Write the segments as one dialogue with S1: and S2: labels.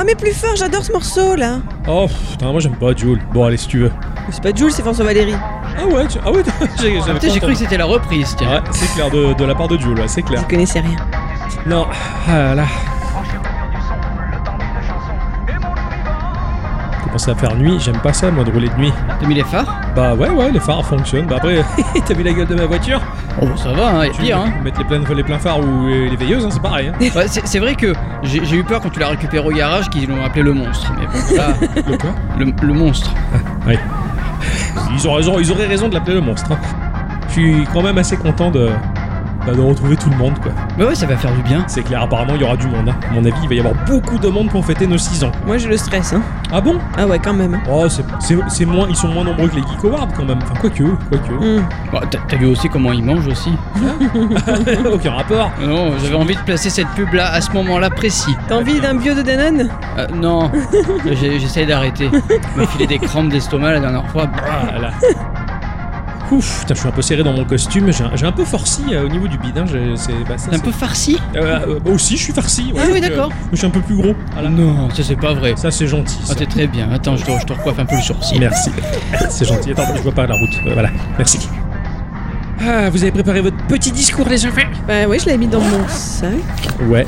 S1: Ah, mais plus fort, j'adore ce morceau là.
S2: Oh putain, moi j'aime pas Jules. Bon, allez, si tu veux.
S1: Mais C'est pas Jules, c'est François Valéry.
S2: Ah ouais, tu- ah ouais, j'ai
S3: Putain,
S2: j'avais pas
S3: j'ai cru
S2: entendu.
S3: que c'était la reprise, tiens.
S2: Ouais, c'est clair, de, de la part de Jules, ouais, c'est clair.
S1: Vous connaissez rien.
S2: Non, ah là. Commencer à faire nuit, j'aime pas ça, moi, de rouler de nuit.
S3: T'as mis les phares
S2: Bah ouais, ouais, les phares fonctionnent. Bah après, t'as vu la gueule de ma voiture
S3: Oh, bah, ça va, hein, y a
S2: Tu
S3: pire, hein.
S2: Mettre les pleins, les pleins phares ou euh, les veilleuses, hein, c'est pareil. hein.
S3: Ouais, c'est c'est vrai que j'ai j'ai eu peur quand tu l'as récupéré au garage qu'ils l'ont appelé le monstre. Mais bon, là,
S2: Le quoi
S3: le, le monstre.
S2: hein. Ils, ont raison, ils auraient raison de l'appeler le monstre. hein. Je suis quand même assez content de, bah, de retrouver tout le monde, quoi.
S3: Mais ouais, ça va faire du bien.
S2: C'est clair, apparemment, il y aura du monde. hein. À mon avis, il va y avoir beaucoup de monde pour fêter nos 6 ans.
S1: Moi j'ai le stress, hein.
S2: Ah bon
S1: Ah ouais, quand même. hein.
S2: Oh, c'est- c'est c'est moins, ils sont moins nombreux que les Geek Awards, quand même. Enfin, quoique, quoique.
S1: Hmm.
S3: Bah, T'as t'as vu aussi comment ils mangent aussi. Euh,
S2: Aucun rapport.
S3: Non, j'avais envie de placer cette pub là à ce moment-là précis.
S1: T'as envie d'un bio de Danone
S3: Euh, non, j'ai- j'essaye d'arrêter. Il m'a filé des crampes d'estomac la dernière fois.
S2: Ah, là. Ouf, putain, je suis un peu serré dans mon costume. J'ai un- j'ai un peu forci euh, au niveau du bide. hein. J'ai- c'est- bah, ça,
S3: C'est un
S2: c'est-
S3: peu farci
S2: Euh, euh, bah aussi, je suis farci. ouais,
S3: Ah oui,
S2: donc, euh,
S3: d'accord.
S2: je suis un peu plus gros.
S3: Ah,
S2: Voilà.
S3: Non, ça c'est pas vrai.
S2: Ça, c'est gentil. ça.
S3: Ah, t'es très bien. Attends, je te, je te recoiffe un peu le sourcil.
S2: Merci. C'est gentil. Attends, je vois pas la route. Euh, voilà. Merci. Ah, vous avez préparé votre petit discours, les enfants
S1: Bah oui, je l'ai mis dans mon sac.
S2: Ouais.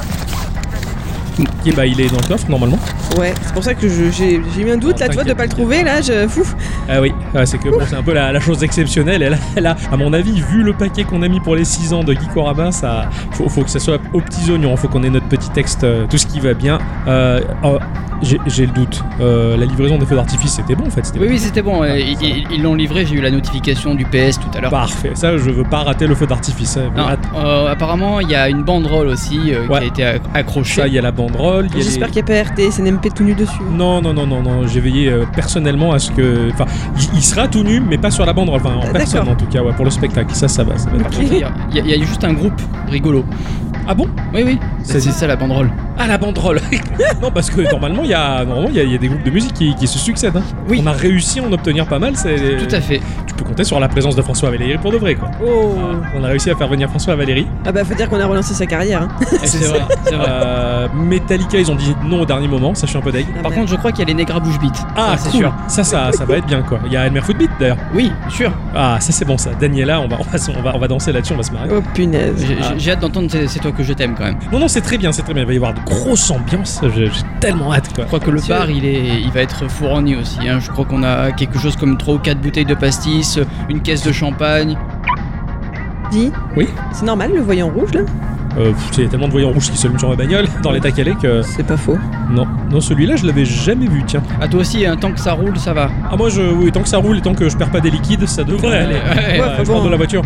S2: Et bah, il est dans le coffre, normalement.
S1: Ouais, c'est pour ça que je- j'ai j'ai eu un doute
S2: Oh,
S1: là, tu vois, de
S2: t'inquiète.
S1: pas le trouver là, je. Fouf
S2: Ah oui, Ah, c'est que bon, c'est un peu la, la chose exceptionnelle. Elle a, elle a, à mon avis, vu le paquet qu'on a mis pour les 6 ans de Geekorama, ça, faut, faut que ça soit aux petits oignons. Faut qu'on ait notre petit texte, euh, tout ce qui va bien. Euh, oh, j'ai j'ai le doute. Euh, la livraison des feux d'artifice, c'était bon en fait. c'était
S3: Oui,
S2: bon.
S3: oui, c'était bon. Bah, euh, Ils ils- ils l'ont livré, j'ai eu la notification du PS tout à l'heure.
S2: Parfait. Ça, je veux pas rater le feu d'artifice. hein.
S3: Non,
S2: Att-
S3: euh, apparemment, il y a une banderole aussi euh,
S2: Ouais.
S3: qui a été ac- accrochée.
S2: Ça, il y a la banderole. il y a
S1: J'espère
S2: les-
S1: qu'il n'y a pas RT, CNMP tout nu dessus.
S2: Non, non, non, non, non. J'ai veillé euh, personnellement à ce que. Enfin, il- il sera tout nu, mais pas sur la banderole. Enfin, en
S1: Ah,
S2: personne
S1: d'accord.
S2: en tout cas, ouais, pour le spectacle. Ça, ça va. Ça va être-
S3: Il y, a- il y a juste un groupe rigolo.
S2: Ah bon
S3: Oui, oui,
S2: C'est-
S3: c'est c'est ça la banderole.
S2: Ah la banderole Non parce que normalement il y a normalement il y, a- il y a des groupes de musique qui, qui se succèdent. hein.
S3: Oui.
S2: On a réussi à en obtenir pas mal. C'est
S3: Tout à fait.
S2: Tu peux compter sur la présence de François Valéry pour de vrai quoi.
S1: Oh
S2: On a réussi à faire venir François Valéry.
S1: Ah bah faut dire qu'on a relancé sa carrière. hein.
S3: Eh, C'est vrai, c'est vrai.
S2: Euh, Metallica ils ont dit non au dernier moment. Ça je suis un peu deg.
S1: Ah,
S3: Par
S1: merde.
S3: contre, je crois qu'il y a les Negra Bouche Beat.
S2: Ah
S3: bah, Ça, c'est
S2: cool.
S3: sûr.
S2: Ça ça ça va être bien quoi. Il y a Elmer Footbeat d'ailleurs.
S3: Oui, sûr.
S2: Ah ça c'est bon ça. Daniela on va on va on va, on va danser là-dessus on va se marrer.
S1: Oh punaise.
S3: J'ai j'ai- j'ai hâte d'entendre C'est c'est toi que je t'aime quand même.
S2: Non non c'est très bien c'est très bien. Il va y avoir de grosses ambiances. J'ai j'ai tellement hâte quoi.
S3: Je crois que le
S1: Monsieur.
S3: bar il, est, il va être fourni aussi. hein. Je crois qu'on a quelque chose comme 3 ou 4 bouteilles de pastis, une caisse de champagne.
S1: Dis
S2: Oui
S1: C'est normal le voyant rouge là
S2: Euh, pff, il y a tellement de voyants rouges qui s'allument sur ma bagnole dans l'état qu'elle est que
S1: C'est pas faux.
S2: non non celui-là je l'avais jamais vu tiens.
S3: Ah, toi aussi, hein, tant que ça roule, ça va.
S2: Ah moi je oui tant que ça roule et tant que je perds pas des liquides ça devrait aller.
S3: Ouais,
S2: Ouais,
S1: faut
S2: je
S1: voir.
S2: prends de la voiture.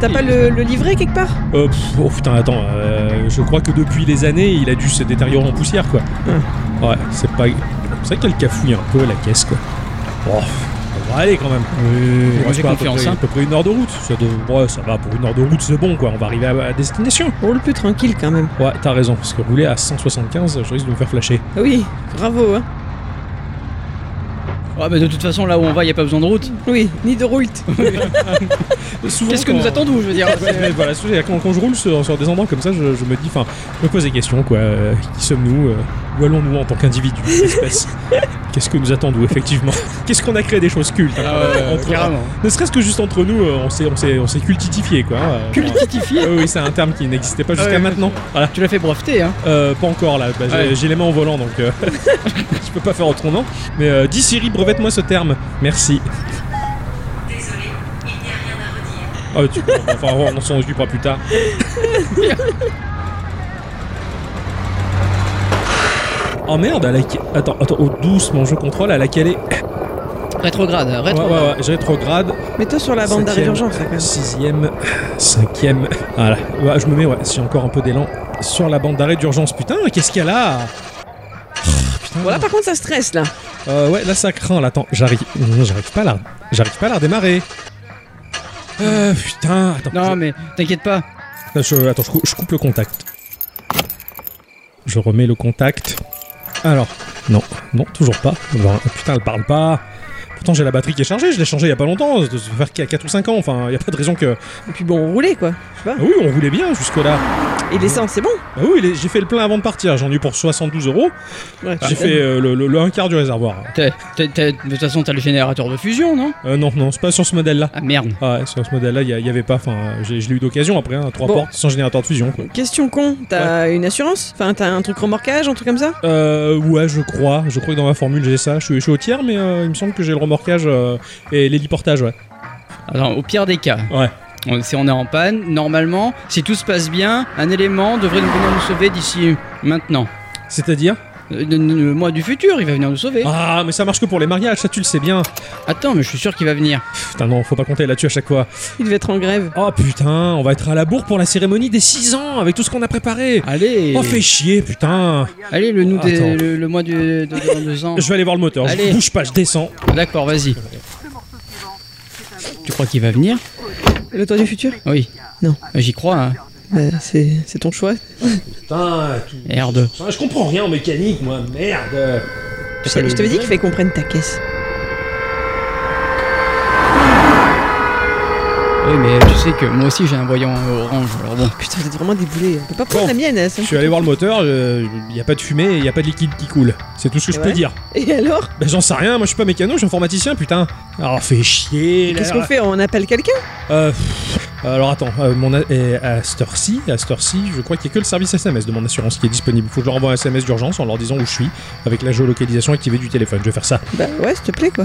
S1: T'as pas le, le livret quelque part
S2: Euh, pff, oh putain attends, euh, je crois que depuis les années il a dû se détériorer en poussière quoi.
S3: Hum.
S2: Ouais c'est pas c'est vrai qu'elle cafouille un peu la caisse quoi. Bon, ça va aller quand même. Il
S3: moi,
S2: reste
S3: j'ai
S2: quoi, à peu
S3: confiance,
S2: près-
S3: hein.
S2: À peu près une heure de route. Ça, dev- ouais, ça va pour une heure de route c'est bon quoi. On va arriver à, à destination.
S1: Roule plus tranquille quand même.
S2: Ouais t'as raison parce que rouler à 175 je risque de me faire flasher.
S1: Ah oui, bravo hein.
S3: Ouais, mais de toute façon, là où on va, il n'y a pas besoin de route.
S1: Oui, ni de route.
S2: Souvent,
S3: Qu'est-ce que
S2: quand-
S3: nous attendons, je veux dire
S2: Ouais, mais voilà, c'est-à-dire quand, quand je roule sur, sur des endroits comme ça, je, je me dis, enfin, je me pose des questions, quoi. Euh, qui sommes-nous euh, Où allons-nous en tant qu'individus, espèce Qu'est-ce que nous attendons, effectivement Qu'est-ce qu'on a créé des choses cultes hein,
S3: Ah ouais,
S2: entre-
S3: carrément.
S2: Ne serait-ce que juste entre nous, euh, on s'est, on s'est, on s'est cultitifié, quoi. hein, euh,
S3: Cultitifié Ah
S2: euh, oui, c'est un terme qui n'existait pas jusqu'à
S3: Ouais.
S2: maintenant. Voilà.
S3: Tu l'as fait breveter, hein
S2: Euh, pas encore là, Bah, j'ai,
S3: Ouais.
S2: j'ai les mains au volant donc euh, je peux pas faire autrement. Mais euh, dis Siri, brevette-moi ce terme. Merci.
S4: Désolé, il n'y a rien à redire.
S2: Ah, tu- enfin, on s'en occupera plus tard. Oh merde, à la... attends, attends, oh, doucement, je contrôle, à laquelle est.
S3: Rétrograde,
S2: Ouais, ouais,
S3: rétrograde.
S2: ouais, j'ai rétrograde.
S1: Mets-toi sur la bande d'arrêt d'urgence là quand même.
S2: 6ème, 5ème. Voilà, Ouais, je me mets, ouais, si j'ai encore un peu d'élan, sur la bande d'arrêt d'urgence. Putain, qu'est-ce qu'il y a là Putain,
S1: Voilà, par contre ça stresse là.
S2: Euh, ouais, là ça craint, là, attends, j'arrive. non, J'arrive pas là. J'arrive pas à la redémarrer. Euh, putain, attends.
S3: Non, mais t'inquiète pas.
S2: Là, je- attends, je, cou- je coupe le contact. Je remets le contact. Alors, non, non, toujours pas. Alors, putain, elle parle pas. Pourtant, j'ai la batterie qui est chargée, je l'ai changée il y a pas longtemps, ça faire 4 ou 5 ans, enfin, il y a pas de raison que.
S1: Et puis bon, on roulait quoi.
S2: Ah oui, on roulait bien jusque-là.
S1: Et l'essence, c'est bon
S2: Bah oui, les- j'ai fait le plein avant de partir. J'en ai eu pour 72 euros.
S1: Ouais, tu
S2: J'ai
S1: m'étonnes.
S2: fait euh, le, le- le un quart du réservoir.
S3: T'as- t'as- t'as- De toute façon, t'as le générateur de fusion, non
S2: Euh, non, non, c'est pas sur ce modèle-là.
S3: Ah merde.
S2: Ah ouais, sur ce modèle-là, il y, avait pas. Enfin, euh, j'ai- je l'ai eu d'occasion après, hein, trois
S1: Bon.
S2: portes sans générateur de fusion. Quoi.
S1: Question con, t'as une assurance Enfin, t'as un truc remorquage, un truc comme ça
S2: Euh, ouais, je crois. Je crois que dans ma formule, j'ai ça. Je suis, je suis au tiers, mais euh, il me semble que j'ai le remorquage euh, et l'héliportage, ouais.
S3: Alors, au pire des cas,
S2: Ouais.
S3: on, si on est en panne, normalement, si tout se passe bien, un élément devrait nous venir nous sauver d'ici euh, maintenant.
S2: C'est-à-dire
S3: Euh, le- le le mois du futur, il va venir nous sauver.
S2: Ah, mais ça marche que pour les mariages, ça tu le sais bien.
S3: Attends, mais je suis sûr qu'il va venir.
S2: Putain, non, faut pas compter là-dessus à chaque fois.
S1: Il devait être en grève.
S2: Oh putain, on va être à la bourre pour la cérémonie des 6 ans avec tout ce qu'on a préparé.
S3: Allez
S2: Oh, fais chier, putain.
S3: Allez, le, nous des-
S2: Attends.
S3: le, le mois de, de, de- deux ans.
S2: Je vais aller voir le moteur.
S3: Allez.
S2: Je bouge pas, je descends.
S3: D'accord, vas-y. Tu crois qu'il va venir
S1: Le toit du futur
S3: Oui.
S1: Non.
S3: J'y crois. hein.
S1: Bah, C'est c'est ton choix.
S2: Putain, tout-
S3: Merde.
S2: Putain, je comprends rien en mécanique, moi, merde.
S1: Je je t'avais dit qu'il fallait qu'on prenne ta caisse.
S3: Oui, mais tu sais que moi aussi j'ai un voyant orange, alors bon.
S1: Putain, vous êtes vraiment des boulets. On peut pas prendre
S2: Bon.
S1: la mienne, elle, ça me
S2: Je suis allé voir le moteur, euh, il y a pas de fumée, il y a pas de liquide qui coule. C'est tout ce que je
S1: Et
S2: peux
S1: ouais.
S2: dire.
S1: Et alors
S2: Ben j'en sais rien, moi je suis pas mécano, je suis informaticien, putain. Alors fais chier. là.
S1: Qu'est-ce qu'on fait On appelle quelqu'un
S2: Euh, pff, alors attends, euh, mon a- et à cette heure-ci, à cette heure-ci, je crois qu'il y a que le service SMS de mon assurance qui est disponible. Faut que je leur envoie un SMS d'urgence en leur disant où je suis, avec la géolocalisation activée du téléphone. Je vais faire ça.
S1: Bah ouais, s'il te plaît, quoi.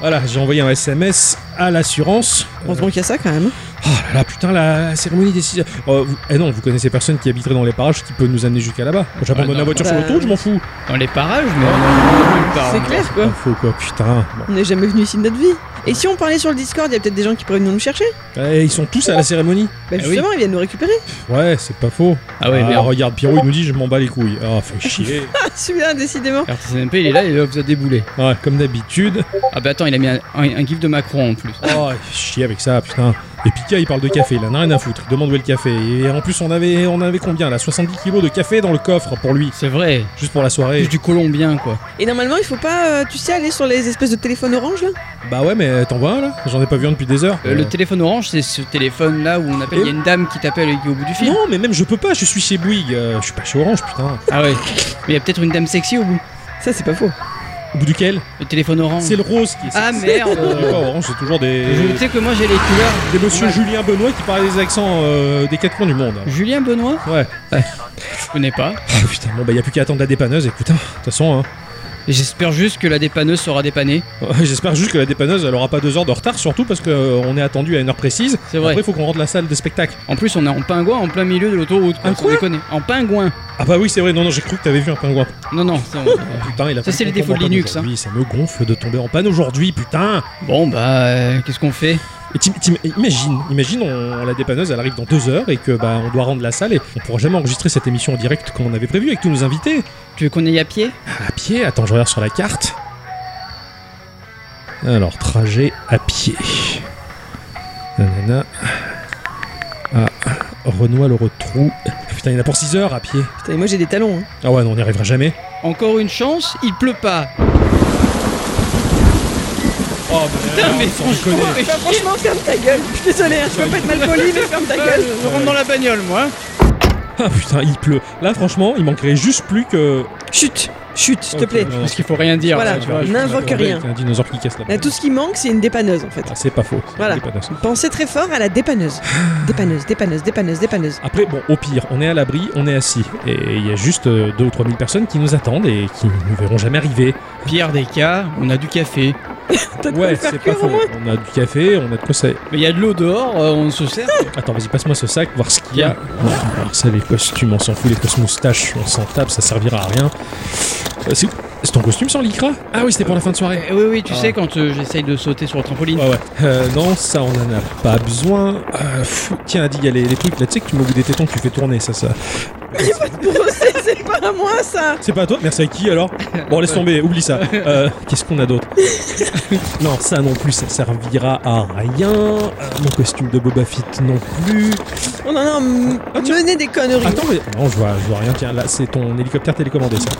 S2: Voilà, j'ai envoyé un SMS à l'assurance. Euh,
S1: Heureusement qu'il y a ça, quand même. hein.
S2: Oh là là, putain, la, la cérémonie des six- Euh, vous- eh non, vous connaissez personne qui habiterait dans les parages qui peut nous amener jusqu'à là-bas. J'abandonne
S3: Ah, non.
S2: la voiture sur
S1: Bah,
S2: le tour, je m'en fous.
S3: Dans les parages, mais on a nulle part.
S1: C'est clair,
S2: Ah,
S1: quoi.
S2: faut quoi, putain. Bon.
S1: On n'est jamais venu ici de notre vie. Et si on parlait sur le Discord, il y a peut-être des gens qui pourraient venir nous chercher
S2: Eh, ils sont tous à la cérémonie.
S1: Bah
S3: Eh oui.
S1: justement, ils viennent nous récupérer.
S2: Ouais, c'est pas faux.
S3: Ah ouais,
S2: ah,
S3: merde.
S2: regarde, Pierrot, il nous dit je m'en bats les couilles. Ah, fais chier.
S1: Ah, celui-là, décidément.
S3: RTCMP, il est là, il vous a déboulé.
S2: ouais, comme d'habitude.
S3: Ah bah attends, il a mis un, un- un gif de Macron en plus.
S2: Oh, il fait chier avec ça, putain. Et Pika, il parle de café, il en a rien à foutre. Il demande où est le café. Et en plus, on avait, on avait combien là 70 kilos de café dans le coffre pour lui,
S3: C'est vrai.
S2: juste pour la
S3: Plus
S2: soirée.
S3: du colombien, quoi.
S1: Et normalement, il faut pas, euh, tu sais, aller sur les espèces de téléphones orange, là
S2: Bah ouais, mais t'en vois un là J'en ai pas vu un depuis des heures.
S3: Euh,
S2: Euh,
S3: Le téléphone orange, c'est ce téléphone là où on appelle. Il y a une dame qui t'appelle et qui est au bout du fil.
S2: Euh, Non, mais même je peux pas, je suis chez Bouygues. Euh, je suis pas chez Orange, putain.
S3: Ah ouais. Mais il y a peut-être une dame sexy au bout.
S1: Ça, c'est pas faux.
S2: Au bout duquel
S3: Le téléphone orange.
S2: C'est le rose qui est
S3: Ah
S2: c'est-
S3: merde.
S2: c'est pas Orange, c'est toujours
S3: Je
S2: des.
S3: sais que moi j'ai les couleurs.
S2: Des monsieur Julien Benoît qui parlait des accents euh, des quatre coins du monde.
S3: Julien Benoît
S2: Ouais.
S3: Je connais pas.
S2: Ah, putain, bon bah y a plus qu'à attendre la dépanneuse et putain, de toute façon, hein.
S3: J'espère juste que la dépanneuse saura dépanner.
S2: Euh, J'espère juste que la dépanneuse elle aura pas deux heures de retard, surtout parce que euh, on est attendu à une heure précise.
S3: C'est vrai.
S2: Après, faut qu'on rentre la salle de spectacle.
S3: En plus, on est en pingouin en plein milieu de l'autoroute. Ah, quoi,
S2: Un
S3: sans
S2: quoi
S3: déconner. En pingouin.
S2: Ah bah oui, c'est vrai, non, non, j'ai cru que t'avais vu un pingouin. Ah,
S3: Non, non. ça, on-
S2: Putain, il a
S3: Ça,
S2: pas
S3: c'est
S2: pu
S3: les défauts
S2: tomber
S3: de
S2: en panne
S3: Linux, hein.
S2: aujourd'hui, Ça me gonfle de tomber en panne aujourd'hui, putain.
S3: Bon bah, euh, qu'est-ce qu'on fait
S2: Et t'im- t'im- imagine, imagine, on, la dépanneuse elle arrive dans deux heures et que bah on doit rendre la salle et on pourra jamais enregistrer cette émission en direct comme on avait prévu avec tous nos invités.
S3: Tu veux qu'on aille à pied
S2: À pied, attends, je regarde sur la carte. Alors, trajet à pied. Nanana. Ah, Renoir le retrou. Putain, il y en a pour 6 heures à pied.
S1: Putain, et moi, j'ai des talons. hein.
S2: Ah ouais, non, on n'y arrivera jamais.
S3: Encore une chance, il pleut pas.
S2: Oh
S3: Putain, mais franchement, mais
S1: Bah, franchement, ferme ta gueule. Je suis désolé, je peux pas être mal poli, mais ferme ta gueule.
S3: je rentre dans la bagnole, moi. hein.
S2: Ah putain, il pleut. Là, franchement, il manquerait juste plus que.
S1: Chut, chut, s'il te plaît.
S2: Ok, non, non,
S3: Parce qu'il faut rien dire.
S1: Voilà.
S3: ça, tu vois.
S2: je-
S1: n'invoque
S2: je-
S1: rien.
S2: Un dinosaure qui casse la
S1: Là, tout ce qui manque, c'est une dépanneuse, en fait.
S2: Ah, c'est pas faux. c'est
S1: Voilà.
S2: des connasses.
S1: Pensez très fort à la dépanneuse. Dépanneuse, dépanneuse, dépanneuse, dépanneuse.
S2: Après, bon, au pire, on est à l'abri, on est assis. Et il y a juste 2 ou 3 000 personnes qui nous attendent et qui ne verront jamais arriver.
S3: Pierre des cas, on a du café.
S1: T'as de quoi
S2: Ouais,
S1: le faire
S2: c'est pas
S1: cuire, au
S2: faux.
S1: moins.
S2: On a du café, on a de quoi ça.
S3: Mais il y a de l'eau dehors, euh, on se sert.
S2: Attends, vas-y, passe-moi ce sac, voir ce qu'il y a. Ouais, alors ça, les costumes, on s'en fout, les cosmoustaches, moustaches, on s'en tape, ça servira à rien. Euh, c'est où C'est ton costume sans lycra Ah oui, c'était pour la fin de soirée.
S3: Eh oui, oui, tu
S2: Ah.
S3: sais, quand euh, j'essaye de sauter sur le trampoline.
S2: Ouais, ouais. Euh, non, ça, on en a pas besoin. Euh, pff, tiens, Adi, il y a les, les trucs là, tu sais que tu mets au bout des tétons, tu fais tourner, ça, ça.
S1: Brosser, c'est pas à moi, ça.
S2: C'est pas à toi Merci à qui alors Bon, laisse tomber, oublie ça. Euh, Qu'est-ce qu'on a d'autre Non, ça non plus, ça servira à rien. Euh, mon costume de Boba Fett non plus.
S1: On en a m- mené des conneries.
S2: Ah, Attends, mais. Non, je vois, je vois rien. Tiens, là, c'est ton hélicoptère télécommandé, ça.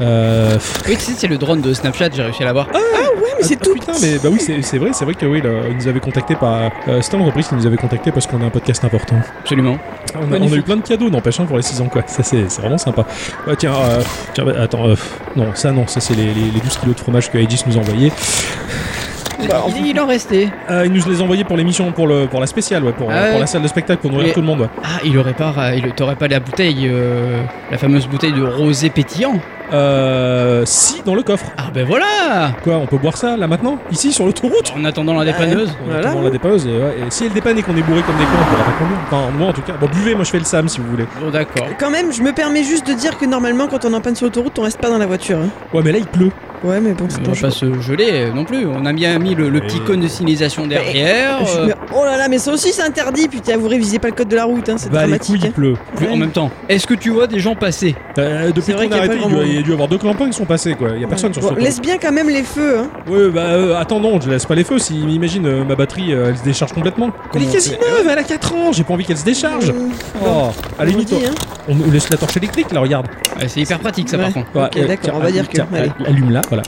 S2: Euh, pff,
S3: Oui, tu sais, c'est le drone de Snapchat, j'ai réussi à l'avoir.
S1: Ah ouais, mais c'est
S2: ah,
S1: tout
S2: Putain, mais bah oui, c'est c'est vrai, c'est vrai que oui, là, ils nous avaient contacté par. Euh, C'était en reprise qu'ils nous avaient contacté parce qu'on a un podcast important.
S3: Absolument.
S2: Ah, On a, on a eu
S1: Magnifique.
S2: plein de cadeaux, n'empêche, hein, pour les 6 ans, quoi. Ça, c'est c'est vraiment sympa. Ouais, tiens, euh, tiens, bah, attends, euh, non, ça, non, ça, c'est les, les- les 12 kilos de fromage que Aegis nous a envoyé.
S3: il, il en restait.
S2: ils Euh, nous les ont envoyés pour l'émission, pour, le- pour la spéciale, ouais, pour,
S3: Ah
S2: euh, pour
S3: ouais.
S2: la salle de spectacle, pour nourrir
S3: Mais-
S2: tout le monde, ouais.
S3: Ah, il aurait pas, ra- il t'aurait pas la bouteille, euh, la fameuse bouteille de rosé pétillant.
S2: Euh, si, dans le coffre.
S3: Ah ben voilà.
S2: Quoi, on peut boire ça, là, maintenant Ici, sur l'autoroute
S3: En attendant la dépanneuse.
S2: On
S1: Voilà.
S2: attend la dépanneuse, et, ouais, et si elle dépanne et qu'on est bourré comme des cons, on pourra pas conduire. Enfin, moi, en tout cas. Bon, buvez, moi, je fais le Sam, si vous voulez.
S3: Bon d'accord.
S1: Quand même, je me permets juste de dire que normalement, quand on est en panne sur l'autoroute, on reste pas dans la voiture. hein.
S2: Ouais, mais là, il pleut.
S1: Ouais, mais bon, c'est
S3: On va
S1: dangereux.
S3: pas se geler euh, non plus. On a bien mis le, le petit
S2: Et-
S3: cône de signalisation derrière.
S1: Je-
S3: euh,
S1: mais- Oh là là, mais ça aussi c'est interdit, putain, vous révisez pas le code de la route, hein, c'est
S2: Bah, les couilles,
S1: dramatique.
S2: il pleut.
S3: plus- en
S1: Ouais.
S3: même temps, est-ce que tu vois des gens passer
S2: Euh, depuis
S1: C'est vrai
S2: qu'on
S1: qu'il y a pas
S2: a arrêté, il
S1: grand
S2: doit-
S1: monde.
S2: il y a dû y avoir deux clampins qui sont passés, quoi. Il y a personne sur
S1: Bon,
S2: ce tour.
S1: Laisse bien quand même les feux, hein.
S2: Ouais, bah, euh, attends, non, je laisse pas les feux. Si, imagine, euh, ma batterie, euh, elle se décharge complètement.
S3: Comment
S2: elle
S3: on
S2: est quasi
S3: fait
S2: neuve, elle a 4 ans, j'ai pas envie qu'elle se décharge.
S1: Mmh,
S2: Oh, à la
S1: on
S2: limite,
S1: dit, hein.
S2: on nous laisse la torche électrique, là, regarde.
S3: Ouais, C'est hyper pratique ça
S1: Ouais.
S3: par contre.
S2: Ouais,
S1: Ok, d'accord, on va
S2: allume-
S1: dire que-
S2: tiens,
S1: allez.
S2: Allume-la, voilà.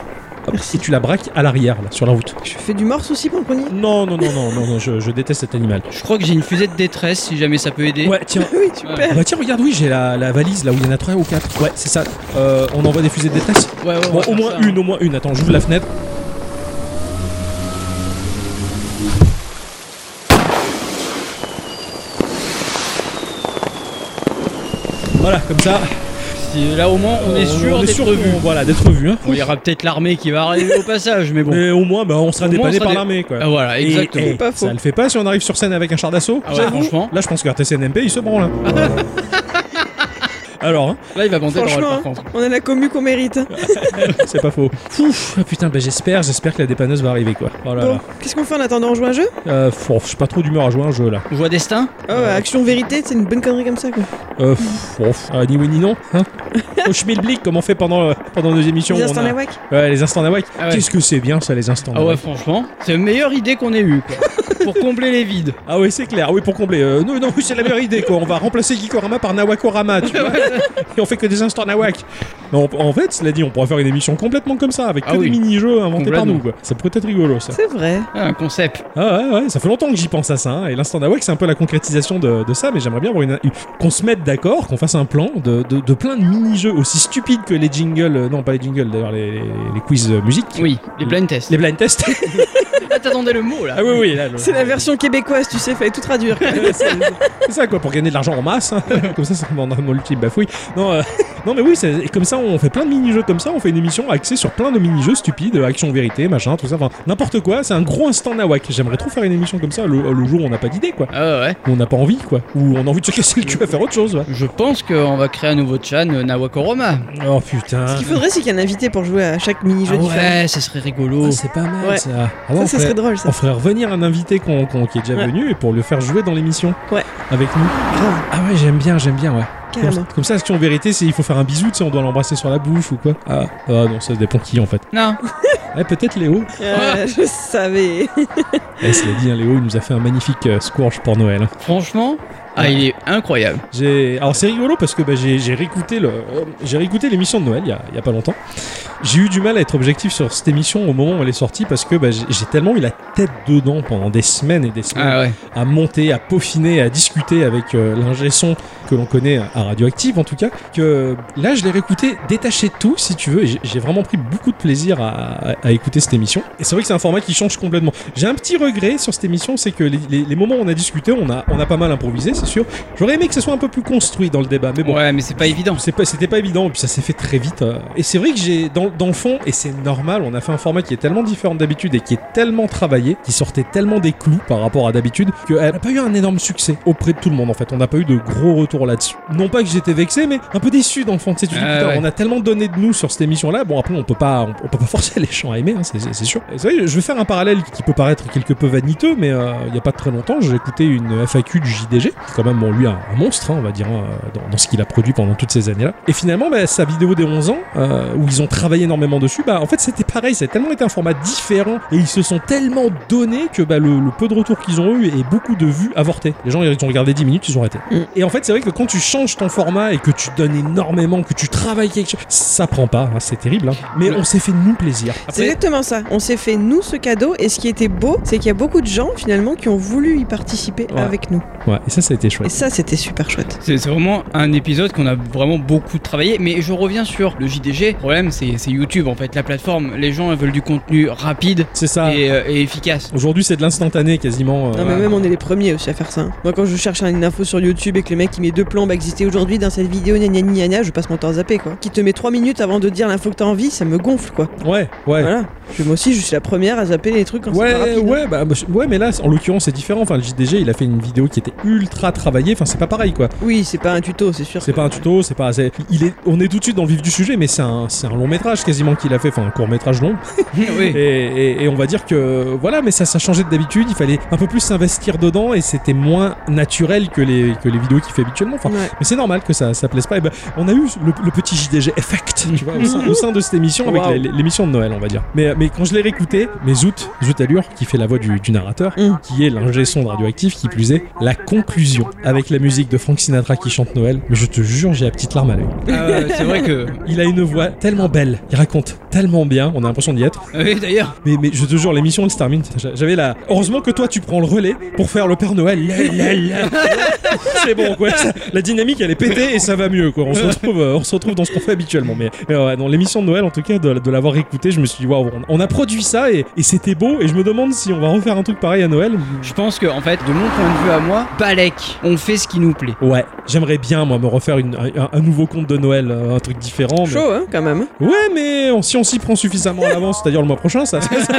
S2: Hop,
S1: Merci.
S2: et tu la braques à l'arrière, là, sur la route.
S1: Je fais du morse aussi pour le grenier
S2: Non, non, non, non, non, non, je, je déteste cet animal.
S3: Je crois que j'ai une fusée de détresse si jamais ça peut aider.
S2: Ouais, tiens.
S1: Oui, super.
S2: Ah bah tiens, regarde, oui, j'ai la, la valise là où il y en a 3 ou 4. Ouais, c'est ça. Euh, on envoie des fusées de détresse
S3: Ouais, ouais, on
S2: Bon,
S3: va
S2: au
S3: faire
S2: moins
S3: ça, hein.
S2: une, au moins une. Attends, j'ouvre la fenêtre. Voilà, comme ça,
S3: Si- Là au moins on est sûr
S2: on est
S3: d'être
S2: sûr
S3: revu.
S2: qu'on- Voilà, d'être revu. Hein.
S3: Bon, il y aura peut-être l'armée qui va arriver au passage, mais bon.
S2: Mais au moins, bah, on sera
S3: Au moins, on
S2: dépanné
S3: sera
S2: par
S3: dé-
S2: l'armée. quoi.
S3: Ah, voilà,
S2: Et-
S3: exactement.
S2: et
S1: Pas faux.
S2: ça le fait pas si on arrive sur scène avec un char d'assaut.
S3: Ah ouais,
S2: J'avoue.
S3: franchement.
S2: Là, je pense que RTCNMP, il se branle. hein. Alors, hein,
S3: Là, il va bander dans le
S1: Franchement,
S3: par contre.
S1: hein, on a la commu qu'on mérite.
S2: Oh
S1: hein.
S2: c'est pas faux. Pouf, ah, putain, bah, j'espère, j'espère que la dépanneuse va arriver quoi. Oh là
S1: Bon,
S2: là.
S1: qu'est-ce qu'on fait en attendant On joue à un jeu
S2: Euh, pff, je suis pas trop d'humeur à jouer à un jeu là.
S3: On voit Destin
S1: Oh, action vérité, c'est une bonne connerie comme ça quoi.
S2: Euh, pff, bon, pff, ah, ni oui ni non. Hein Au schmilblick, comme on fait pendant, euh, pendant nos émissions.
S1: Les
S2: où on
S1: instants
S2: a-
S1: nawak
S2: Ouais, les instants nawak.
S3: Ah ouais.
S2: Qu'est-ce que c'est bien ça, les instants
S3: Ah ouais,
S2: nawak.
S3: franchement, c'est la meilleure idée qu'on ait eue, quoi. pour combler les vides.
S2: Ah ouais, c'est clair. Ah Oui, pour combler. Euh, non, non, oui, c'est la meilleure idée quoi. On va remplacer Gikorama par Nawakorama, tu vois. Et on fait que des instants nawak. Non, on- en fait, cela dit, on pourrait faire une émission complètement comme ça, avec que
S3: Ah oui.
S2: des mini-jeux inventés par
S3: Complètement.
S2: nous quoi. Ça pourrait être rigolo ça.
S1: C'est vrai.
S3: Ah, un concept.
S2: Ah ouais, ouais, ça fait longtemps que j'y pense à ça. hein. Et l'instant nawak, c'est un peu la concrétisation de, de ça, mais j'aimerais bien avoir une- une- qu'on se mette d'accord, qu'on fasse un plan de, de- de plein de mini-jeux aussi stupides que les jingles, euh, non pas les jingles d'ailleurs, les, les- les quiz euh, musique.
S3: Oui, les blind tests.
S2: Les blind tests.
S3: Ah, t'attendais le mot, là.
S2: ah oui, oui, là. le-
S1: C'est la version québécoise, tu sais, fallait tout traduire.
S2: C'est ça quoi, pour gagner de l'argent en masse. hein. comme ça, ça demande mon ultime bafouille. Non, euh, non mais oui, c'est- et comme ça, on fait plein de mini-jeux comme ça, on fait une émission axée sur plein de mini-jeux stupides, euh, action vérité, machin, tout ça, enfin n'importe quoi. C'est un gros instant nawak. J'aimerais trop faire une émission comme ça le, le jour où on n'a pas d'idée quoi.
S3: Ah ouais.
S2: on n'a pas envie, quoi. Ou on a envie de se casser le cul à faire autre chose, ouais.
S3: Je pense qu'on va créer un nouveau chan euh, Nawakoroma.
S2: Oh putain.
S1: Ce qu'il faudrait, c'est qu'il y ait un invité pour jouer à chaque mini-jeu
S3: Ah
S1: différent.
S3: ouais, ça serait rigolo.
S2: Ah, c'est pas mal
S1: Ouais.
S2: ça. Ah Oh. ouais, on,
S1: Ça, ça
S2: ferait,
S1: serait drôle ça.
S2: on ferait revenir un invité qu'on qu'on- qui est déjà
S1: Ouais.
S2: venu et pour le faire jouer dans l'émission.
S1: Ouais.
S2: Avec nous.
S1: Grave,
S2: Ah ouais, j'aime bien, j'aime bien, ouais.
S1: Ah, carrément.
S2: Comme, comme ça, si en vérité, c'est- il faut faire un bisou, tu sais, on doit l'embrasser sur la bouche ou quoi. Ah, ah non, ça dépend qui en fait.
S3: non,
S2: Ouais, peut-être Léo. Ah.
S1: Euh, je savais.
S2: Eh, cela dit, hein, Léo, il nous a fait un magnifique euh, scourge pour Noël. hein.
S3: franchement, ah, il est incroyable.
S2: J'ai, alors c'est rigolo parce que bah, j'ai, j'ai réécouté le, euh, j'ai réécouté l'émission de Noël il y, a, il y a pas longtemps. J'ai eu du mal à être objectif sur cette émission au moment où elle est sortie parce que bah, j'ai, j'ai tellement eu la tête dedans pendant des semaines et des semaines
S3: Ah ouais.
S2: à monter, à peaufiner, à discuter avec euh, l'ingé son que l'on connaît à Radioactive en tout cas, que euh, là je l'ai réécouté détaché de tout si tu veux, et j'ai- j'ai vraiment pris beaucoup de plaisir à, à- à écouter cette émission. Et c'est vrai que c'est un format qui change complètement. J'ai un petit regret sur cette émission, c'est que les, les- les moments où on a discuté, on a, on a pas mal improvisé, c'est sûr. J'aurais aimé que ce soit un peu plus construit dans le débat, mais bon.
S3: Ouais, mais c'est pas évident.
S2: C'est pas- C'était pas évident, et puis ça s'est fait très vite. euh. Et c'est vrai que j'ai, dans, dans le fond, et c'est normal, on a fait un format qui est tellement différent d'habitude et qui est tellement travaillé, qui sortait tellement des clous par rapport à d'habitude, qu'elle n'a pas eu un énorme succès auprès de tout le monde en fait. On n'a pas eu de gros retours là-dessus. Non pas que j'étais vexé, mais un peu déçu dans le fond. Tu sais, tu te dis,
S3: Ah
S2: putain,
S3: ouais.
S2: on a tellement donné de nous sur cette émission-là. Bon, après, on peut pas, on, on peut pas forcer les gens à aimer, hein, c'est- c'est c'est sûr. Et c'est vrai, je vais faire un parallèle qui peut paraître quelque peu vaniteux, mais euh, il y a pas très longtemps, j'ai écouté une FAQ du JDG, quand même, bon, lui, un, un monstre, hein, on va dire, hein, dans, dans ce qu'il a produit pendant toutes ces années-là. Et finalement, bah, sa vidéo des 11 ans, euh, où ils ont travaillé énormément dessus, bah, en fait, c'était pareil, ça a tellement été un format différent, et ils se sont tellement donnés que bah, le, le peu de retours qu'ils ont eu et beaucoup de vues avortées. Les gens, ils ont regardé 10 minutes, ils ont arrêté.
S1: Mm.
S2: Et en fait, c'est vrai que quand tu changes ton format et que tu donnes énormément, que tu travailles quelque chose, ça prend pas, hein, c'est terrible, hein. mais
S3: Le-
S2: on s'est fait nous plaisir.
S1: C'est
S2: Après,
S1: exactement ça. On s'est fait nous ce cadeau et ce qui était beau, c'est qu'il y a beaucoup de gens finalement qui ont voulu y participer
S2: Ouais.
S1: avec nous.
S2: ouais, et ça, ça a été chouette.
S1: Et ça, c'était super chouette.
S3: C'est c'est vraiment un épisode qu'on a vraiment beaucoup travaillé, mais je reviens sur le JDG. Le problème, c'est c'est YouTube en fait, la plateforme. Les gens elles veulent du contenu rapide
S2: C'est ça.
S3: et, euh, et efficace.
S2: Aujourd'hui, c'est de l'instantané quasiment. euh,
S1: Non mais même on est les premiers aussi à faire ça. hein. Moi quand je cherche une info sur YouTube et que le mec il met deux plombes à exister aujourd'hui dans cette vidéo gna gna gna gna, je passe mon temps à zapper quoi. Qui te met trois minutes avant de dire l'info que t'as envie, ça me gonfle quoi.
S2: Ouais, ouais.
S1: Voilà. Je, moi aussi je suis la première à zapper les trucs quand c'est pas
S2: Ouais,
S1: rapide. hein.
S2: ouais, bah, bah, ouais, mais là, en l'occurrence, c'est différent. Enfin, le JDG, il a fait une vidéo qui était ultra travaillée. Enfin, c'est pas pareil, quoi.
S1: Oui c'est pas un tuto c'est sûr.
S2: C'est
S1: que-
S2: pas un tuto, c'est pas. c'est- Il est, on est tout de suite dans le vif du sujet, mais c'est un, c'est un long métrage quasiment qu'il a fait. Enfin, un court métrage long.
S3: oui.
S2: Et, et- et on va dire que voilà, mais ça, ça changeait de d'habitude. Il fallait un peu plus s'investir dedans et c'était moins naturel que les, que les vidéos qu'il fait habituellement. Enfin,
S1: Ouais.
S2: Mais c'est normal que ça, ça plaise pas. Et ben, on a eu le, le petit JDG effect, tu vois, au sein, au sein de cette émission, avec
S1: Wow.
S2: la- l'émission de Noël, on va dire. Mais, mais quand je l'ai réécouté, mais Zout, Zout Allure, qui fait la voix du, du narrateur,
S1: Mm.
S2: qui est l'ingé son de radioactif, qui plus est, la conclusion, avec la musique de Frank Sinatra qui chante Noël, mais je te jure, j'ai la petite larme à l'œil.
S3: Euh, c'est vrai que.
S2: Il a une voix tellement belle, il raconte tellement bien, on a l'impression d'y être.
S3: Oui, d'ailleurs.
S2: Mais, mais je te jure, l'émission elle se termine. J'a- J'avais la. Heureusement que toi tu prends le relais pour faire le Père Noël. La, la, la. C'est bon quoi. Ça- La dynamique elle est pétée et ça va mieux quoi. On se retrouve, euh, on se retrouve dans ce qu'on fait habituellement. Mais, mais ouais, dans l'émission de Noël en tout cas, de, de l'avoir écouté, je me suis dit waouh, on, on a produit ça et, et c'était beau. Et je me demande si on va refaire un truc pareil à Noël.
S3: Je pense que, en fait, de mon point de vue à moi, Balek, on fait ce qui nous plaît.
S2: Ouais, j'aimerais bien moi me refaire une- un, un nouveau conte de Noël, euh, un truc différent. mais-
S1: Chaud hein quand même.
S2: Ouais, mais on- si on s'y prend suffisamment à l'avance, c'est-à-dire le mois prochain, ça, ça, ça-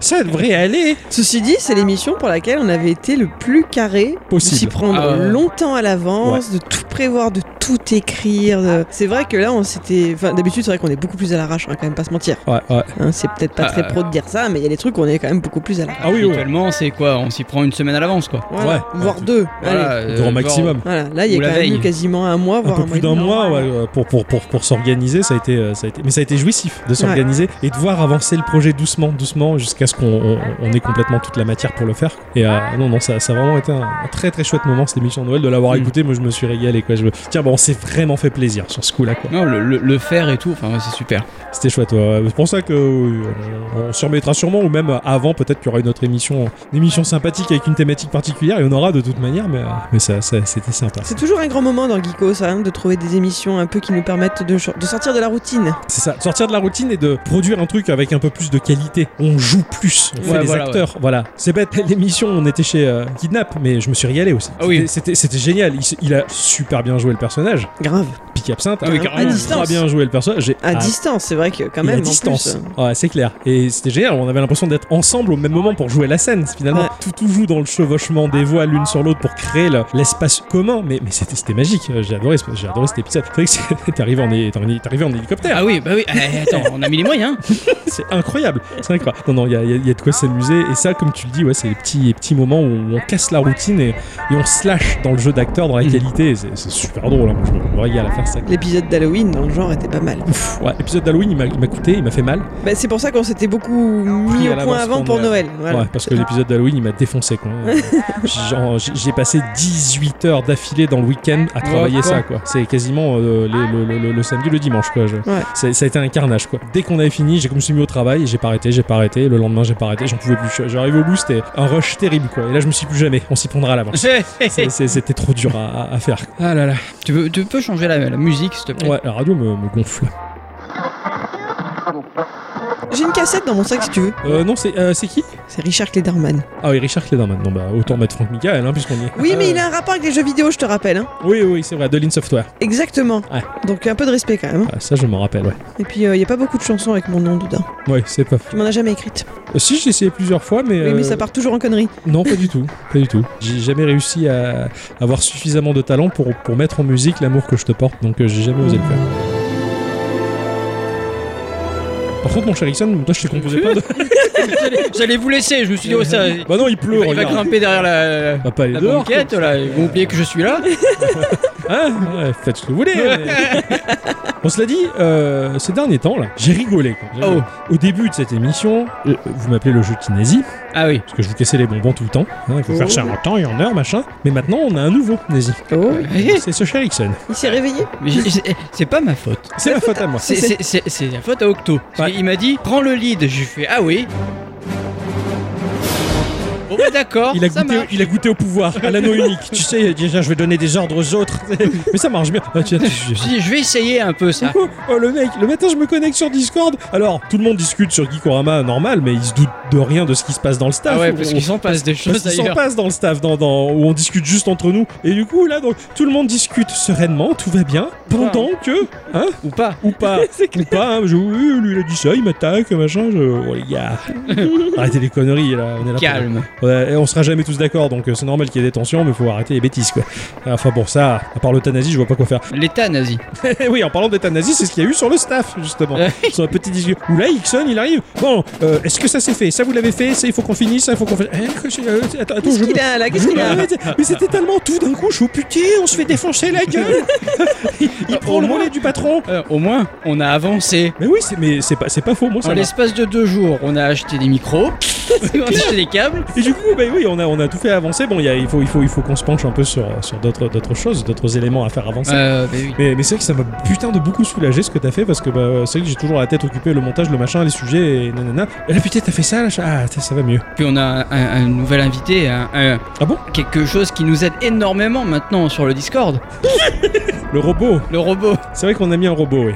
S2: ça devrait aller.
S1: Ceci dit, c'est l'émission pour laquelle on avait été le plus carré de
S2: Possible.
S1: s'y prendre
S3: Ah ouais.
S1: longtemps à l'avance, de tout prévoir, de tout écrire. de- C'est vrai que là, on s'était. Enfin, d'habitude, c'est vrai qu'on est beaucoup plus à l'arrache, on va quand même pas se mentir.
S2: Ouais, ouais.
S1: Hein, c'est peut-être pas
S3: Ah,
S1: très pro de dire ça, mais il y a des trucs où on est quand même beaucoup plus à l'arrache.
S2: Ah oui, ouais.
S3: Habituellement, c'est quoi On s'y prend une semaine à l'avance, quoi.
S1: Voilà.
S2: ouais.
S1: Voire
S2: Ouais,
S1: deux. Allez.
S3: Voilà,
S2: Grand
S3: euh,
S2: maximum.
S1: Voilà, là, il y a
S3: Ou la
S1: quand même
S3: veille.
S1: eu quasiment un mois,
S2: un
S1: voire
S2: peu
S1: un mois.
S2: plus
S1: et
S2: d'un
S1: demi.
S2: mois ouais, euh, pour, pour, pour, pour s'organiser ça a été euh, ça a été mais ça a été jouissif de s'organiser et de voir avancer le projet doucement doucement jusqu'à ce qu'on on, on ait complètement toute la matière pour le faire et euh, non non ça, ça a vraiment été un, un très très chouette moment cette émission de Noël de l'avoir
S3: Mm.
S2: écouté moi je me suis régalé quoi je me- tiens bon on s'est vraiment fait plaisir sur ce coup là quoi
S3: Non, le, le- le faire et tout, enfin, ouais, c'est super.
S2: c'était chouette ouais, ouais. c'est pour ça que euh, on, on se remettra sûrement ou même euh, avant peut-être qu'il y aura une autre émission une émission sympathique avec une thématique particulière il y en aura de toute manière mais, euh, mais ça, ça c'était sympa
S1: C'est toujours un grand moment dans Geeko, ça, hein, de trouver des émissions un peu qui nous permettent de, de sortir de la routine.
S2: C'est ça, sortir de la routine et de produire un truc avec un peu plus de qualité. On joue plus, on fait
S3: Ouais,
S2: des
S3: voilà,
S2: acteurs, voilà. C'est bête, l'émission, on était chez euh, Kidnap, mais je me suis régalé aussi.
S3: Ah oui.
S2: C'était- C'était c'était génial, il, s- il a super bien joué le personnage.
S1: Grave.
S2: Pic Absinthe
S3: Ah oui,
S2: a
S3: carrément.
S1: À
S2: ultra
S1: distance.
S2: bien joué le personnage. J'ai
S1: À
S2: adoré
S1: distance, c'est vrai que quand même.
S2: et à
S1: en
S2: distance.
S1: plus, euh,
S2: Ouais, c'est clair. Et c'était génial. On avait l'impression d'être ensemble au même moment pour jouer la scène. Finalement,
S1: Ouais.
S2: tout, tout joue dans le chevauchement des voix l'une sur l'autre pour créer le- l'espace commun. Mais, mais c'était c'était magique. J'ai adoré, ce- j'ai adoré cet épisode. C'est vrai que c'est- t'es arrivé, en hé- t'es arrivé- t'es arrivé en hélicoptère.
S3: Ah oui, bah oui. Eh, attends, on a mis les moyens.
S2: C'est incroyable, c'est incroyable. Non, non, il y a, il y a- il y a de quoi s'amuser. Et ça, comme tu le dis, ouais, c'est les petits, les petits moments où on casse la routine et, et on se lâche dans le jeu d'acteur, dans la
S3: Mhm.
S2: qualité. Et C'est c'est super drôle. hein. Je me régale à faire ça.
S1: L'épisode d'Halloween dans le genre était pas mal.
S2: Ouf, ouais, épisode d'Halloween, il m'a- il m'a coûté, il m'a fait mal.
S1: Bah, c'est pour ça qu'on s'était beaucoup mis
S2: à
S1: au point
S2: l'avance
S1: avant
S2: pour
S1: pour Noël. voilà.
S2: Ouais, parce que l'épisode d'Halloween, il m'a défoncé. quoi. Euh, genre, j'ai- J'ai passé 18 heures d'affilée dans le week-end à travailler
S3: Ouais,
S2: ça. quoi. C'est quasiment euh, les- le, le- le- le samedi, le dimanche. Quoi. Je-
S1: Ouais.
S2: C'est- Ça a été un carnage. Quoi. Dès qu'on avait fini, j'ai comme je me suis mis au travail, j'ai pas arrêté, j'ai pas arrêté. Le lendemain, j'ai pas arrêté, j'en pouvais plus. Je- J'arrive au bout, c'était un rush terrible. Quoi. Et là, je me suis dit, plus jamais. On s'y prendra à l'avance. C'est- c'est- C'était trop dur à, à- à faire. Ah là là.
S3: tu, peux, tu peux changer la, la musique, s'il te plaît
S2: Ouais, la radio me, me gonfle.
S1: J'ai une cassette dans mon sac si tu veux.
S2: Euh, non, c'est euh, c'est qui
S1: C'est Richard Klederman.
S2: Ah oui, Richard Cléderman. Non, bah autant mettre Franck Michael, hein, puisqu'on y est.
S1: Oui, mais
S2: Euh,
S1: il a un rapport avec les jeux vidéo, je te rappelle. hein.
S2: Oui, oui, c'est vrai, Adeline Software.
S1: Exactement.
S2: Ouais.
S1: Donc un peu de respect quand même. hein.
S2: Ah, ça, je m'en rappelle, ouais.
S1: Et puis il n'y a pas beaucoup de chansons avec mon nom dedans.
S2: Ouais, c'est pas
S1: Tu m'en as jamais écrite.
S2: Euh, Si, j'ai essayé plusieurs fois, mais.
S1: Oui, mais
S2: euh,
S1: ça part toujours en conneries.
S2: Non, pas du tout. Pas du tout. J'ai jamais réussi à avoir suffisamment de talent pour, pour mettre en musique l'amour que je te porte, donc euh, j'ai jamais osé le faire. Par contre, mon cher Ixon, toi, je te composais pas de.
S3: J'allais vous laisser, je me suis dit, oh ça, il
S2: Bah non, il pleut,
S3: va
S2: regarde.
S3: grimper derrière la,
S2: Bah pas les
S3: la
S2: dehors.
S3: banquette, là, ils vont oublier que je suis là.
S2: Hein Ouais, faites ce que vous voulez. mais- bon, cela dit, euh, ces derniers temps, là, j'ai rigolé. quoi. J'ai-
S3: Oh.
S2: Au début de cette émission, euh, vous m'appelez le jeu Kinésie,
S3: Ah oui.
S2: parce que je vous cassais les bonbons tout le temps. hein, il faut
S1: Oh.
S2: faire ça en temps et en heure, machin. Mais maintenant, on a un nouveau Kinésie.
S1: Oh,
S3: Eh,
S2: C'est ce cher Ixon.
S1: il s'est réveillé.
S3: Mais j'ai- j'ai- C'est pas ma faute.
S2: C'est ma faute à moi.
S3: C'est- C'est c'est- c'est la faute à Octo. Parce
S2: Ouais.
S3: qu'il m'a dit prends le lead. J'ai fait ah oui. Bon bah d'accord.
S2: Il a,
S3: ça
S2: goûté,
S3: marche.
S2: il a goûté au pouvoir, à l'anneau unique. Tu sais, déjà, je vais donner des ordres aux autres. Mais ça marche bien. Ah, tiens, tu- tu-
S3: Je me suis dit, je vais essayer un peu ça.
S2: Oh, oh, le mec, le matin je me connecte sur Discord. Alors tout le monde discute sur Geekorama normal, mais ils se doutent de rien de ce qui se passe dans le staff.
S3: Ah ouais parce
S2: On-
S3: qu'il s'en passe des
S2: parce
S3: choses
S2: qu'ils s'en
S3: d'ailleurs.
S2: passe dans le staff, dans, dans- où on discute juste entre nous. Et du coup là donc tout le monde discute sereinement, tout va bien, pendant que hein
S3: Ou pas.
S2: ou pas ou pas. hein, je- oui, lui il a dit ça, il m'attaque machin. Je... Oh les gars, arrêtez les conneries là. On est là pour-
S3: Calme.
S2: Ouais, et on sera jamais tous d'accord, donc euh, c'est normal qu'il y ait des tensions, mais faut arrêter les bêtises quoi. Enfin bon ça, à part l'euthanasie, je vois pas quoi faire.
S3: L'État nazi.
S2: Eh oui, en parlant d'euthanasie, c'est ce qu'il y a eu sur le staff, justement.
S3: Ouais.
S2: sur un petit disque. Où là, Ixon, il arrive. Bon, euh, est-ce que ça s'est fait Ça, vous l'avez fait Ça, il faut qu'on finisse Ça, il faut qu'on fasse. Eh, que j'ai- euh, attends, attends,
S1: Qu'est-ce
S2: je.
S1: qu'il a là Qu'est-ce
S2: je
S1: qu'il a
S2: m'arrête. Mais c'était tellement tout d'un coup, je suis au putain, on se fait défoncer la gueule. il il
S3: Au
S2: prend le
S3: moins.
S2: relais du patron.
S3: Euh, au moins on a avancé.
S2: Mais oui, c'est mais c'est pas c'est pas faux, moi
S3: En
S2: ça. marche.
S3: l'espace de deux jours, on a acheté des micros, on a acheté des câbles.
S2: Et du coup, bah oui, on a on a tout fait avancer. Bon, il y a- il faut il faut il faut qu'on se penche un peu sur sur d'autres d'autres choses, d'autres éléments à faire avancer.
S3: Euh, bah oui.
S2: Mais, mais c'est vrai que ça m'a putain de beaucoup soulagé ce que t'as fait parce que bah, c'est vrai que j'ai toujours la tête occupée, le montage, le machin, les sujets et nanana. Et là putain t'as fait ça là, ça- ah, ça, ça va mieux.
S3: Puis on a un, un nouvel invité, un- un-
S2: Ah bon
S3: quelque chose qui nous aide énormément maintenant sur le Discord,
S2: Le robot,
S3: le robot.
S2: c'est vrai qu'on a mis un robot, oui.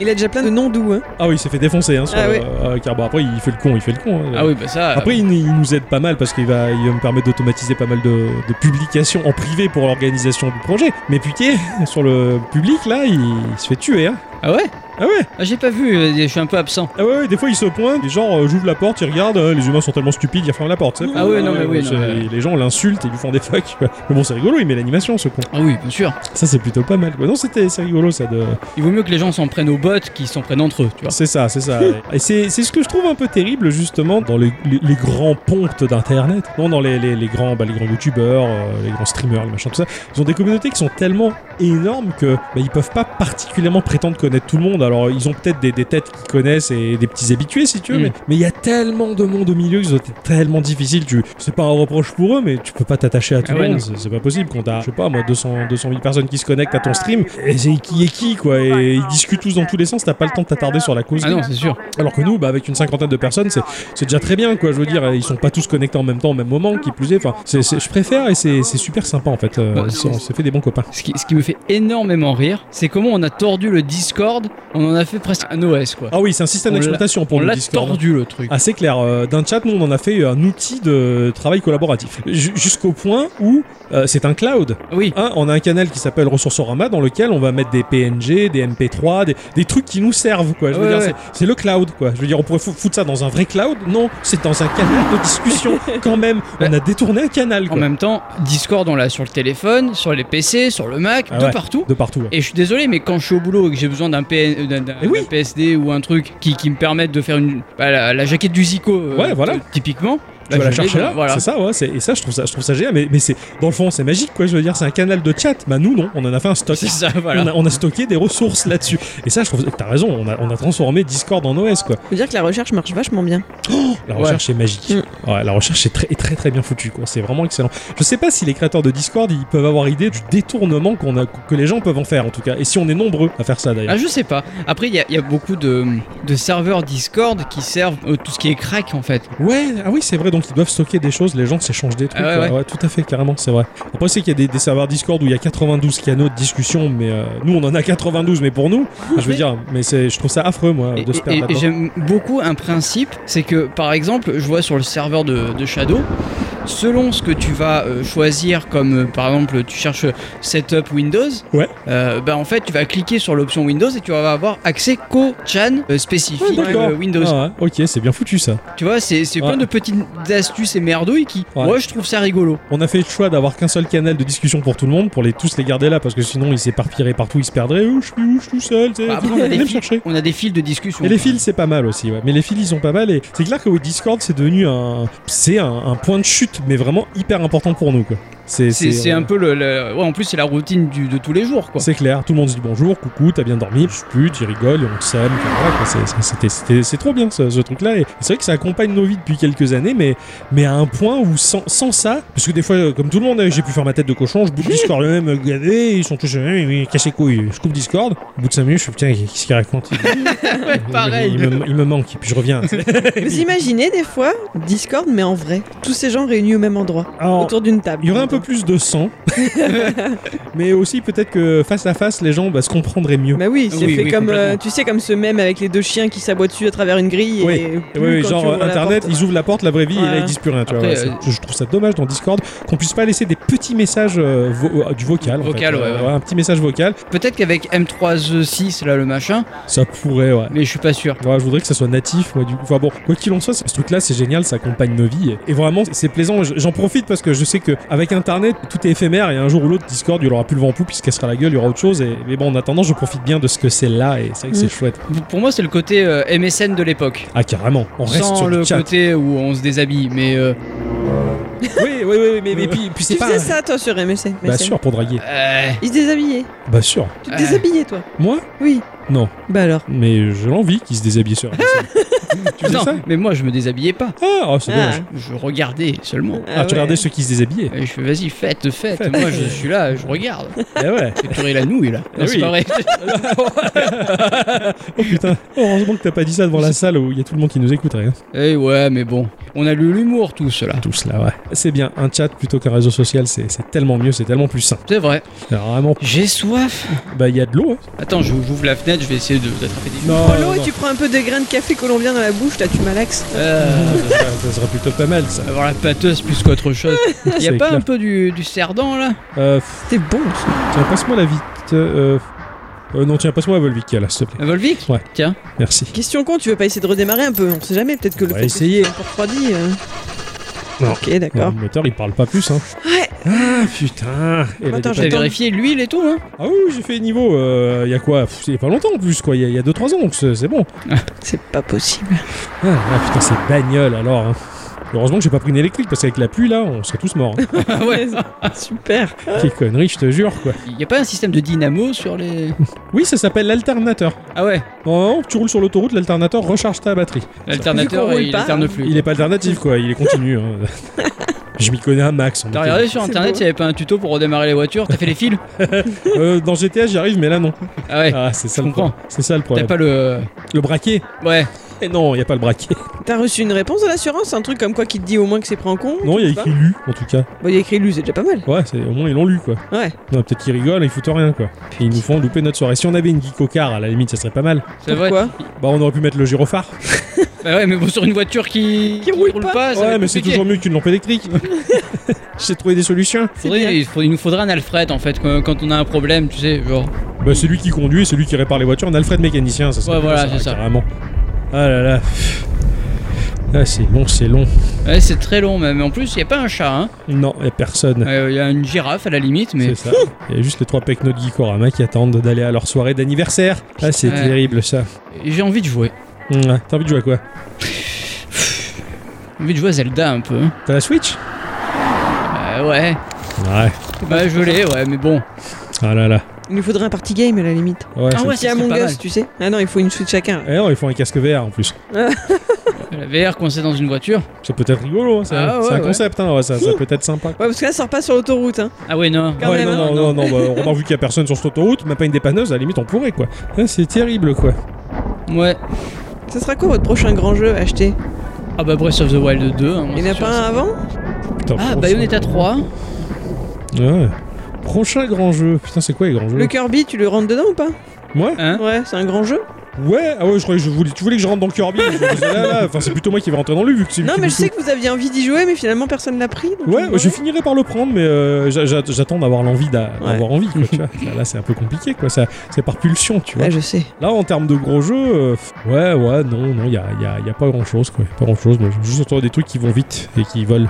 S1: Il a déjà plein de noms doux. Hein.
S2: Ah oui, il s'est fait défoncer hein, sur
S1: Ah
S2: le-
S1: oui.
S2: euh, car bon, après il fait le con, il fait le con. hein.
S3: Ah oui bah ça.
S2: Après, il, il nous aide pas mal parce qu'il va, il va me permettre d'automatiser pas mal de, de publications en privé pour l'organisation du projet. Mais putain, sur le public, là, il, il se fait tuer. Hein.
S3: Ah ouais.
S2: Ah ouais
S3: Ah, J'ai pas vu, euh, je suis un peu absent.
S2: Ah ouais, ouais, des fois ils se pointent, les gens euh, j'ouvre la porte, ils regardent, euh, les humains sont tellement stupides, ils ferment la porte. tu sais. Euh,
S3: Ah ouais, non, mais oui,
S2: c'est-
S3: non, mais-
S2: Les gens l'insultent et lui font des fuck. quoi. Mais bon, c'est rigolo, il met l'animation ce con.
S3: Ah oui, bien sûr.
S2: Ça, c'est plutôt pas mal. Quoi. Non, c'était c'est rigolo ça. De...
S3: Il vaut mieux que les gens s'en prennent aux bottes qu'ils s'en prennent entre eux, tu vois.
S2: C'est ça, c'est ça. et c'est c'est ce que je trouve un peu terrible justement dans les, les- les grands pontes d'internet. Non, dans les, les- les grands, bah, les grands youtubeurs, euh, les grands streamers, les machins, tout ça. Ils ont des communautés qui sont tellement énormes que bah, ils peuvent pas particulièrement prétendre connaître tout le monde. Alors ils ont peut-être des, des têtes qu'ils connaissent et des petits habitués si tu veux,
S3: Mm.
S2: mais mais il y a tellement de monde au milieu que ça doit être tellement difficile. Tu c'est pas un reproche pour eux, mais tu peux pas t'attacher à tout
S3: Ah
S2: le
S3: ouais,
S2: monde.
S3: non.
S2: C'est- C'est pas possible quand t'as je sais pas moi 200 200 000 personnes qui se connectent à ton stream. Et c'est qui est qui quoi Et ils discutent tous dans tous les sens. T'as pas le temps de t'attarder sur la cause.
S3: Ah non, c'est sûr.
S2: Alors que nous, bah, avec une cinquantaine de personnes, c'est c'est déjà très bien, quoi. Je veux dire, ils sont pas tous connectés en même temps, au même moment, qui plus est. Enfin, c'est- c'est- je préfère et c'est c'est super sympa en fait. Euh,
S3: Bah,
S2: c'est- on s'est fait des bons copains.
S3: Ce qui, ce qui me fait énormément rire, c'est comment on a tordu le Discord, on en a fait presque un OS quoi.
S2: Ah oui, c'est un système
S3: On l'a-
S2: d'exploitation pour
S3: on
S2: le
S3: l'a
S2: Discord.
S3: tordu le truc.
S2: Ah c'est clair, euh, d'un chat, nous on en a fait un outil de travail collaboratif. Ju- Jusqu'au point où euh, c'est un cloud.
S3: Oui,
S2: Hein, on a un canal qui s'appelle Ressourcerama dans lequel on va mettre des PNG, des MP3, des, des trucs qui nous servent. quoi. Je veux
S3: Ouais,
S2: dire,
S3: ouais.
S2: c'est- C'est le cloud. quoi. Je veux dire, on pourrait fou- foutre ça dans un vrai cloud. Non, c'est dans un canal de discussion quand même. On a détourné un canal.
S3: en
S2: Quoi.
S3: même temps, Discord on l'a sur le téléphone, sur les PC, sur le Mac,
S2: Ah
S3: de
S2: ouais.
S3: partout.
S2: De partout. ouais.
S3: Et je suis désolé, mais quand je suis au boulot et que j'ai besoin d'un PN d'un- d'un-
S2: Eh oui.
S3: d'un PSD ou un truc qui, qui me permette de faire une, bah, la, la jaquette du Zico, euh,
S2: Ouais, voilà.
S3: t- typiquement,
S2: Tu
S3: bah,
S2: vas la
S3: je
S2: chercher
S3: l'ai,
S2: là,
S3: voilà.
S2: c'est ça, ouais. c'est- Et ça, je trouve ça, je trouve ça génial. Mais, mais c'est dans le fond, c'est magique, quoi. Je veux dire, c'est un canal de chat. Bah nous, non, on en a fait un stock.
S3: C'est ça, voilà.
S2: On, a, on a stocké des ressources là-dessus. Et ça, je trouve, t'as raison. On a, on a transformé Discord en OS, quoi.
S1: Faut dire que la recherche marche vachement bien.
S2: La
S3: Ouais. Mm.
S2: recherche est magique. Ouais, la recherche est très, est très très bien foutue. quoi. C'est vraiment excellent. Je sais pas si les créateurs de Discord ils peuvent avoir idée du détournement qu'on a, que les gens peuvent en faire en tout cas. Et si on est nombreux à faire ça d'ailleurs.
S3: Ah, je sais pas. Après, il y, a- il y a beaucoup de, de serveurs Discord qui servent euh, tout ce qui est crack en fait.
S2: Ouais, ah oui, c'est vrai. Donc ils doivent stocker des choses. Les gens s'échangent des trucs.
S3: Ah ouais,
S2: quoi.
S3: ouais.
S2: tout à fait, carrément, c'est vrai. Après, c'est qu'il y a des, des serveurs Discord où il y a 92 canaux de discussion, mais euh, nous on en a 92, mais pour nous, je veux dire, mais c'est, je trouve ça affreux moi
S3: Et,
S2: de se
S3: et-
S2: perdre.
S3: et
S2: là-dedans.
S3: j'aime beaucoup un principe, c'est que par exemple, je vois sur le serveur de, de Shadow, selon ce que tu vas euh, choisir, comme euh, par exemple tu cherches euh, Setup Windows,
S2: Ouais.
S3: euh, bah, en fait tu vas cliquer sur l'option Windows et tu vas avoir accès qu'au chan euh, spécifique
S2: Ouais, d'accord.
S3: euh, Windows.
S2: Ah ouais, ok, c'est bien foutu ça.
S3: Tu vois, c'est c'est
S2: Ouais.
S3: plein de petites astuces et merdouilles qui,
S2: Ouais.
S3: moi je trouve ça rigolo.
S2: On a fait le choix d'avoir qu'un seul canal de discussion pour tout le monde, pour les tous les garder là, parce que sinon ils s'éparpilleraient partout, ils se perdraient. Oh, je suis où, je suis tout seul, tu sais,
S3: Bah, après, on a
S2: venez
S3: des
S2: me
S3: fils-
S2: chercher.
S3: On a des fils de discussion.
S2: Et les
S3: quoi.
S2: fils, c'est pas mal aussi, ouais. Mais les fils, ils sont pas mal. Et c'est clair que Discord, c'est devenu un, c'est un, un point de chute, mais vraiment hyper important pour nous, quoi. C'est,
S3: C'est c'est
S2: euh,
S3: un peu le. le- Ouais, en plus, c'est la routine du- de tous les jours, quoi.
S2: C'est clair, tout le monde se dit bonjour, coucou, t'as bien dormi, je pute, il rigole, on te somme, enfin, voilà, quoi, c'est- c'est- c'était- c'était- c'est trop bien ce, ce truc-là, et c'est vrai que ça accompagne nos vies depuis quelques années, mais, mais à un point où sans, sans ça, parce que des fois, euh, comme tout le monde, euh, j'ai pu faire ma tête de cochon, je boucle Discord le même, gavé, ils sont tous, euh, oui, casse les couilles, je coupe Discord, au bout de 5 minutes, je suis putain, qu'est-ce qu'il raconte Il-
S3: Ouais, pareil.
S2: il, me, il me manque, et puis je reviens.
S1: Vous imaginez des fois Discord, mais en vrai. Tous ces gens réunis au même endroit,
S2: Alors,
S1: autour d'une table.
S2: Il y aurait un peu plus de sang, mais aussi peut-être que face à face, les gens bah, se comprendraient mieux.
S1: Bah oui, c'est
S3: Oui,
S1: fait
S3: oui,
S1: comme,
S3: complètement.
S1: euh, tu sais, comme ce même avec les deux chiens qui s'aboient dessus à travers une grille.
S2: Oui,
S1: et
S2: Oui,
S1: plus
S2: oui,
S1: quand tu
S2: genre
S1: ouvres la
S2: internet,
S1: porte.
S2: ils ouvrent la porte, la vraie vie, et là
S1: Ouais.
S2: ils disent plus rien. Tu vois,
S3: Après,
S2: ouais,
S3: euh,
S2: c'est- je, je trouve ça dommage dans Discord qu'on puisse pas laisser des petits messages euh, vo- euh, du vocal. en
S3: Vocal,
S2: fait.
S3: ouais,
S2: Euh,
S3: ouais.
S2: Un petit message vocal,
S3: Peut-être qu'avec M3E6, là, le machin,
S2: ça pourrait, ouais.
S3: mais je suis pas sûr.
S2: Ouais, je voudrais que ça soit natif, moi, du coup. Enfin bon, quoi qu'il en soit, ce truc-là, c'est génial, ça accompagne nos vies. Et, et vraiment, c'est plaisant. J- J'en profite parce que je sais que avec Internet, tout est éphémère et un jour ou l'autre, Discord, il aura plus le vent en poupe, il se cassera la gueule, il y aura autre chose. Et, mais bon, en attendant, je profite bien de ce que c'est là et c'est vrai que
S1: Mm.
S2: c'est chouette.
S3: Pour moi, c'est le côté euh, MSN de l'époque.
S2: Ah, carrément, on reste
S3: Sans
S2: sur
S3: le
S2: le chat.
S3: côté où on se déshabille, mais euh,
S2: Oui, oui, oui, mais, mais puis, puis
S1: Tu
S2: c'est pas.
S1: faisais ça, toi, sur MSN.
S2: Bah sûr, pour draguer.
S3: euh,
S1: Ils se déshabillaient.
S2: Bah sûr.
S1: Tu te
S3: Ah.
S1: déshabillais, toi
S2: Moi
S1: Oui.
S2: Non.
S1: Bah alors.
S2: Mais j'ai l'envie qu'il se déshabille sur RMC. tu faisais
S3: euh, non,
S2: ça
S3: mais moi, je me déshabillais pas.
S2: Ah, oh, c'est
S1: Ah.
S2: dommage.
S3: Je regardais seulement.
S2: Ah, tu
S1: ouais.
S2: regardais ceux qui se déshabillaient.
S3: Et je fais, vas-y, faites, faites.
S2: Faites.
S3: Moi, je suis là, je regarde.
S2: Eh ouais.
S3: J'ai puré la nouille, là. Non,
S2: Eh
S3: c'est
S2: oui.
S3: pas vrai.
S2: Oh putain. Heureusement que t'as pas dit ça devant la salle où il y a tout le monde qui nous écouterait. hein.
S3: Eh ouais, mais bon. On a lu l'humour, tout cela.
S2: Tous là, ouais. C'est bien. Un chat plutôt qu'un réseau social, c'est c'est tellement mieux, c'est tellement plus sain.
S3: C'est vrai.
S2: Alors vraiment,
S3: J'ai soif.
S2: bah il y a de l'eau. hein.
S3: Attends, je- j'ouvre la fenêtre, je vais essayer de- d'attraper des
S2: Non.
S1: Prends l'eau et
S2: non.
S1: tu prends un peu de grain de café colombien dans la bouche, là tu malaxes.
S3: Euh,
S2: ça, Ah, ça serait plutôt pas mal ça.
S3: avoir la pâteuse plus qu'autre chose. Y a
S2: C'est
S3: pas
S2: clair.
S3: un peu du, du cerdan là
S2: Euh, pff,
S1: C'était bon ça.
S2: tiens, passe-moi la vite. Euh, euh, non, tiens, passe-moi la Volvic là, s'il te plaît.
S3: Un Volvic
S2: Ouais.
S3: Tiens.
S2: Merci.
S1: Question con, tu veux pas essayer de redémarrer un peu On sait jamais, peut-être que le
S2: On va
S1: fait que
S2: essayer.
S1: c'est un peu refroidi. euh.
S2: Non.
S1: Ok, d'accord.
S2: Non, le moteur, il parle pas plus, hein.
S1: Ouais.
S2: Ah putain. Et la
S1: Attends,
S2: dépanne-
S1: j'ai
S3: J'ai
S1: Attends.
S3: vérifié l'huile et tout, hein
S2: Ah oui, oui, j'ai fait niveau, euh, il y a quoi Pff, C'est pas longtemps en plus, quoi, il y a- il y a 2-3 ans, donc c'est c'est bon.
S1: C'est pas possible.
S2: Ah, ah, putain, c'est bagnole alors. hein. Heureusement que j'ai pas pris une électrique, parce qu'avec la pluie là, on serait tous morts. hein.
S3: ouais.
S1: Super.
S2: Quelle connerie, je te jure, quoi.
S3: Y a pas un système de dynamo sur les.
S2: Oui, ça s'appelle l'alternateur.
S3: Ah ouais,
S2: Non, non, tu roules sur l'autoroute, l'alternateur recharge ta batterie.
S1: Vu
S3: l'alternateur,
S1: qu'on roule
S3: il
S1: pas,
S3: alterne plus.
S2: Il est pas alternatif, quoi, il est continu. hein. Je m'y connais un max. en
S3: T'as
S2: météo.
S3: regardé sur
S1: C'est
S3: internet,
S1: beau.
S3: il y avait pas un tuto pour redémarrer les voitures T'as fait les fils
S2: Euh, dans GTA, j'y arrive, mais là non.
S3: Ah ouais.
S2: Ah, c'est
S3: je
S2: ça le
S3: comprends.
S2: problème. C'est ça le
S3: T'as
S2: problème.
S3: pas le.
S2: Le braquet
S3: Ouais.
S2: Eh non, il y a pas le braquet.
S1: T'as reçu une réponse de l'assurance Un truc comme quoi qui te dit au moins que c'est pris en compte
S2: Non, il y a
S1: ou pas
S2: écrit lu, en tout cas.
S1: Bon, il y a écrit lu, c'est déjà pas mal.
S2: Ouais, c'est- au moins ils l'ont lu, quoi.
S1: Ouais.
S2: Non, peut-être qu'ils rigolent, ils foutent rien quoi. Et ils nous font louper notre soirée. Si on avait une geek au car, à la limite, ça serait pas mal.
S3: C'est vrai.
S1: Pourquoi
S2: Bah, on aurait pu mettre le gyrophare.
S3: Bah ouais, mais bon, sur une voiture qui.
S1: Qui roule pas.
S3: pas, ça va
S2: ouais,
S3: être
S2: mais c'est
S3: compliqué.
S2: toujours mieux qu'une lampe électrique. J'ai trouvé des solutions.
S1: C'est bien.
S3: Faudrait, il, faudrait- il nous faudrait un Alfred en fait quand, quand on a un problème, tu sais, genre.
S2: Bah, c'est lui qui conduit, c'est lui qui répare les voitures. On a Alfred mécanicien, ça serait
S3: Ouais,
S2: bien,
S3: voilà, c'est ça.
S2: Carrément. Ah là là. Ah, c'est long, c'est long.
S3: Ouais, c'est très long même. Mais en plus, il y a pas un chat, hein. Euh,
S2: Non, y a personne.
S3: Il y a une girafe à la limite, mais.
S2: C'est ça. Il y a juste les trois pecnos de Geekorama qui attendent d'aller à leur soirée d'anniversaire. Ah, c'est
S3: Ouais.
S2: terrible ça.
S3: J'ai envie de jouer.
S2: Mouah. T'as envie de jouer à quoi
S3: J'ai envie de jouer à Zelda un peu. hein.
S2: T'as la Switch
S3: Euh, ouais.
S2: Ouais.
S3: Bah je l'ai, ouais, mais bon.
S2: Ah là là.
S1: Il nous faudrait un party game à la limite.
S2: Ouais,
S3: Ah
S2: c'est-
S3: ouais,
S1: C'est
S3: ça serait
S1: Among
S3: pas
S1: Us,
S3: mal.
S1: tu sais. Ah non, il faut une suite chacun.
S2: Eh non, ils font un casque VR en plus.
S3: La VR coincée dans une voiture.
S2: Ça peut être rigolo, hein, c'est
S3: Ah,
S2: c'est
S3: ouais,
S2: un
S3: ouais.
S2: concept, hein, ouais, ça, ça peut être sympa.
S1: Ouais, parce que là, ça repart sur l'autoroute. Hein.
S3: Ah ouais, non.
S1: Quand
S2: Ouais,
S1: même,
S2: non,
S1: hein,
S2: non, non, non, bah, on a vu qu'il y a personne sur cette autoroute, même pas une dépanneuse, à la limite on pourrait quoi. Hein, c'est terrible quoi.
S3: Ouais.
S1: Ça sera quoi votre prochain grand jeu à acheter
S3: Ah bah Breath of the Wild 2. hein, moi,
S1: Il n'y en
S3: c'est
S1: a
S3: sûr,
S1: pas un
S3: ça.
S1: avant
S2: Putain,
S3: Ah,
S1: bah,
S2: prochain-
S3: Bayonetta 3.
S2: Ouais. Prochain grand jeu, putain c'est quoi les grands jeux
S1: Le Kirby, tu le rentres dedans ou pas
S2: Moi
S3: Hein
S1: Ouais, c'est un grand jeu.
S2: Ouais, ah ouais, je croyais que je voulais, tu voulais que je rentre dans Kirby. mais je me disais, là, là, Enfin, c'est plutôt moi qui vais rentrer dans le vu que c'est lui
S1: Non,
S2: qui
S1: mais
S2: me
S1: je sais
S2: saoule.
S1: que vous aviez envie d'y jouer, mais finalement personne l'a pris. donc euh,
S2: Ouais,
S1: je me
S2: je
S1: demandais.
S2: finirai par le prendre, mais euh, j'a- j'a- j'attends d'avoir l'envie d'a- d'avoir
S1: Ouais.
S2: envie. Quoi, tu vois. Là, Là, c'est un peu compliqué, quoi. Ça- C'est par pulsion, tu vois.
S1: Ouais, je sais.
S2: Là, en termes de gros jeux, euh, ouais, ouais, non, non, il y a, y a- y a pas grand chose, quoi. Y a Pas grand chose. Juste autour des trucs qui vont vite et qui volent.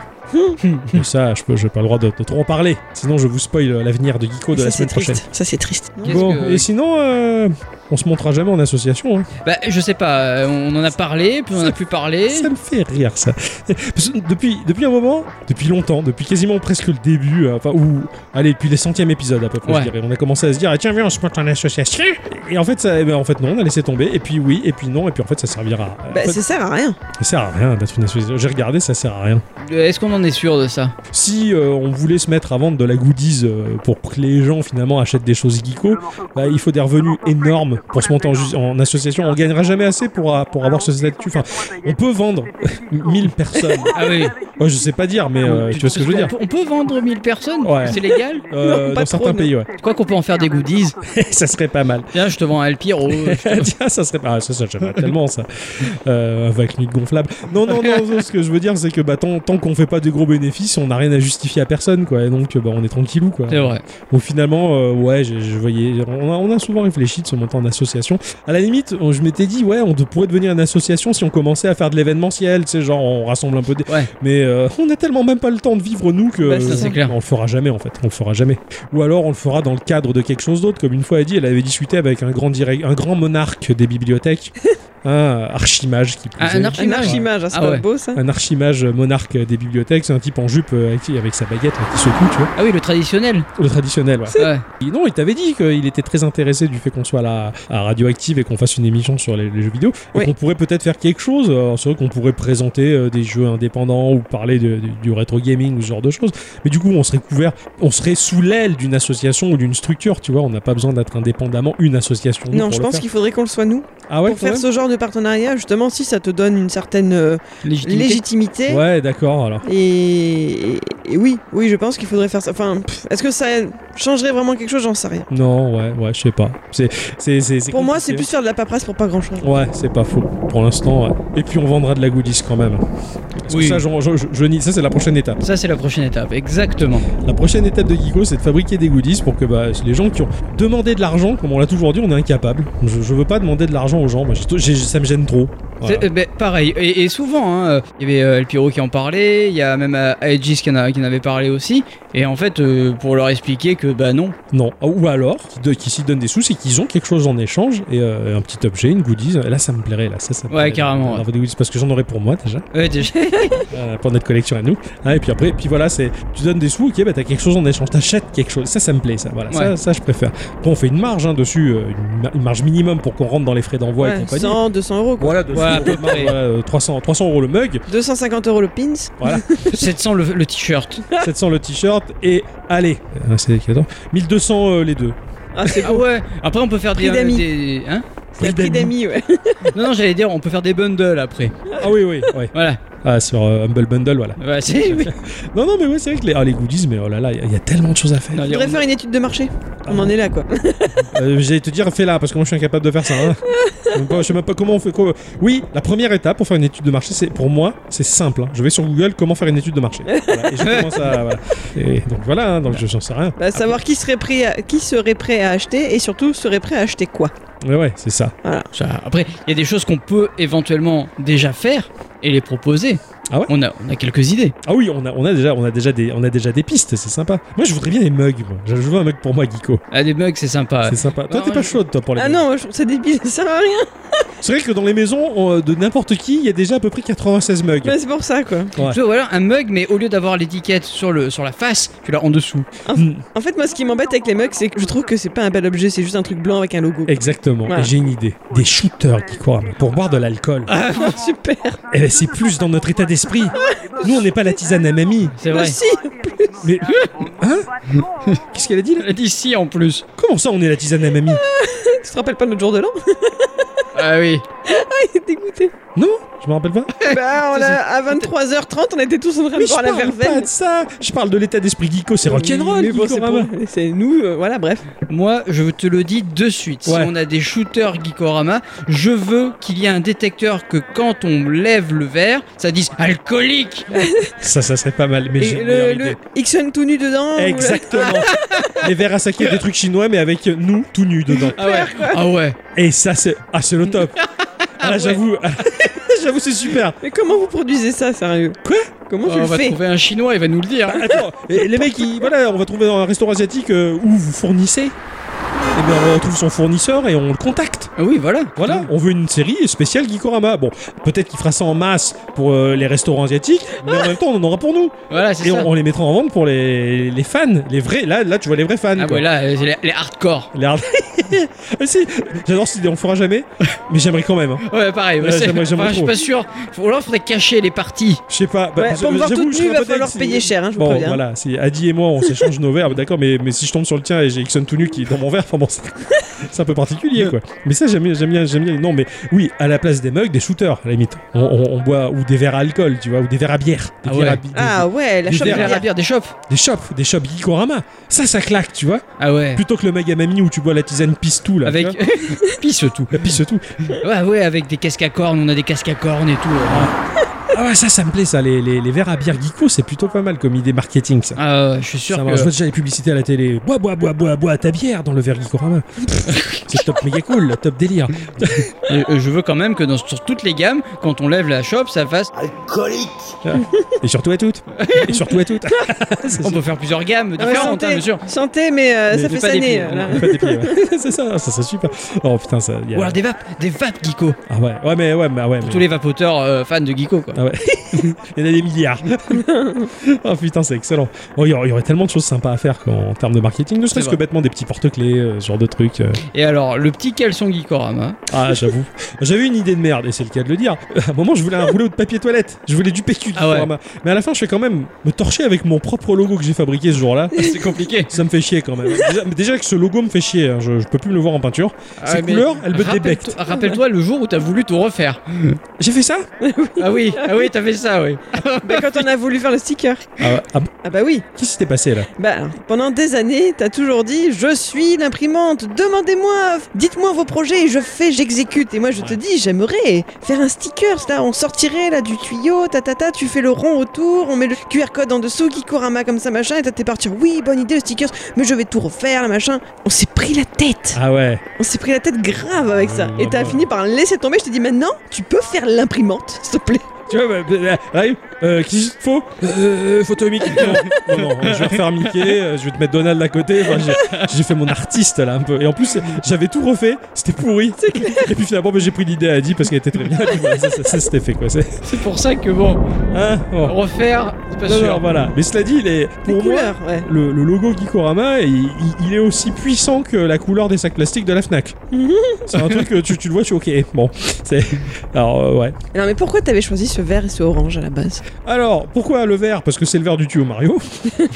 S2: Mais ça, je peux, j'ai pas le droit de, de trop en parler. Sinon, je vous spoil euh, l'avenir de Geeko de
S1: ça,
S2: la
S1: c'est
S2: semaine prochaine.
S1: triste. Ça, c'est triste.
S3: Qu'est-ce
S2: Bon,
S3: que-
S2: et sinon, euh, on se montrera jamais en association. hein.
S3: Bah, je sais pas, euh, on en a parlé, puis on en a plus parlé.
S2: Ça me fait rire, ça. Parce que depuis, depuis un moment, depuis longtemps, depuis quasiment presque le début, euh, enfin, ou, allez, depuis les centièmes épisodes à peu près,
S3: Ouais.
S2: je dirais, on a commencé à se dire, Ah, tiens, viens, on se montre en association. Et en fait, ça, eh ben, en fait, non, on a laissé tomber, et puis oui, et puis non, et puis en fait, ça servira. à-
S1: Bah,
S2: en fait,
S1: ça sert à rien.
S2: ça sert à rien d'être une association. J'ai regardé, ça sert à rien.
S3: Euh, Est-ce qu'on en est sûr de ça
S2: Si euh, on voulait se mettre à vendre de la goodies euh, pour que les gens finalement achètent des choses geeko, bah, il faut des revenus énormes pour se monter en, ju- en association. On gagnera jamais assez pour, a- pour avoir ce statut. Enfin, on peut vendre 1000 personnes.
S3: Ah oui.
S2: Ouais, je sais pas dire, mais euh, tu vois ce que je veux dire.
S3: On peut vendre 1000 personnes
S2: Ouais.
S3: C'est légal
S2: Euh,
S1: Non, pas
S2: dans certains
S1: trop, non.
S2: pays, ouais.
S3: Je crois qu'on peut en faire des goodies.
S2: ça serait pas mal.
S3: Tiens, je te vends un Alpiro.
S2: Tiens, ça serait pas. Ah, ça, ça, j'aimerais tellement ça. Euh, avec une gonflable. Non, non, non, non, ce que je veux dire, c'est que bah, tant, tant qu'on fait pas de gros bénéfices, on n'a rien à justifier à personne, quoi. Et donc, bah, on est tranquillou, quoi.
S3: C'est vrai.
S2: Donc finalement, euh, ouais, je, je voyais, on a, on a souvent réfléchi de se monter en association. À la limite, on- je m'étais dit, ouais, on de- pourrait devenir une association si on commençait à faire de l'événementiel, tu sais, genre on rassemble un peu des.
S3: Ouais.
S2: Mais euh, on a tellement même pas le temps de vivre nous que.
S3: Bah, ça, c'est clair.
S2: On le fera jamais en fait, on le fera jamais. Ou alors on le fera dans le cadre de quelque chose d'autre, comme une fois elle dit, elle avait discuté avec un grand direct, un grand monarque des bibliothèques, un archimage qui. plus
S3: Ah, un
S2: est.
S1: Un
S3: archimage
S1: archimage, hein, c'est
S3: Ah
S1: pas
S3: ouais.
S1: beau ça.
S2: Un archimage monarque des bibliothèques, c'est un type en jupe euh, avec, avec sa baguette là, qui secoue, tu vois,
S3: Ah oui, le traditionnel.
S2: le traditionnel. ouais.
S3: Ouais.
S2: Et non, il t'avait dit qu'il était très intéressé du fait qu'on soit là à Radioactive et qu'on fasse une émission sur les, les jeux vidéo. Et
S1: Oui.
S2: qu'on pourrait peut-être faire quelque chose. Alors, C'est vrai qu'on pourrait présenter euh, des jeux indépendants ou parler de- de- du rétro gaming ou ce genre de choses. Mais du coup, on serait couvert, on serait sous l'aile d'une association ou d'une structure. Tu vois, on n'a pas besoin d'être indépendamment une association. nous,
S1: Non,
S2: pour
S1: je
S2: le
S1: pense
S2: faire.
S1: qu'il faudrait qu'on le soit nous.
S2: Ah ouais,
S1: pour
S2: quand
S1: faire
S2: même
S1: ce genre de partenariat, justement, si ça te donne une certaine euh,
S3: Légitimité.
S1: légitimité.
S2: Ouais, d'accord. Alors,
S1: Et, et oui, oui, je pense qu'il faudrait faire ça. Enfin, pff, est-ce que ça changerait vraiment quelque chose J'en sais rien.
S2: non, ouais, ouais, je sais pas. C'est, c'est, c'est, c'est
S1: Pour moi, c'est
S2: compliqué.
S1: plus faire de la paperasse pour pas grand-chose.
S2: Ouais, c'est pas faux pour l'instant. ouais. Et puis on vendra de la goodies quand même. Parce que
S3: Oui.
S2: ça, j'en- je- je- je nie- ça c'est la prochaine étape.
S3: Ça, c'est la prochaine étape. Exactement.
S2: La prochaine étape de Geeko, c'est de fabriquer des goodies pour que bah, les gens qui ont demandé de l'argent, comme on l'a toujours dit, on est incapable. Je, je veux pas demander de l'argent aux gens, moi, j'ai- j'ai- ça me gêne trop. Voilà.
S3: C'est- euh, ben, pareil, et, et souvent, hein, euh, il y avait euh, El Piro qui en parlait, il y a même euh, Aegis qui en, a- qui en avait parlé aussi, et en fait, euh, pour leur expliquer que bah non,
S2: Non. Ah, Ou alors, qui, de- qui s'y donnent des sous, c'est qu'ils ont quelque chose en échange, et euh, un petit objet, une goodies. Là, ça me plairait, là, ça, ça me
S3: Ouais,
S2: plairait,
S3: carrément,
S2: d'avoir des goodies, parce que j'en aurais pour moi déjà,
S3: Ouais, déjà.
S2: euh, pour notre collection à nous. Ah, et puis après, puis voilà, c'est tu donnes des sous, ok, bah t'as quelque chose en échange, t'achètes quelque chose. Ça, ça me plaît, ça, voilà, ça,
S3: Ouais.
S2: ça, je préfère. Bon, on fait une marge hein, dessus, euh, une, mar- une marge minimum pour qu'on rentre dans les frais d'envoi et
S1: Ouais,
S2: compagnie.
S1: 100, 200 euros quoi.
S2: Voilà, 200
S3: Ouais, à
S2: euros
S3: peu
S2: de marge,
S3: près.
S2: voilà, euh, 300, 300 euros le mug,
S1: 250 euros le pins.
S2: voilà,
S3: 700 le, le t-shirt.
S2: 700 le t-shirt et allez, euh, c'est 1200 euh, les deux.
S1: Ah, c'est
S3: Ah
S1: beau.
S3: ouais, après on peut faire des.
S1: Prix d'amis.
S3: des- hein
S1: C'est le prix d'amis, ouais.
S3: non, non, j'allais dire, on peut faire des bundles après.
S2: Ah oui, oui, oui.
S3: Voilà.
S2: Ah, sur euh, Humble Bundle, voilà.
S3: Ouais, c'est- oui.
S2: Non, non, mais ouais, c'est vrai que les, ah, les goodies, mais oh là là, il y, a- il y a tellement de choses à faire.
S3: Non,
S1: Je voudrais
S3: on-
S1: faire une étude de marché.
S2: Ah
S1: On en est là quoi.
S2: Euh, J'allais te dire, fais-la, parce que moi je suis incapable de faire ça. hein. Donc, bah, je sais même pas comment on fait. quoi. Oui, la première étape pour faire une étude de marché, c'est pour moi, c'est simple. hein. Je vais sur Google, comment faire une étude de marché. Voilà, et je commence à. voilà. Et donc voilà, hein, donc je j'en sais rien.
S1: Bah, savoir qui serait, prêt à- qui serait prêt à acheter et surtout serait prêt à acheter quoi.
S2: Mais ouais, c'est ça.
S3: Ça- Après, il y a des choses qu'on peut éventuellement déjà faire et les proposer.
S2: Ah ouais
S3: on a, on a quelques idées.
S2: Ah oui, on a, on a déjà, on a déjà des, on a déjà des pistes, c'est sympa. Moi, je voudrais bien des mugs. Moi. Je je veux un mug pour moi, Geeko.
S3: Ah, des bugs, c'est sympa.
S2: C'est sympa. Toi,
S3: Non,
S2: t'es pas
S3: je-
S2: chaude, toi, pour les
S1: Ah
S2: mugs.
S1: non, moi, je trouve ça débile, ça sert à rien.
S2: C'est vrai que dans les maisons on- de n'importe qui, il y a déjà à peu près 96 mugs.
S1: Bah, c'est pour ça quoi.
S2: Ouais.
S3: Tu vois, voilà, un mug, mais au lieu d'avoir l'étiquette sur, le, sur la face, tu l'as en dessous.
S1: En fait, moi, ce qui m'embête avec les mugs, c'est que je trouve que c'est pas un bel objet, c'est juste un truc blanc avec un logo.
S2: Exactement.
S1: Voilà.
S2: Et j'ai une idée. Des shooters, Geeko, pour boire de l'alcool.
S1: Ah. Super.
S2: Eh ben, c'est plus dans notre état d'esprit. Nous, on n'est pas la tisane à mamie.
S3: C'est
S1: Bah,
S3: vrai.
S1: si,
S2: Mais hein Qu'est-ce qu'elle a dit là
S3: D'ici en plus.
S2: Comment ça, on est la tisane à mamie
S1: tu te rappelles pas notre jour de l'an
S3: Ah oui.
S1: il est dégoûté.
S2: Non, je me rappelle pas.
S1: bah, on a, à 23h30, on était tous en train de
S2: Mais je
S1: voir
S2: parle
S1: la
S2: pas
S1: verveine.
S2: de ça. Je parle de l'état d'esprit geeko, c'est rock'n'roll. hein.
S1: Mais bon, c'est
S2: Geekorama.
S1: pour- C'est nous, euh, voilà, bref.
S3: Moi, je te le dis de suite.
S2: Ouais.
S3: Si on a des shooters Geekorama, je veux qu'il y ait un détecteur que quand on lève le verre, ça dise alcoolique.
S2: Ça, ça serait pas mal. Mais j'ai
S1: Et
S2: une meilleure
S1: le,
S2: idée.
S1: le Ixon tout nu
S3: Ah,
S1: dedans. ou-
S2: Exactement. Les verres à saké, des trucs chinois, mais avec nous tout nus dedans.
S3: Ah ouais. Ah ouais.
S2: Et ça, c'est ah, c'est le top. Ah, là,
S3: ouais.
S2: j'avoue, j'avoue, c'est super.
S1: Mais comment vous produisez ça, sérieux
S2: Quoi Ah,
S1: Comment
S3: on
S1: tu le
S3: va
S1: fais
S3: trouver un chinois, il va nous le dire.
S2: Attends, et les mecs, ils- voilà, on va trouver dans un restaurant asiatique euh, où vous fournissez. Et bien, on trouve son fournisseur et on le contacte.
S3: Ah oui, voilà.
S2: Voilà, on veut une série spéciale Gikorama. Bon, peut-être qu'il fera ça en masse pour euh, les restaurants asiatiques, mais en même temps, on en aura pour nous.
S3: Voilà, c'est
S2: Et
S3: ça. Ah
S2: on, on les mettra en vente pour les, les fans, les vrais. Là, là, tu vois les vrais fans.
S3: Ah
S2: quoi.
S3: ouais, là, euh, c'est les, les hardcore.
S2: Les hard- Ah, si, j'adore cette idée, on le fera jamais, mais j'aimerais quand même. hein.
S3: Ouais, pareil.
S2: Ouais,
S3: c'est-
S2: j'aimerais- j'aimerais
S3: enfin, je suis
S2: trop.
S3: pas sûr. Faut, alors, faudrait cacher les parties.
S2: Je sais pas. bah,
S1: Ouais,
S2: je-
S1: Pour me voir
S2: j'avoue,
S1: toute
S2: je
S1: nue,
S2: serais
S1: il va
S2: pas
S1: falloir
S2: dingue si-
S1: payer cher, hein, je vous
S2: Bon, bah,
S1: préviens.
S2: voilà, si Adi et moi on s'échange nos verres, bah, d'accord, mais, mais si je tombe sur le tien et j'ai Ixon tout nu qui est dans mon verre, enfin bon, c'est c'est un peu particulier quoi. Mais ça, j'aime bien, j'aime bien, j'aime bien. Non, mais oui, à la place des mugs, des shooters, à la limite. On, on- on boit ou des verres à alcool, tu vois, ou des verres à bière.
S3: Ah
S2: Des verres
S3: ouais.
S2: à bi- des-
S1: Ah ouais, la
S2: Du
S1: chope
S2: verre à
S3: Faire la
S1: bière.
S3: bière des shops.
S2: Des shops, des shops Gikorama. Ça, ça claque, tu vois.
S3: Ah ouais.
S2: Plutôt que le Magamami où tu bois la tisane pisse tout là.
S3: Avec.
S2: tu vois.
S3: Pisse tout.
S2: La pisse tout.
S3: Ouais, ouais, avec des casques à cornes. On a des casques à cornes et tout. là.
S2: Ah ouais, ça, ça me plaît, ça. Les, les, les verres à bière geeko, c'est plutôt pas mal comme idée marketing, ça.
S3: Ah ouais, je suis sûr
S2: ça
S3: que.
S2: marche. Je vois déjà les publicités à la télé. Bois, bois, bois, bois, bois ta bière dans le verre Geekorama. c'est top méga cool, top délire.
S3: Et, euh, je veux quand même que dans, sur toutes les gammes, quand on lève la shop, ça fasse.
S2: Ah, Et surtout à toutes. Et surtout à toutes. C'est
S3: On
S2: sûr.
S3: peut faire plusieurs gammes
S1: Ah ouais,
S3: différentes, hein, bien sûr.
S1: santé, mais euh,
S2: Mais
S1: ça
S2: j'ai
S1: fait
S3: pas des
S1: saner.
S3: pieds,
S1: voilà.
S2: Pas des pieds, ouais. c'est ça, ça c'est super. Oh putain, ça. y a-
S3: Ou alors des vapes, des vapes geeko.
S2: Ah ouais, ouais, mais ouais, mais ouais.
S3: Pour
S2: mais-
S3: tous les vapoteurs euh, fans de geeko, quoi.
S2: Ah ouais. Il y en a des milliards. oh putain, c'est excellent. Oh, Il y, aurait- il y aurait tellement de choses sympas à faire quoi, en termes de marketing. Ne serait-ce que
S3: vrai.
S2: bêtement des petits porte-clés, euh, ce genre de trucs. euh.
S3: Et alors, le petit caleçon Geekorama.
S2: Ah, j'avoue. J'avais une idée de merde, et c'est le cas de le dire. Euh, À un moment, je voulais un rouleau de papier toilette. Je voulais du PQ. du
S3: Ah ouais.
S2: Forama. Mais à la fin, je fais quand même me torcher avec mon propre logo que j'ai fabriqué ce jour-là.
S3: C'est compliqué.
S2: Ça me fait chier quand même. Déjà, mais déjà que ce logo me fait chier, hein. je, je peux plus me le voir en peinture. Ces
S3: ouais, Ah, mais-
S2: couleurs, elles me
S3: Rappelle-
S2: débectent.
S3: Rappelle-toi le jour où t'as voulu tout refaire.
S2: J'ai fait ça
S3: Ah oui, ah oui, t'as fait ça, oui.
S1: Bah, quand on a voulu faire le sticker.
S2: Ah, ouais. Ah bon
S1: Ah bah oui.
S2: Qu'est-ce qui s'était passé là
S1: Bah, alors, pendant des années, t'as toujours dit Je suis l'imprimante, demandez-moi, dites-moi vos projets, je fais, j'exécute. Et moi, je te dis J'aimerais faire un sticker, là, on sortirait là du tuyau, ta ta ta, tu fais le rond autour, on met le QR code en dessous, Kikorama comme ça, machin, et t'as t'es parti Oui, bonne idée, le sticker, mais je vais tout refaire, là, machin. On s'est pris la tête.
S2: Ah ouais.
S1: On s'est pris la tête grave avec ça.
S2: Euh,
S1: Et t'as
S2: bah.
S1: fini par laisser tomber. Je t'ai dit maintenant, tu peux faire l'imprimante, s'il te plaît.
S2: Tu vois, bah, bah, bah, arrive, euh, qui te faut euh, Photo Mickey. Non, non, non, je vais refaire Mickey, euh, je vais te mettre Donald à côté. Enfin, j'ai- j'ai fait mon artiste là un peu. Et en plus, j'avais tout refait, c'était pourri.
S1: C'est clair.
S2: Et puis finalement, bah, j'ai pris l'idée à Adi parce qu'elle était très bien. Et puis voilà, ça, ça, ça, c'était fait quoi. C'est-
S3: C'est pour ça que bon,
S2: Hein Bon.
S3: refaire, Ah, c'est pas
S2: Non, bah,
S3: sûr.
S2: non, voilà. Mais cela dit, il est,
S1: Des
S2: pour moi,
S1: couleurs, ouais.
S2: le, le logo Gikorama, il, il- il est aussi puissant que la couleur des sacs plastiques de la Fnac.
S1: Mhm.
S2: C'est un truc que tu, tu le vois, tu ok. Bon, c'est alors euh, ouais.
S1: Alors, mais pourquoi t'avais choisi ce vert et ce orange à la base
S2: Alors pourquoi le vert Parce que c'est le vert du tuyau Mario.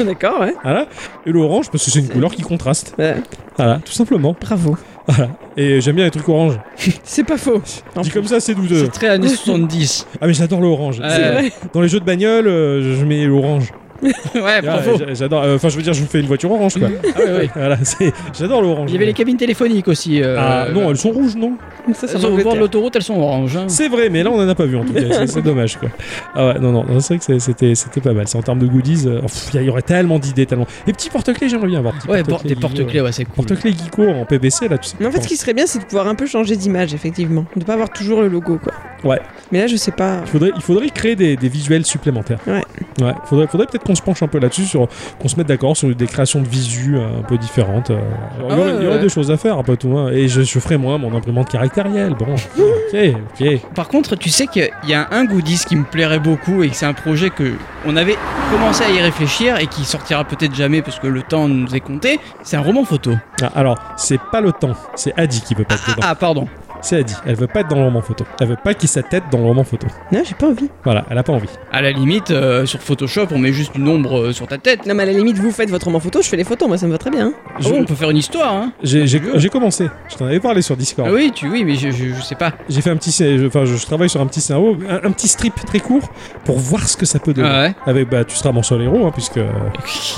S1: D'accord, ouais.
S2: Voilà. Et le orange parce que c'est une couleur qui contraste.
S1: Ouais.
S2: Voilà, tout simplement.
S1: Bravo.
S2: Voilà. Et j'aime bien les trucs orange.
S1: C'est pas faux. Non.
S2: Dit comme ça, c'est douteux.
S3: C'est très années 70.
S2: Ah mais j'adore le orange.
S3: Ouais.
S1: C'est
S2: C'est-
S1: vrai.
S2: Dans les jeux de bagnole, euh, je mets l'orange.
S3: ouais,
S2: Ah,
S3: bravo.
S2: j'a- j'adore. euh, Enfin, je veux dire, je vous fais une voiture orange quoi.
S3: Ah oui, oui.
S2: voilà. c'est- J'adore l'orange.
S3: Il y avait les cabines téléphoniques aussi. euh,
S2: Ah non, elles sont rouges, non
S1: Ça, c'est
S3: elles
S1: en
S3: sont au bord de
S1: Angleterre.
S3: l'autoroute, elles sont oranges. hein.
S2: C'est vrai, mais là on en a pas vu en tout cas. C'est- C'est dommage quoi. Ah ouais, non, non, non, c'est vrai que c'est- c'était, c'était pas mal. C'est en termes de goodies. euh, pff, Il y aurait tellement d'idées, tellement. Les petits porte-clés, j'aimerais bien avoir. petits
S3: Ouais, por- des
S2: geeko,
S3: porte-clés,
S2: ouais.
S3: ouais, c'est cool.
S2: Porte-clés geeko en PVC là, tu sais.
S1: Mais en fait, ce qui serait bien, c'est de pouvoir un peu changer d'image, effectivement. De pas avoir toujours le logo, quoi.
S2: Ouais.
S1: Mais là, je sais pas.
S2: Il faudrait, il faudrait créer des, des visuels supplémentaires.
S1: Ouais.
S2: Ouais. Faudrait, faudrait peut-être qu'on se penche un peu là-dessus, sur, qu'on se mette d'accord sur des créations de visu euh, un peu différentes. euh. Alors, il y
S3: Ah
S2: aurait,
S3: ouais,
S2: il y aurait
S3: ouais.
S2: des choses à faire, après tout. hein. Et je, je ferai moi mon imprimante caractérielle. Bon. ok, ok.
S3: Par contre, tu sais qu'il y a un goodies qui me plairait beaucoup et que c'est un projet que on avait commencé à y réfléchir et qui sortira peut-être jamais parce que le temps nous est compté. C'est un roman photo.
S2: Ah, alors, c'est pas le temps. C'est Adi qui peut pas être
S3: Ah,
S2: dedans.
S3: ah, pardon.
S2: C'est Adi. Elle veut pas être dans le roman photo. Elle veut pas qu'il s'attête dans le roman photo.
S1: Non, j'ai pas envie.
S2: Voilà, elle a pas envie.
S3: À la limite, euh, sur Photoshop, on met juste une ombre euh, sur ta tête.
S1: Non, mais à la limite, vous faites votre roman photo, je fais les photos, moi ça me va très bien. hein.
S2: Je-
S3: Oh, on peut faire une histoire, hein.
S2: J'ai j'ai- j'ai commencé. Je t'en avais parlé sur Discord.
S3: Ah oui, tu, oui, mais je, je- je sais pas.
S2: J'ai fait un petit, scé- je- enfin, je, je travaille sur un petit scénario, un, un petit strip très court pour voir ce que ça peut donner.
S3: Ah ouais.
S2: Avec, bah, tu seras mon seul héros, hein, puisque euh,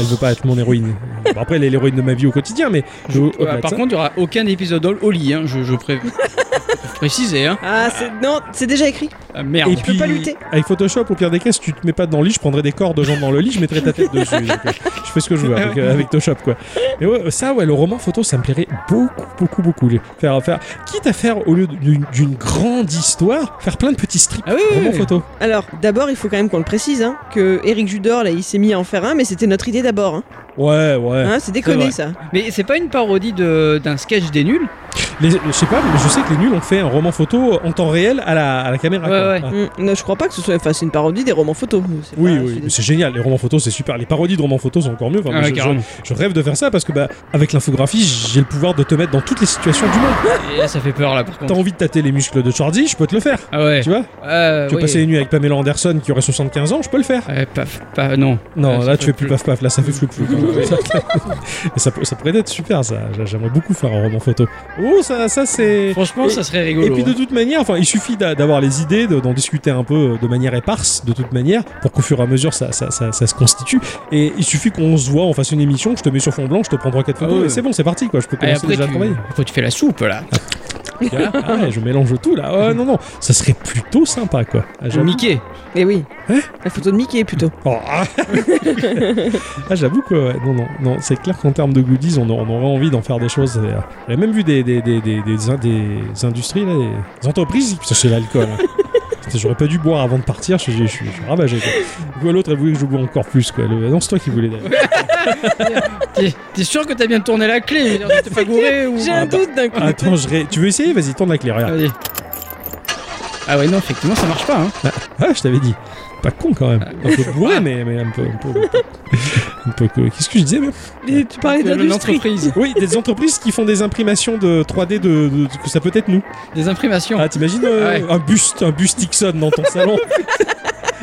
S2: elle veut pas être mon héroïne. Bon, après, elle est l'héroïne de ma vie au quotidien, mais je-
S3: Ouais,
S2: au-delà de
S3: Euh, par
S2: ça-
S3: contre, il y aura aucun épisode au au lit, hein. Je, je pré- je précise, hein.
S1: Ah, c'est. Non, c'est déjà écrit.
S3: Ah, merde.
S2: Et
S1: peux
S2: puis,
S1: pas lutter.
S2: avec Photoshop, au pire des cas, si tu te mets pas dans le lit, je prendrais des corps de gens dans le lit, je mettrais ta tête dessus. Donc, euh, je fais ce que je veux avec, euh, avec Photoshop, quoi. Mais ouais, ça, ouais, le roman photo, ça me plairait beaucoup, beaucoup, beaucoup. Les- Faire, faire, quitte à faire, au lieu d'une d'une grande histoire, faire plein de petits strips.
S3: Ah oui, oui,
S2: roman
S3: oui.
S2: photo.
S1: Alors, d'abord, il faut quand même qu'on le précise, hein, que Eric Judor, là, il s'est mis à en faire un, mais c'était notre idée d'abord. Hein.
S2: Ouais, ouais.
S1: Hein, c'est déconné,
S3: vrai.
S1: ça.
S3: Mais c'est pas une parodie de- d'un sketch des nuls
S2: Les- je sais pas, mais je sais que les nuls ont fait un roman photo en temps réel à la, à la caméra.
S3: Ouais,
S2: quoi.
S3: ouais.
S2: Ah.
S1: Mm, non, je crois pas que ce soit. Enfin, c'est une parodie des romans photos. C'est
S2: Oui,
S1: pas-
S2: oui,
S1: c'est-
S2: mais c'est génial. Les romans photos, c'est super. Les parodies de romans photos sont encore mieux. Enfin,
S3: Ah
S2: moi,
S3: ouais,
S2: je- je,
S3: carrément.
S2: je rêve de faire ça parce que, bah, avec l'infographie, j'ai le pouvoir de te mettre dans toutes les situations du monde.
S3: Et là, ça fait peur là par
S2: T'as
S3: contre.
S2: envie de tâter les muscles de Chardy, je peux te le faire.
S3: Ah ouais.
S2: Tu vois
S3: Euh,
S2: Tu veux
S3: oui.
S2: passer les nuits avec Pamela Anderson qui aurait 75 ans, je peux le faire.
S3: Ouais, paf, paf, non.
S2: Non,
S3: Ah, ça
S2: là, tu
S3: fait
S2: fais plus
S3: plus.
S2: paf paf, là, ça fait flou flou.
S3: Oui.
S2: Et ça, peut- ça pourrait être super, ça. J'a- J'aimerais beaucoup faire un roman photo. Oh, ça, ça c'est.
S3: Franchement,
S2: Et-
S3: ça serait
S2: Et
S3: rigolo.
S2: puis de
S3: hein.
S2: toute manière, enfin, il suffit d'a- d'avoir les idées, de- d'en discuter un peu euh, de manière éparse, de toute manière, pour qu'au fur et à mesure ça, ça, ça, ça se constitue. Et il suffit qu'on se voit, on fasse une émission, je te mets sur fond blanc, je te prends trois quatre
S3: Ah
S2: photos,
S3: ouais.
S2: et c'est bon, c'est parti, quoi. Je peux
S3: Et
S2: commencer
S3: après,
S2: déjà à
S3: tu...
S2: travailler.
S3: après, tu fais la soupe là.
S2: Ah ouais, je mélange tout là. Oh, non, non, ça serait plutôt sympa, quoi. Ah, j'avoue.
S3: Mickey.
S1: Eh oui.
S2: Hein
S1: La photo de Mickey, plutôt.
S2: Oh, ah Ah, j'avoue que ouais, non, non, non, c'est clair qu'en termes de goodies, on, a- on aurait envie d'en faire des choses. euh, J'ai même vu des, des, des, des, des, in- des industries, là, des entreprises, ça c'est l'alcool. hein. Putain, J'aurais pas dû boire avant de partir, je, je, je- je suis ravagé. Quoi. Du coup, l'autre, elle voulait que je bois encore plus. Quoi. Le- non, c'est toi qui voulais d'ailleurs.
S3: T'es t'es sûr que t'as bien tourné la clé Je veux dire, tu T'es pas gouré ou
S1: J'ai un doute d'un coup.
S2: Attends, je ré- tu veux essayer Vas-y, tourne la clé, regarde.
S3: Vas-y. Ah ouais, non, effectivement, ça marche pas. Hein.
S2: Ah, je t'avais dit. Pas con quand même. Un peu bourré, mais, mais un peu. Un peu, un peu, un peu que- Qu'est-ce que je disais même
S1: Et tu parlais
S3: Euh,
S1: d'industrie.
S3: L'entreprise.
S2: Oui, des entreprises qui font des imprimations de 3D de, de- de- que ça peut être nous.
S3: Des imprimations.
S2: Ah, t'imagines euh,
S3: Ouais.
S2: un buste, un buste Dixon dans ton salon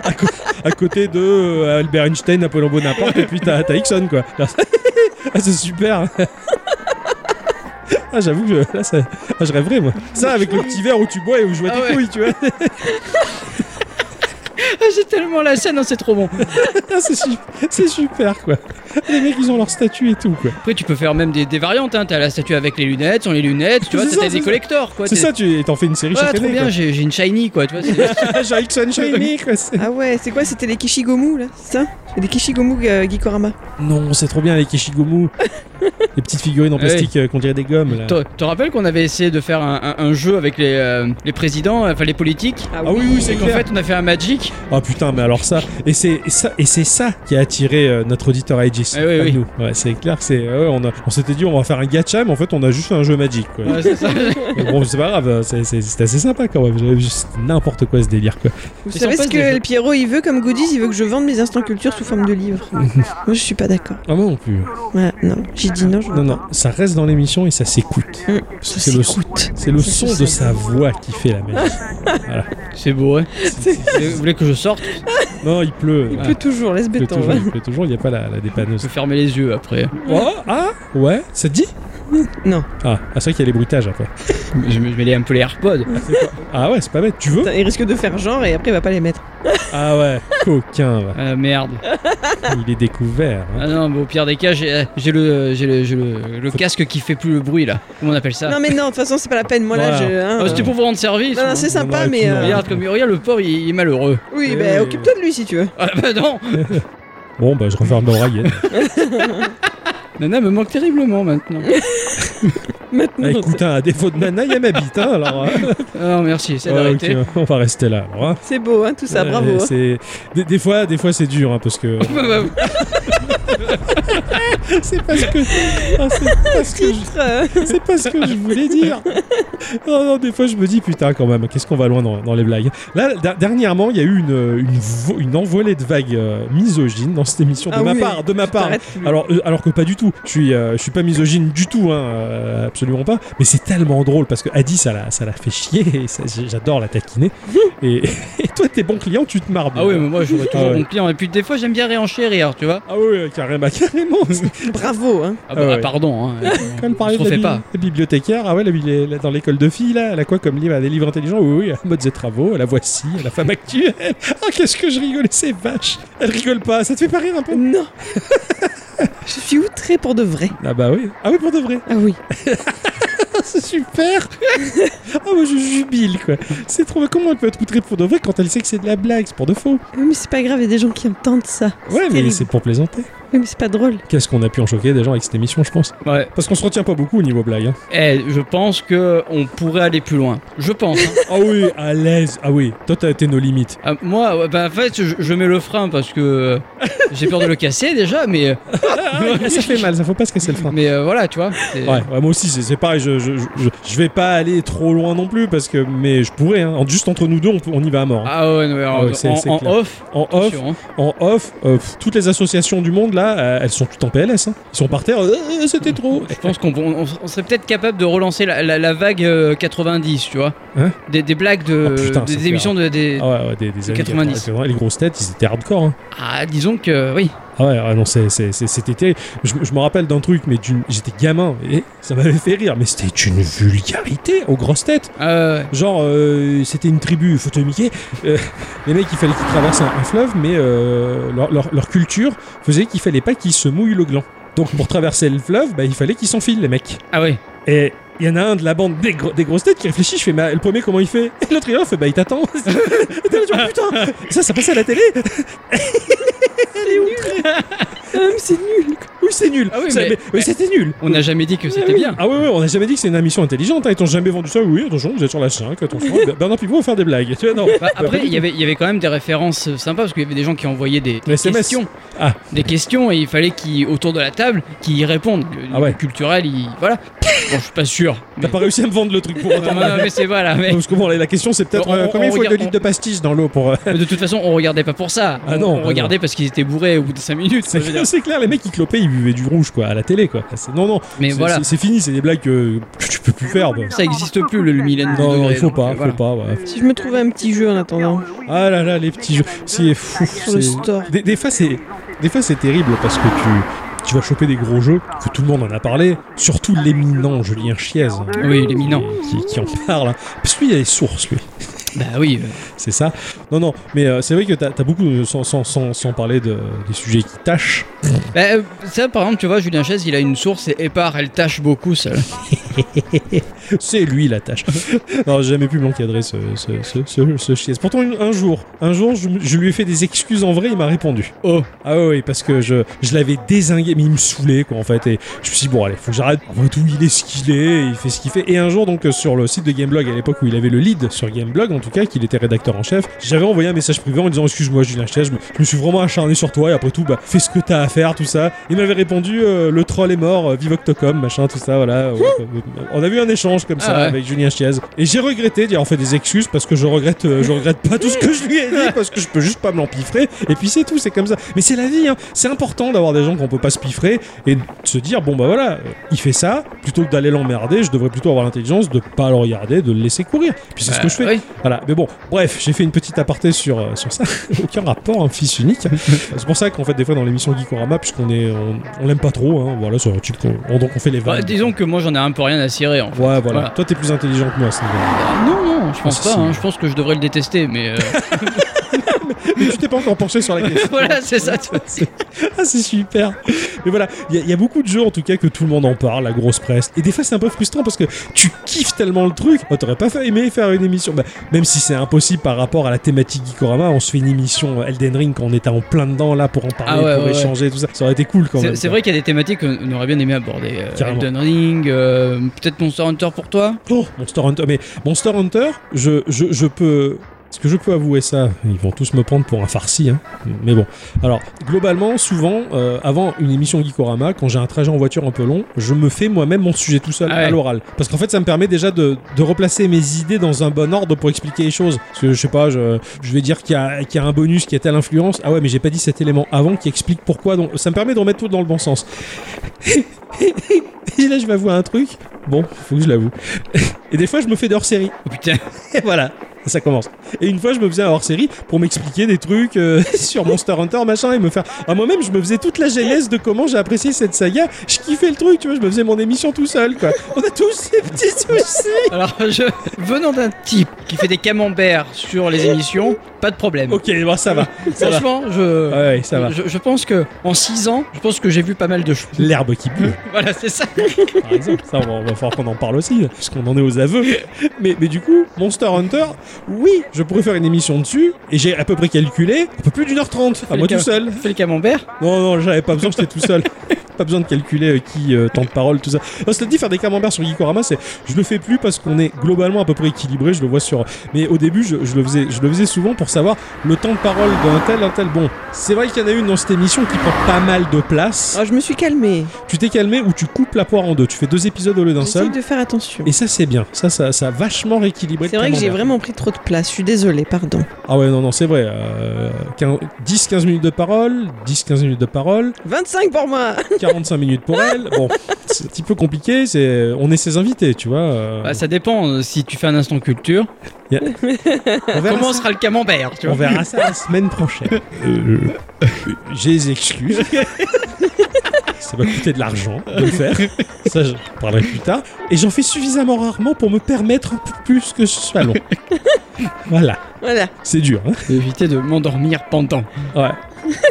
S2: à, co- à côté de euh, Albert Einstein, Napoléon Bonaparte, et puis t'as t'as Ixon, quoi. Là, ah, c'est super. Ah, j'avoue que je- là, ça, ah, je rêverais, moi. Ça, avec le petit verre où tu bois et où je vois
S3: Ah
S2: tes
S3: ouais.
S2: couilles, tu vois.
S3: Ah, J'ai tellement la scène, hein, c'est trop bon.
S2: Ah, c'est su- c'est super, quoi. Les mecs, ils ont leur statut et tout, quoi.
S3: Après, tu peux faire même des, des variantes. Hein. T'as la statue avec les lunettes, sans les lunettes. Tu vois,
S2: C'est
S3: t'as
S2: ça,
S3: t'as
S2: c'est
S3: des
S2: ça.
S3: collectors. quoi.
S2: C'est
S3: T'es-
S2: ça, tu et t'en fais une série
S3: Ouais,
S2: chaque
S3: trop
S2: année. Ah,
S3: bien,
S2: quoi.
S3: j'ai j'ai une shiny quoi, tu vois. c'est-
S2: J'ai Ixon Shiny, quoi. c'est-
S1: Ah ouais, c'est quoi C'était les Kishigomu, là C'est ça Les Kishigomu euh, Gikorama.
S2: Non, c'est trop bien avec Ishigomu. les petites figurines en
S3: Ah oui.
S2: plastique euh, qu'on dirait des gommes, là.
S3: Te te rappelles qu'on avait essayé de faire un, un- un jeu avec les, euh, les présidents, enfin les politiques
S2: Ah oui, oui, c'est
S3: Et qu'en
S2: clair.
S3: fait, on a fait un Magic.
S2: Ah putain, mais alors ça, et c'est et ça, et c'est ça qui a attiré euh, notre auditeur Aegis.
S3: Ah oui,
S2: à
S3: oui.
S2: nous. Ouais, c'est clair, que c'est ouais, on, a- on s'était dit on va faire un gacha, mais en fait on a juste fait un jeu Magic. Quoi.
S3: Ouais, c'est ça.
S2: Mais bon, c'est pas grave, c'est- c'est c'est assez sympa quand même. J'avais juste n'importe quoi ce délire quoi.
S1: Vous
S3: Ils
S1: savez
S3: s'en
S1: ce
S3: passent
S1: que
S3: des jeux.
S1: El Piero il veut comme goodies Il veut que je vende mes instants culture sous forme de livres. Moi je suis pas d'accord.
S2: Ah non, non plus.
S1: Voilà, non, j'ai dit non. Je...
S2: Non non, ça reste dans l'émission et ça s'écoute.
S1: Mm.
S2: Parce que C'est le son, c'est le
S1: Ça
S2: son
S1: se
S2: de
S1: sent.
S2: sa voix qui fait la magie.
S3: C'est beau, ouais. Vous voulez que je sorte
S2: non, il pleut.
S1: Il
S2: Ah,
S1: peut toujours, laisse
S2: il pleut
S1: béton.
S2: toujours,
S1: va.
S2: il pleut toujours, il n'y a pas la, la
S3: Je
S2: dépanneuse.
S3: peux fermer les yeux après.
S2: Oh, ah, ouais, ça te dit
S1: Non.
S2: Ah, ah, c'est vrai qu'il y a les bruitages après.
S3: Je, je mets les- un peu les AirPods.
S2: Ah ouais, c'est pas bête, tu veux
S1: Putain, Il risque de faire genre et après il va pas les mettre.
S2: Ah ouais, coquin, va.
S3: Ah merde.
S2: Il est découvert. hein.
S3: Ah non, mais au pire des cas, j'ai euh, j'ai le, j'ai le, j'ai le, le casque qui fait plus le bruit là. Comment on appelle ça
S1: Non mais non, de toute façon c'est pas la peine. Moi là,
S2: Voilà. Oh,
S1: je. hein,
S3: Ah, C'était pour vous rendre service.
S1: Non, non,
S3: moi.
S1: c'est
S2: Non,
S1: sympa,
S2: non,
S1: mais.
S2: écoute,
S1: euh,
S2: non.
S3: Regarde comme Muriel, le pauvre, il, il est malheureux.
S1: Oui,
S2: hein. Eh
S1: bah
S2: oui.
S1: occupe-toi de lui si tu veux.
S3: Ah bah non
S2: Bon, bah je referme l'oreille.
S3: Nana me manque terriblement maintenant.
S1: Maintenant.
S2: Ah, écoute, hein, à défaut de nana, il y a ma bite. hein, alors, hein.
S3: Ah non, merci, c'est
S2: Ouais,
S3: d'arrêter.
S2: ok, on va rester là. alors, hein.
S1: C'est beau, hein, tout ça,
S2: Ouais,
S1: bravo. hein.
S2: c'est- Des, des fois, des fois c'est dur, hein, parce que
S3: Bah, bah,
S2: C'est parce que. Ah, c'est parce que je-
S1: titre. euh,
S2: C'est pas ce que je voulais dire. Non, non, des fois je me dis putain quand même, qu'est-ce qu'on va loin dans, dans les blagues. Là, der- dernièrement, il y a eu une, une, vo- une envolée de vagues euh, misogynes dans cette émission de
S1: Ah
S2: ma
S1: oui,
S2: part, de ma part.
S1: t'arrêtes plus.
S2: Alors, euh, alors que pas du tout. Je suis, euh, je suis pas misogyne du tout, hein, euh, absolument pas. Mais c'est tellement drôle parce que Adi, ça la, ça la fait chier. et ça- j'- J'adore la taquiner. Et, et toi, t'es bon client, tu te marres. bien.
S3: Ah oui, mais moi j'aurais toujours
S2: Ah ouais.
S3: mon client. Et puis des fois j'aime bien réenchérir, tu vois.
S2: Ah oui, carrément, carrément.
S1: Bravo, hein.
S3: Ah, bah,
S2: Ah ouais.
S3: ah, pardon, hein.
S2: Quand elle parlait
S3: on se
S2: de la,
S3: fait
S2: bi-
S3: pas.
S2: la bibliothécaire, ah ouais, la bibli- la- dans l'école de filles, là, elle a quoi comme livre Elle a des livres intelligents Oui, oui, à mode des travaux, à la voici, à la femme actuelle. Ah, qu'est-ce que je rigole, c'est vache Elle rigole pas, ça te fait pas rire un peu
S1: Non. Je suis outré pour de vrai.
S2: Ah bah oui, ah oui, pour de vrai,
S1: Ah oui.
S2: Ah, c'est super Ah, moi je jubile, quoi C'est trop, comment elle peut être outrée pour de vrai quand elle sait que c'est de la blague, c'est pour de faux
S1: Ah Oui, Mais c'est pas grave, il y a des gens qui entendent ça.
S2: Ouais, mais
S1: terrible.
S2: c'est pour plaisanter.
S1: Oui, mais c'est pas drôle.
S2: Qu'est-ce qu'on a pu en choquer des gens avec cette émission, je pense
S3: Ouais.
S2: Parce qu'on se retient pas beaucoup au niveau blague, hein.
S3: Eh, je pense que on pourrait aller plus loin. Je pense. hein.
S2: Ah oui, à l'aise, ah oui, toi t'as été nos limites.
S3: Ah, moi, ouais, bah en fait, je, je mets le frein parce que euh, j'ai peur de le casser déjà, mais euh,
S2: ça fait mal, ça faut pas se casser le frein.
S3: mais euh, voilà, tu vois. c'est-
S2: Ouais, ouais, moi aussi, c'est c'est pareil. Je, je, je, je vais pas aller trop loin non plus parce que, mais je pourrais. hein. En- juste entre nous deux, on, peut- on y va à mort. hein.
S3: Ah ouais, non, mais alors,
S2: Ah ouais, c'est-
S3: en,
S2: c'est
S3: en
S2: clair.
S3: off,
S2: En off,
S3: sûr, hein.
S2: en off, euh, pff, toutes les associations du monde là, euh, elles sont toutes en PLS. hein. Ils sont par terre. euh, C'était trop.
S3: je pense qu'on on- on serait peut-être capable de relancer la, la- la vague euh, 90, tu vois.
S2: Hein
S3: des, des blagues de
S2: Ah, putain, ça
S3: des
S2: fait
S3: émissions de des
S2: Ah ouais, ouais, des, des années
S3: 90.
S2: 80, Les grosses têtes, ils étaient hardcore. hein.
S3: ah disons que oui.
S2: Ah ouais, ah non, c'est- c'est- c'est- c'était terrible. Je, je me rappelle d'un truc, mais d'une- j'étais gamin et ça m'avait fait rire. Mais c'était une vulgarité aux grosses têtes.
S3: Euh,
S2: Genre, euh, c'était une tribu photomiquée. Euh, les mecs, il fallait qu'ils traversent un, un fleuve, mais euh, leur, leur- leur culture faisait qu'il fallait pas qu'ils se mouillent le gland. Donc, pour traverser le fleuve, bah, il fallait qu'ils s'enfilent, les mecs.
S3: ah ouais.
S2: Et il y en a un de la bande des, gro- des grosses têtes qui réfléchit. Je fais, mais le premier, comment il fait Et l'autre, il offre, bah, il t'attend. Et t'es là, genre, putain, ça, ça passait à la télé
S1: Ah, mais c'est nul.
S2: Oui, c'est nul.
S3: Ah oui,
S2: Ça-
S3: mais-
S2: oui, c'était nul.
S3: On n'a jamais dit que c'était bien.
S2: Ah ouais, ouais, on n'a jamais dit que c'est une émission intelligente. hein. Ils t'ont jamais vendu ça. Oui, attention, vous êtes sur la 5, attention. Bernard Pivot va faire des blagues. Tu vois, non.
S3: Bah, après, il y avait- il y avait quand même des références euh, sympas parce qu'il y avait des gens qui envoyaient des, des
S2: SMS.
S3: questions.
S2: Ah.
S3: Des questions et il fallait qu'ils, autour de la table, qu'ils y répondent. Que
S2: Ah ouais.
S3: Le culturel, il. Voilà. Bon, je suis pas sûr.
S2: T'as
S3: Mais...
S2: pas réussi à me vendre le truc pour
S3: Non,
S2: autant.
S3: non, mais c'est voilà. mais-
S2: Non, Parce que bon, la- la question c'est peut-être
S3: On-
S2: euh,
S3: on-
S2: combien il
S3: on
S2: faut de
S3: regarde-
S2: litres de pastis dans l'eau pour. euh,
S3: Mais de toute façon, on regardait pas pour ça.
S2: Ah
S3: On-
S2: non,
S3: On,
S2: bah
S3: regardait parce qu'ils étaient bourrés au bout de 5 minutes.
S2: C'est
S3: je veux dire.
S2: c'est clair, les mecs ils clopaient, ils buvaient du rouge quoi, à la télé quoi. C'est- Non, non,
S3: Mais
S2: c'est-
S3: voilà.
S2: c'est- c'est fini, c'est des blagues que, que tu peux plus faire. bah.
S3: Ça existe plus le millénaire.
S2: Non, non,
S3: degrés,
S2: il faut
S3: donc, euh,
S2: pas, faut
S3: voilà.
S2: pas. ouais.
S1: Si je me trouvais un petit jeu en attendant.
S2: Ah là là, les petits jeux. C'est fou.
S1: Sur le
S2: c'est-
S1: store.
S2: Des, des fois c'est des fois c'est terrible parce que tu tu vas choper des gros jeux que tout le monde en a parlé, surtout l'éminent Julien Chiez. hein,
S3: Oui, l'éminent.
S2: Qui, qui en parle. hein. Parce que lui, il a les sources, lui.
S3: Bah oui. euh,
S2: C'est ça. Non, non, mais euh, c'est vrai que t'as t'as beaucoup, euh, sans, sans, sans, sans parler de, des sujets qui tâchent,
S3: Bah, euh, ça, par exemple, tu vois, Julien Chaise, il a une source et épars, elle tâche beaucoup, ça.
S2: C'est lui la tâche. non, j'ai jamais pu m'encadrer ce, ce, ce, ce, ce chiasse. Pourtant, une- un jour, un jour, je, me- je lui ai fait des excuses en vrai, il m'a répondu.
S3: Oh.
S2: Ah oui, parce que je, je l'avais désingué, mais il me saoulait, quoi, en fait. Et je me suis dit, bon, allez, faut que j'arrête. Après tout, il est ce qu'il est, il fait ce qu'il fait. Et un jour, donc, sur le site de Gameblog, à l'époque où il avait le lead sur Gameblog, en tout cas, qu'il était rédacteur en chef, j'avais envoyé un message privé en disant, excuse-moi, Julien Chiasse, je me, je me suis vraiment acharné sur toi, et après tout, bah, fais ce que t'as à faire, tout ça. Il m'avait répondu, euh, le troll est mort, euh, vive Octocom, machin, tout ça, voilà. Ouais, euh, on a eu un échange comme ça
S3: Ah ouais.
S2: avec Julien Chiez. Et j'ai regretté d'y avoir fait des excuses parce que je regrette, euh, je regrette pas tout ce que je lui ai dit parce que je peux juste pas me l'empiffrer. Et puis c'est tout, c'est comme ça. Mais c'est la vie, hein. c'est important d'avoir des gens qu'on peut pas se piffrer et de se dire, bon bah voilà, euh, il fait ça, plutôt que d'aller l'emmerder, je devrais plutôt avoir l'intelligence de pas le regarder, de le laisser courir. Puis c'est ce que je fais.
S3: Bah, oui.
S2: Voilà, mais bon, bref, j'ai fait une petite aparté sur, euh, sur ça. Aucun rapport, un fils unique. c'est pour ça qu'en fait, des fois, dans l'émission Geekorama, puisqu'on est, on, on l'aime pas trop, hein, voilà, c'est un type qu'on- on- donc on fait les
S3: Bah,
S2: vannes.
S3: disons que moi, j'en ai un peu rien à cirer, en fait.
S2: Ouais, voilà.
S3: Voilà.
S2: Toi, t'es plus intelligent que moi, c'est
S3: Ah, Non, non, je pense
S2: Ah, si,
S3: pas. hein,
S2: si.
S3: Je pense que je devrais le détester, mais. euh,
S2: Mais tu t'es pas encore penché sur la question.
S3: voilà, c'est ça. tu vois.
S2: Ah, c'est super. Mais voilà, il y, a- il y a beaucoup de jeux en tout cas que tout le monde en parle, la grosse presse. Et des fois, c'est un peu frustrant parce que tu kiffes tellement le truc. Oh, T'aurais pas fait- aimé faire une émission. Bah, même si c'est impossible par rapport à la thématique Gikorama, on se fait une émission Elden Ring quand on était en plein dedans là pour en parler,
S3: Ah ouais,
S2: pour
S3: ouais,
S2: échanger, tout ça. Ça aurait été cool quand même.
S3: C'est c'est vrai qu'il y a des thématiques qu'on aurait bien aimé aborder. euh,
S2: Carrément.
S3: Elden Ring, euh, peut-être Monster Hunter pour toi
S2: Oh, Monster Hunter. Mais Monster Hunter, je, je, je peux Est-ce que je peux avouer ça Ils vont tous me prendre pour un farci, hein. Mais bon. Alors, globalement, souvent, euh, avant une émission Geekorama, quand j'ai un trajet en voiture un peu long, je me fais moi-même mon sujet tout seul
S3: Ah ouais.
S2: à l'oral. Parce qu'en fait, ça me permet déjà de, de replacer mes idées dans un bon ordre pour expliquer les choses. Parce que je sais pas, je, je vais dire qu'il y, a- qu'il y a un bonus, qui a telle influence. Ah ouais, mais j'ai pas dit cet élément avant qui explique pourquoi. Donc, ça me permet de remettre tout dans le bon sens. Et là, je vais avouer un truc. Bon, faut que je l'avoue. Et des fois, je me fais de hors série.
S3: Oh putain,
S2: Et voilà, ça commence. Et une fois, je me faisais un hors-série pour m'expliquer des trucs euh, sur Monster Hunter, machin, et me faire. Ah, moi-même, je me faisais toute la genèse de comment j'ai apprécié cette saga. Je kiffais le truc, tu vois, je me faisais mon émission tout seul, quoi. On a tous ces petits soucis.
S3: alors je. Venant d'un type qui fait des camemberts sur les émissions, pas de problème.
S2: Ok, bon, ça va. Ça va.
S3: Franchement, je.
S2: Ouais, ça va.
S3: Je, je pense que en 6 ans, je pense que j'ai vu pas mal de choses.
S2: L'herbe qui pue.
S3: Voilà, c'est ça.
S2: par exemple. Ça, on va, on va falloir qu'on en parle aussi, parce qu'on en est aux aveux. Mais, mais du coup, Monster Hunter, oui, je pourrais faire une émission dessus, et j'ai à peu près calculé un peu plus d'une heure trente, à moi tout seul.
S3: Fais le camembert.
S2: Non, non, j'avais pas besoin, j'étais tout seul. pas besoin de calculer euh, qui euh, temps de parole, tout ça. Non, cela dit, faire des camemberts sur Geekorama, c'est, je le fais plus parce qu'on est globalement à peu près équilibré, je le vois sur. Mais au début, je, je le, faisais, je le faisais souvent pour savoir le temps de parole d'un tel, un tel. Bon, c'est vrai qu'il y en a une dans cette émission qui prend pas mal de place.
S1: Ah, je me suis calmée.
S2: Tu t'es calmé ou tu coupes la poire en deux. Tu fais deux épisodes au lieu d'un
S1: J'essaye
S2: seul.
S1: de faire attention.
S2: Et ça, c'est bien. Ça, ça, ça a vachement rééquilibré
S1: C'est
S2: le
S1: vrai que j'ai
S2: camembert.
S1: vraiment pris trop de place. Je suis désolée, pardon.
S2: Ah ouais, non, non, c'est vrai. Euh, 10-15 minutes de parole, 10-15 minutes de parole.
S1: 25 pour moi
S2: 45 minutes pour elle. Bon, c'est un petit peu compliqué. C'est, on est ses invités, tu vois. euh,
S3: Bah, ça dépend. euh, Si tu fais un instant culture,
S2: on, verra
S3: comment
S2: ça,
S3: sera le camembert tu
S2: on
S3: vois
S2: verra ça la semaine prochaine. Euh, j'ai des excuses. ça va coûter de l'argent de le faire. Ça, je parlerai plus tard. Et j'en fais suffisamment rarement pour me permettre un peu plus que ce soit long. voilà,
S1: Voilà.
S2: c'est dur. hein.
S3: Éviter de m'endormir pendant.
S2: Ouais.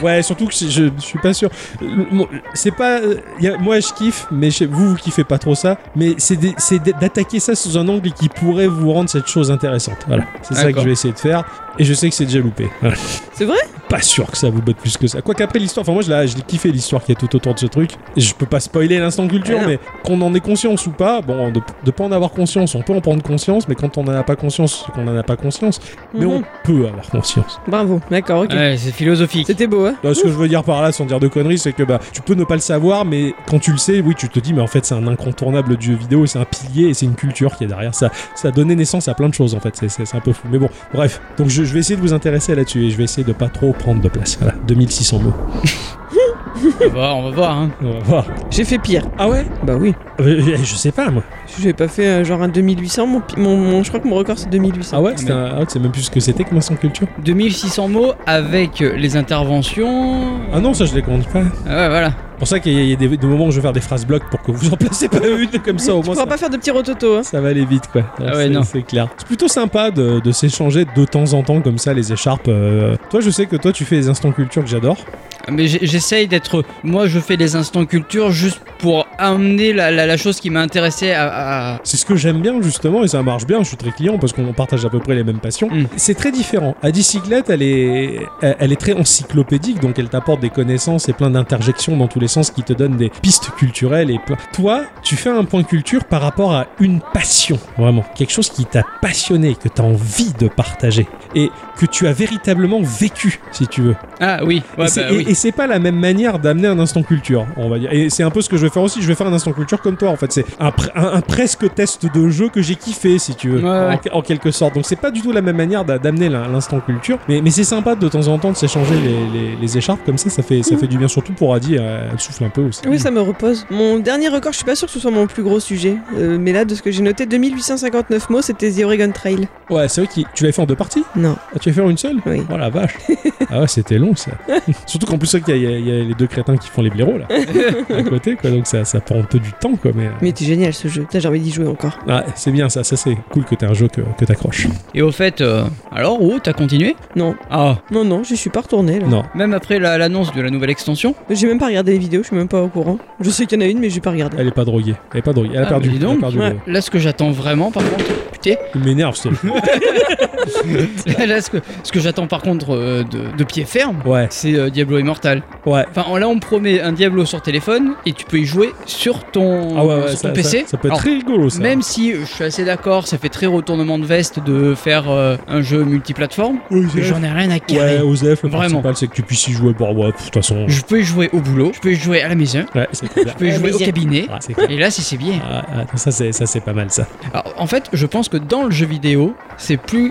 S2: Ouais, surtout que je suis pas sûr. Le- mon- C'est pas. euh, y a- moi, je kiffe, mais je- vous, vous kiffez pas trop ça. Mais c'est des- c'est d'- d'attaquer ça sous un angle qui pourrait vous rendre cette chose intéressante. Voilà. C'est ça que
S3: D'accord.
S2: je vais essayer de faire. Et je sais que c'est déjà loupé. Voilà.
S1: C'est vrai
S2: Pas sûr que ça vous botte plus que ça. Quoique après l'histoire, enfin, moi, je l'ai je l'ai kiffé l'histoire qui est tout autour de ce truc. Et Je peux pas spoiler l'instant culture,
S1: Ah non.
S2: mais qu'on en ait conscience ou pas, bon, de, de pas en avoir conscience, on peut en prendre conscience, mais quand on en a pas conscience, qu'on en a pas conscience, mais
S1: Mhm.
S2: on peut avoir conscience.
S1: Bravo. D'accord, ok.
S3: Ouais, c'est philosophique.
S1: C'était beau, hein
S2: Non, ce que je veux dire par là, sans dire de conneries, c'est que bah, tu peux ne pas le savoir, mais quand tu le sais, oui, tu te dis, mais en fait, c'est un incontournable du jeu vidéo, c'est un pilier, et c'est une culture qui est derrière ça. Ça a donné naissance à plein de choses, en fait, c'est- c'est c'est un peu fou. Mais bon, bref, donc je, je vais essayer de vous intéresser là-dessus, et je vais essayer de pas trop prendre de place. Voilà, 2600 mots.
S3: On va voir, on va voir. Hein.
S2: On va voir.
S1: J'ai fait pire.
S2: Ah ouais
S1: Bah oui.
S2: Euh, Je sais pas, moi.
S1: J'ai pas fait euh, genre un 2800. Mon, pi- mon, mon- je crois que mon record c'est 2800.
S2: Ah ouais C'est un- ah, c'est même plus ce que c'était que Maçon Culture
S3: 2600 mots avec euh, les interventions.
S2: Ah non, ça, je les compte pas.
S3: Ah ouais, voilà.
S2: C'est pour ça qu'il y a, il y a des, des moments où je vais faire des phrases blocs pour que vous en placez pas une comme ça, au
S1: Tu
S2: moins.
S1: pourras
S2: ça-
S1: pas faire de petits rototo, hein
S2: Ça va aller vite, quoi.
S3: Ah ouais,
S2: C'est-
S3: non.
S2: C'est clair. C'est plutôt sympa de, de s'échanger de temps en temps comme ça les écharpes. euh. Toi, je sais que toi, tu fais des instants culture que j'adore.
S3: Ah, Mais j'ai- j'essaye d'être. Moi, je fais des instants culture juste pour amener la, la- la chose qui m'a intéressé à. à-
S2: C'est ce que j'aime bien, justement, et ça marche bien. Je suis très client parce qu'on partage à peu près les mêmes passions.
S3: Mm.
S2: C'est très différent. À bicyclette, elle est, elle elle est très encyclopédique, donc elle t'apporte des connaissances et plein d'interjections dans tous les sens qui te donnent des pistes culturelles. Et plein. Toi, tu fais un point culture par rapport à une passion, vraiment. Quelque chose qui t'a passionné, que t'as envie de partager, et que tu as véritablement vécu, si tu veux.
S3: Ah oui, ouais,
S2: et c'est
S3: bah
S2: et-
S3: oui.
S2: et c'est pas la même manière d'amener un instant culture, on va dire. Et c'est un peu ce que je vais faire aussi. Je vais faire un instant culture comme toi, en fait. C'est un, pr- un- un presque test de jeu que j'ai kiffé, si tu veux,
S3: Ouais,
S2: en,
S3: ouais.
S2: en quelque sorte. Donc c'est pas du tout la même manière d'a- d'amener l'in- l'instant culture. Mais, mais c'est sympa de temps en temps de s'échanger les, les- les écharpes comme ça. Ça fait, ça fait du bien, surtout pour Adi. euh, Elle souffle un peu aussi.
S1: Oui, ça me repose. Mon dernier record, je suis pas sûr que ce soit mon plus gros sujet. Euh, mais là, de ce que j'ai noté, 2859 mots, c'était The Oregon Trail.
S2: Ouais, c'est vrai que tu l'avais fait en deux parties.
S1: Non,
S2: Ah, tu vas faire une seule
S1: oui.
S2: Oh la vache Ah ouais, c'était long ça Surtout qu'en plus, il y, a- il y a les deux crétins qui font les blaireaux là, à côté quoi, donc ça, ça prend un peu du temps quoi, mais. euh,
S1: Mais t'es génial ce jeu. Putain, j'ai envie d'y jouer encore.
S2: Ah, c'est bien ça, ça c'est cool que t'aies un jeu que, que t'accroches.
S3: Et au fait, euh, alors, oh, t'as continué
S1: Non,
S3: Ah,
S1: non, non, j'y suis pas retourné là.
S2: Non.
S3: même après la- l'annonce de la nouvelle extension
S1: J'ai même pas regardé les vidéos, je suis même pas au courant. Je sais qu'il y en a une, mais j'ai pas regardé.
S2: Elle est pas droguée. Elle est pas droguée. Elle a
S3: Ah,
S2: perdu.
S3: bah dis donc,
S2: elle a perdu
S1: ouais.
S2: le-
S3: Là, ce que j'attends vraiment, par contre, putain,
S2: Il m'énerve, c'est.
S3: là, ce que, ce que j'attends par contre euh, de, de pied ferme,
S2: Ouais.
S3: c'est euh, Diablo mortal.
S2: Ouais.
S3: Enfin, en- là, on promet un Diablo sur téléphone et tu peux y jouer sur ton,
S2: Ah ouais, ouais,
S3: sur
S2: ça,
S3: ton
S2: ça-
S3: PC.
S2: Ça, peut être
S3: Alors,
S2: très rigolo ça.
S3: Même si je suis assez d'accord, ça fait très retournement de veste de faire euh, un jeu multiplateforme, mais j'en ai rien à carrer.
S2: Ouais, Osef, le
S3: Vraiment.
S2: principal, c'est que tu puisses y jouer. Bon, ouais, pff, de toute façon.
S3: Je peux y jouer au boulot, je peux y jouer à la maison,
S2: Ouais, c'est clair.
S3: je peux y
S1: À la
S3: jouer au
S1: maison.
S3: cabinet.
S2: Ouais, c'est clair.
S3: Et là, c'est c'est bien.
S2: Ah, ah, ça, c'est, ça, c'est pas mal ça.
S3: Alors, en fait, je pense que dans le jeu vidéo, c'est plus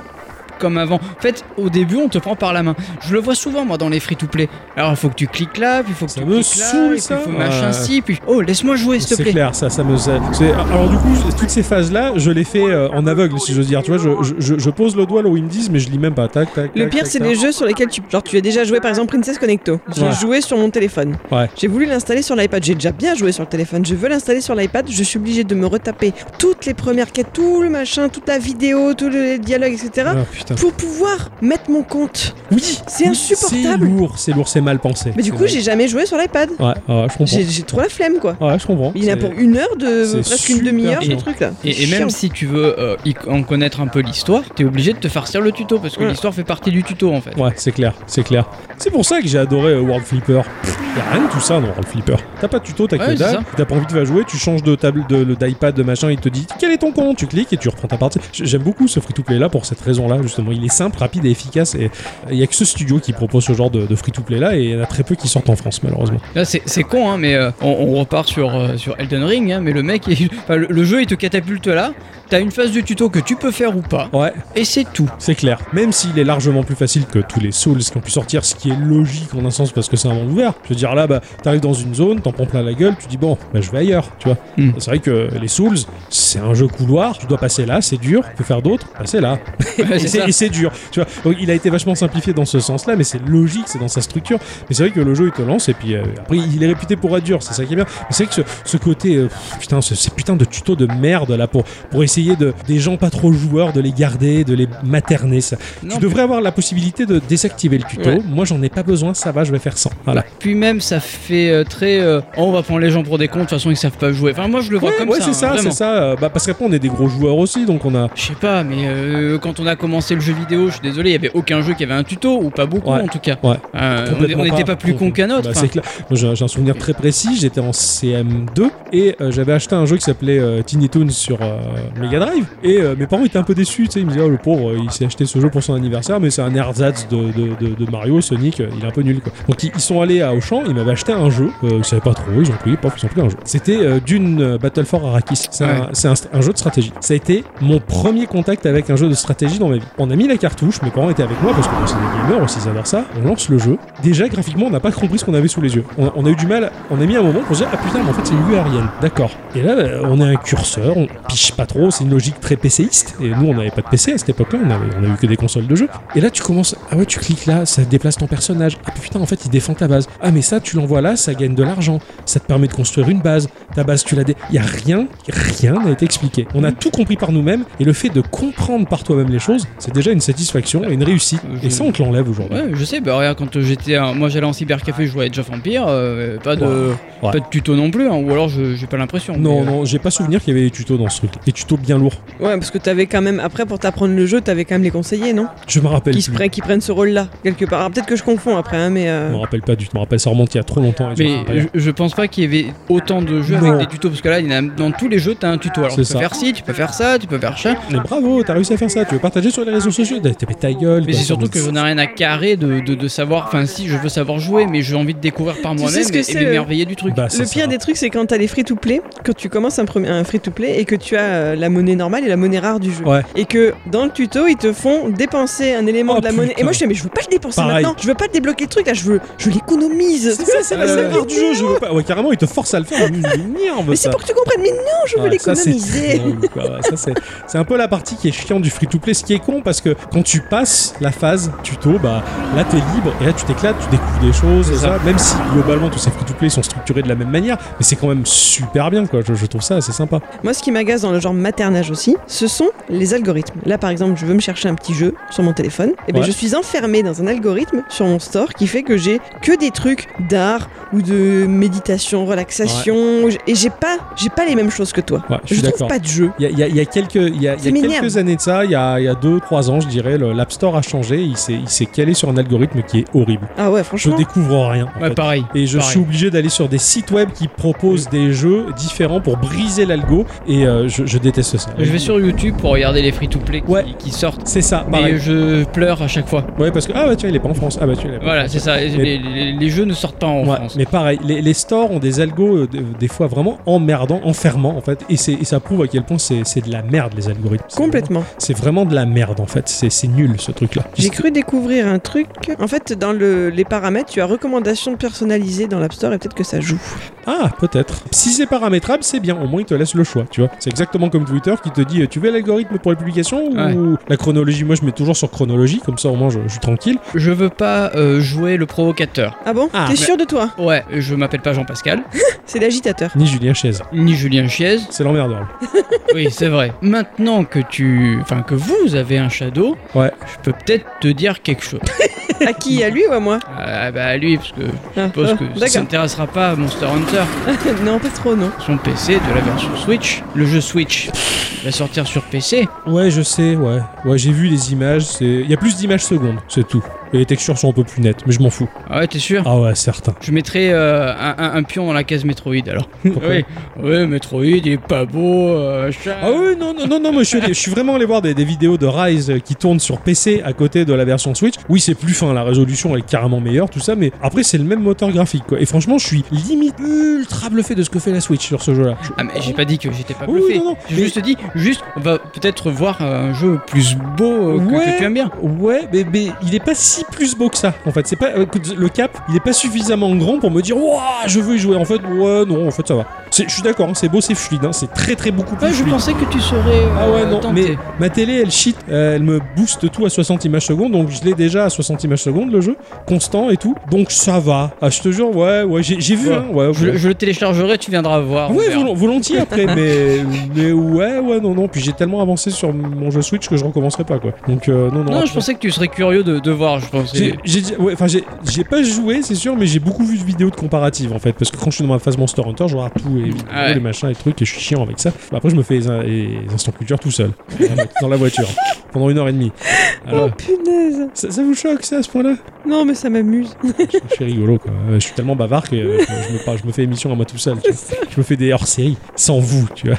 S3: comme avant. En fait, au début, on te prend par la main. Je le vois souvent, moi, dans les free-to-play. Alors, il faut que tu cliques là, puis il faut que
S2: Ça
S3: tu
S2: me
S3: cliques là,
S2: saoule,
S3: et puis
S2: ça.
S3: il faut machin
S2: Ouais.
S3: ci, puis... Oh, laisse-moi jouer, s'il te
S2: C'est
S3: plaît.
S2: clair, ça, ça me. ça- c'est- alors, du coup, toutes ces phases-là, je les fais euh, en aveugle, si j'ose dire. Tu vois, je, je, je pose le doigt là où ils me disent, mais je lis même pas. Tac, tac.
S1: Le
S2: tac,
S1: pire,
S2: tac,
S1: c'est
S2: tac.
S1: les jeux sur lesquels tu. Genre, tu as déjà joué par exemple Princess Connecto. J'ai
S2: hein. Ouais.
S1: joué sur mon téléphone.
S2: Ouais.
S1: J'ai voulu l'installer sur l'iPad. J'ai déjà bien joué sur le téléphone. Je veux l'installer sur l'iPad. Je suis obligé de me retaper toutes les premières quêtes, tout le machin, toute la vidéo, tout le dialogue, etc.
S2: Ah, putain.
S1: Pour pouvoir mettre mon compte.
S2: Oui,
S1: C'est insupportable.
S2: C'est lourd, c'est lourd, c'est mal pensé.
S1: Mais du
S2: C'est
S1: coup,
S2: vrai.
S1: j'ai jamais joué sur l'iPad.
S2: Ouais, ouais, je comprends.
S1: J'ai j'ai trop la flemme, quoi.
S2: Ouais, je comprends.
S1: Il y en a
S2: C'est-
S1: pour une heure de
S2: c'est
S1: presque une
S2: super
S1: demi-heure ce
S2: chiant.
S1: truc là.
S3: Et, et
S1: Chiant.
S3: même si tu veux euh, y- en connaître un peu l'histoire, t'es obligé de te farcir le tuto, parce que
S1: Ouais.
S3: l'histoire fait partie du tuto, en fait.
S2: Ouais, c'est clair, c'est clair. C'est pour ça que j'ai adoré euh, World Flipper. Pff, y a rien de tout ça dans World Flipper. T'as pas de tuto, t'as
S3: Ouais,
S2: que
S3: c'est
S2: dalle.
S3: ça.
S2: T'as pas envie de va jouer, tu changes de table de le- d'iPad de machin, il te dit quel est ton compte, tu cliques et tu reprends ta partie. J- J'aime beaucoup ce free to play là pour cette raison là justement. Il est simple, rapide et efficace et il y a que ce studio qui propose ce genre de, free to play là et il y en a très peu qui sortent en France malheureusement.
S3: Là, c'est c'est con, hein, mais euh, on, on repart sur, euh, sur Elden Ring, hein, mais le mec, il- enfin, le, le jeu, il te catapulte là, t'as une phase du tuto que tu peux faire ou pas,
S2: Ouais,
S3: et c'est tout.
S2: C'est clair. Même s'il est largement plus facile que tous les Souls qui ont pu sortir, ce qui est logique en un sens parce que c'est un monde ouvert. Je veux dire, là, bah, t'arrives dans une zone, t'en prends plein la gueule, tu dis bon, bah, je vais ailleurs, tu vois.
S3: Mm.
S2: C'est vrai que les Souls, c'est un jeu couloir, tu dois passer là, c'est dur, tu peux faire d'autres, passer là.
S3: Ouais,
S2: Et
S3: c'est ça.
S2: c'est- et c'est dur, tu vois. Donc, il a été vachement simplifié dans ce sens-là, mais c'est logique, c'est dans sa structure. Mais c'est vrai que le jeu, il te lance, et puis euh, après, il est réputé pour être dur, c'est ça qui est bien. Mais c'est vrai que ce, ce côté, euh, pff, putain, ce, ces putains de tutos de merde, là, pour, pour essayer de, des gens pas trop joueurs, de les garder, de les materner, ça,
S3: Non,
S2: tu devrais avoir la possibilité de désactiver le tuto.
S3: Ouais.
S2: Moi, j'en ai pas besoin, ça va, je vais faire sans. Voilà.
S3: Puis même, ça fait euh, très. euh, Oh, on va prendre les gens pour des cons, de toute façon, ils savent pas jouer. Enfin, moi, je le vois
S2: Ouais,
S3: comme
S2: ouais,
S3: ça.
S2: c'est
S3: hein,
S2: ça,
S3: vraiment.
S2: c'est ça. Euh, Bah, parce qu'après, on est des gros joueurs aussi, donc on a.
S3: Je sais pas, mais euh, quand on a commencé le jeu vidéo, je suis désolé, il y avait aucun jeu qui avait un tuto, ou pas beaucoup
S2: Ouais.
S3: en tout cas.
S2: Ouais.
S3: Euh, on-
S2: complètement
S3: on n'était pas plus con qu'un autre. hein.
S2: Bah,
S3: enfin.
S2: c'est clair. Moi, j'ai j'ai un souvenir très précis. J'étais en CM2 et euh, j'avais acheté un jeu qui s'appelait euh, Tiny Toons sur euh, Mega
S3: Ah.
S2: Drive. Et euh, mes parents étaient un peu déçus. Tu sais, ils me disaient, oh, le pauvre, il s'est acheté ce jeu pour son anniversaire, mais c'est un ersatz de, de- de- de Mario, Sonic. euh, Il est un peu nul, quoi. Donc, ils, ils sont allés à Auchan. Ils m'avaient acheté un jeu. Euh, ils savaient pas trop. Ils ont pris, pof, ils ont pris un jeu. C'était euh, d'une euh, Battle for Arrakis. C'est un-
S3: Ouais.
S2: c'est un, un jeu de stratégie. Ça a été mon premier contact avec un jeu de stratégie dans ma vie. On a mis la cartouche, mes parents étaient avec moi parce que bon, c'est des gamers aussi, ils adorent ça. On lance le jeu. Déjà, graphiquement, on n'a pas compris ce qu'on avait sous les yeux. On a, on a eu du mal, on a mis un moment pour se dire Ah putain, mais en fait, c'est une vue aérienne. D'accord. Et là, euh, on a un curseur, on piche pas trop, c'est une logique très PCiste. Et nous, on n'avait pas de PC à cette époque-là, on, avait- on a eu que des consoles de jeu. Et là, tu commences Ah ouais, tu cliques là, ça déplace ton personnage. Ah putain, en fait, il défend ta base. Ah, mais ça, tu l'envoies là, ça gagne de l'argent. Ça te permet de construire une base ta base tu l'as dé... Il y a rien, rien n'a été expliqué. On
S3: Mm.
S2: a tout compris par nous-mêmes et le fait de comprendre par toi-même les choses, c'est déjà une satisfaction et une réussite.
S3: Euh, je-
S2: Et ça, on te l'enlève aujourd'hui.
S3: Ouais, je sais, bah regarde, quand j'étais. à- Moi, j'allais en cybercafé, je jouais à Age of Empire, euh, pas, de,
S2: Ouais. Ouais.
S3: pas de tuto non plus, hein, ou alors je- j'ai pas l'impression.
S2: Non,
S3: mais, euh,
S2: non, j'ai pas souvenir qu'il y avait des tutos dans ce truc. Des tutos bien lourds.
S1: Ouais, parce que t'avais quand même, après pour t'apprendre le jeu, t'avais quand même les conseillers, non
S2: Je me rappelle.
S1: qui, se
S2: plus.
S1: prennent, qui prennent ce rôle-là, quelque part. Alors, peut-être que je confonds après, hein, mais. euh,
S2: Je me rappelle pas du tout. Je me rappelle, ça remonte il y a trop longtemps. et je me rappelle
S3: Mais je, je pense pas qu'il y avait autant de jeux
S2: Non.
S3: avec des tutos, parce que là, il y en a- dans tous les jeux, t'as un tuto. Alors, tu
S2: C'est
S3: peux
S2: ça.
S3: faire ci, tu peux faire ça, tu peux faire ça.
S2: Mais bravo, t'as réussi à faire ça. Tu veux partager sur les réseaux sociaux T'as t'as fait ta gueule.
S3: Mais
S2: quoi.
S3: c'est surtout que j'en ai rien à carrer de, de, de savoir. Enfin, si je veux savoir jouer, mais j'ai envie de découvrir par
S1: sais
S3: moi-même
S1: ce que
S3: et,
S1: c'est, euh,
S3: et m'émerveiller du truc.
S2: Bah, c'est
S1: Le
S2: ça.
S1: pire des trucs, c'est quand t'as les free-to-play, quand tu commences un, premier- un free-to-play et que tu as euh, la monnaie normale et la monnaie rare du jeu.
S2: Ouais.
S1: Et que dans le tuto, ils te font dépenser un élément
S2: Oh,
S1: de la monnaie. Et
S2: putain.
S1: moi, je dis, mais je veux pas le dépenser
S2: Pareil.
S1: maintenant, je veux pas te débloquer le truc, là, je veux, je l'économise.
S2: C'est ça, c'est la
S3: Euh,
S2: seule part du jeu. Je veux pas. Ouais, carrément, il te force à le faire. Il m'énerve,
S1: Mais
S2: ça.
S1: c'est pour que tu comprennes, mais non, je veux
S2: Ouais, ça, c'est
S1: l'économiser.
S2: drôle, quoi. Ouais, ça, c'est- c'est un peu la partie qui est chiant du free-to-play, ce qui est con parce que quand tu passes la phase tuto, bah là t'es libre et là tu t'éclates, tu découvres des choses, et
S3: C'est
S2: ça. même si globalement tous ces free-to-play sont structurés de la même manière, mais c'est quand même super bien quoi. Je, je trouve ça assez sympa.
S1: Moi, ce qui m'agace dans le genre carnage aussi, ce sont les algorithmes. Là, par exemple, je veux me chercher un petit jeu sur mon téléphone, et ben
S2: Ouais.
S1: je suis enfermé dans un algorithme sur mon store qui fait que j'ai que des trucs d'art ou de méditation, relaxation, et j'ai pas, j'ai pas les mêmes choses que toi.
S2: Ouais, je
S1: Je
S2: suis
S1: trouve
S2: d'accord.
S1: pas de jeu.
S2: Il y a, il y a- il y a quelques, il y a, il y a
S1: C'est m'énerve.
S2: quelques années de ça, il y a, il y a deux, trois ans, je dirais, le- l'App Store a changé. Il s'est, il s'est calé sur un algorithme qui est horrible.
S1: Ah ouais,
S2: Je
S1: franchement.
S2: découvre rien. en
S3: Ouais,
S2: fait.
S3: pareil.
S2: Et je
S3: pareil.
S2: suis obligé d'aller sur des sites web qui proposent des jeux différents pour briser l'algo. Et euh, je, je déteste ça.
S3: Je vais sur YouTube pour regarder les free-to-play qui,
S2: Ouais.
S3: qui sortent.
S2: C'est ça,
S3: Mais
S2: pareil.
S3: je pleure à chaque fois.
S2: Ouais, parce que ah bah tiens, il est pas en France. Ah bah tiens, il est pas en
S3: Voilà, c'est ça. Les,
S2: Mais-
S3: les- les jeux ne sortent pas en
S2: Ouais,
S3: France.
S2: mais pareil, les, les stores ont des algos euh, de- des fois vraiment emmerdants, enfermants en fait, et, c'est- et ça prouve à quel point c'est c'est de la merde les algorithmes. C'est
S1: Complètement.
S2: vraiment- C'est vraiment de la merde en fait, c'est c'est nul ce truc là.
S1: J'ai cru découvrir un truc. En fait, dans le- les paramètres, tu as recommandations personnalisées dans l'App Store et peut-être que ça joue.
S2: Ah, peut-être. Si c'est paramétrable, c'est bien, au moins il te laisse le choix, tu vois. C'est exactement comme Twitter qui te dit euh, tu veux l'algorithme pour la publication ou
S3: Ouais.
S2: la chronologie Moi je mets toujours sur chronologie, comme ça au moins je, je suis tranquille.
S3: Je veux pas euh, jouer le provocateur.
S1: Ah bon
S2: Ah,
S1: T'es
S2: mais-
S1: sûr de toi
S3: Ouais, je m'appelle pas Jean-Pascal,
S1: C'est l'agitateur.
S2: Ni Julien Chaise.
S3: ni Julien Chiez.
S2: C'est l'emmerdeur.
S3: Oui, c'est vrai. Maintenant que tu, enfin que vous avez un Shadow,
S2: Ouais.
S3: je peux peut-être te dire quelque chose.
S1: à qui À lui ou à moi
S3: Ah bah lui, parce que je
S1: Ah,
S3: suppose
S2: Euh,
S1: ah,
S3: que ça
S1: D'accord.
S3: s'intéressera pas à Monster Hunter.
S1: non, pas trop, non.
S3: Son PC de la version Switch, le jeu Switch il va sortir sur PC.
S2: Ouais, je sais, ouais. Ouais, j'ai vu les images, c'est. Il y a plus d'images secondes, c'est tout. Et les textures sont un peu plus nettes, mais je m'en fous.
S3: Ah ouais, t'es sûr
S2: Ah ouais, certain.
S3: Je mettrai euh, un, un- un pion dans la case Metroid alors.
S2: Pourquoi
S3: oui, oui, Metroid, il est pas beau. euh, chat.
S2: Ah oui, non, non, non, non, monsieur, je suis vraiment allé voir des, des vidéos de Rise qui tournent sur PC à côté de la version Switch. Oui, c'est plus fin, la résolution est carrément meilleure, tout ça, mais après, c'est le même moteur graphique, quoi. Et franchement, je suis limite ultra bluffé de ce que fait la Switch sur ce jeu-là. Je-
S3: Ah, mais j'ai pas dit que j'étais pas
S2: Oui,
S3: bluffé.
S2: non, non,
S3: J'ai
S2: mais-
S3: juste dit, juste, on va peut-être voir un jeu plus beau euh, que, que
S2: Ouais.
S3: tu aimes bien.
S2: Ouais, mais, mais il est pas si plus beau que ça. En fait, c'est pas écoute, le cap, il est pas suffisamment grand pour me dire ouah, je veux y jouer. En fait, ouais, non, en fait, ça va. C'est- Je suis d'accord, hein, c'est beau, c'est fluide, hein, c'est très très beaucoup plus
S3: Ouais, je
S2: fluide.
S3: pensais que tu serais.
S2: Ah ouais,
S3: euh,
S2: non,
S3: tenté.
S2: mais ma télé, elle cheat, euh, elle me booste tout à 60 images secondes, donc je l'ai déjà à 60 images secondes, le jeu, constant et tout, donc ça va. Ah, je te jure, ouais, ouais, j'ai j'ai vu,
S3: Ouais.
S2: hein, ouais,
S3: Je,
S2: ouais.
S3: je le téléchargerai, tu viendras voir. on
S2: Ouais,
S3: verra.
S2: volo- volontiers après, mais, mais ouais, ouais, non, non. Puis j'ai tellement avancé sur mon jeu Switch que je recommencerai pas, quoi. Donc, euh, non, non.
S3: Non, je
S2: après-
S3: pensais que tu serais curieux de, de voir, je pensais.
S2: j'ai j'ai dit- ouais, enfin, j'ai- j'ai pas joué, c'est sûr, mais j'ai beaucoup vu de vidéos de comparatives en fait. Parce que quand je suis dans ma phase Monster Hunter, je regarde tout et
S3: Ah ouais.
S2: les machins et trucs et je suis chiant avec ça. Après, je me fais les, in- les instants culture tout seul dans la- dans la voiture pendant une heure et demie. Alors,
S1: Oh punaise
S2: ça, ça vous choque, ça, à ce point-là
S1: Non, mais ça m'amuse.
S2: je, je suis rigolo, quoi. Euh, Je suis tellement bavard que euh, je, je me, par- je me fais émission à moi tout seul. tu vois. Je me fais des hors-séries sans vous, tu vois.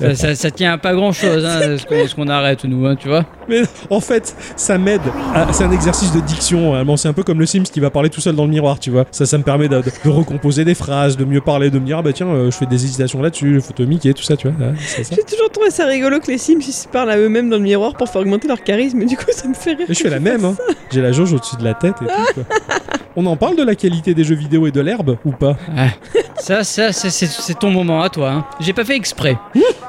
S3: Ça, ça- ça tient à pas grand chose, hein, ce qu'on- ce qu'on arrête, nous, hein, tu vois.
S2: Mais en fait, ça m'aide. à- C'est un exercice de diction. euh, bon, c'est un peu comme le Sims qui va parler tout seul dans le miroir, tu vois. Ça, ça me permet de, de- de recomposer des phrases, de mieux parler, de me dire ah bah tiens, euh, je fais des hésitations là-dessus, faut te miquer, tout ça, tu vois. hein, c'est ça.
S1: J'ai toujours trouvé ça rigolo que les Sims ils se parlent à eux-mêmes dans le miroir pour faire augmenter leur charisme, du coup ça me fait rire.
S2: Et je fais la
S1: que
S2: même.
S1: fasse
S2: hein. J'ai la jauge au-dessus de la tête et tout. quoi. On en parle de la qualité des jeux vidéo et de l'herbe ou pas
S3: Ça, ça, ça, c'est- c'est ton moment à toi. hein. J'ai pas fait exprès.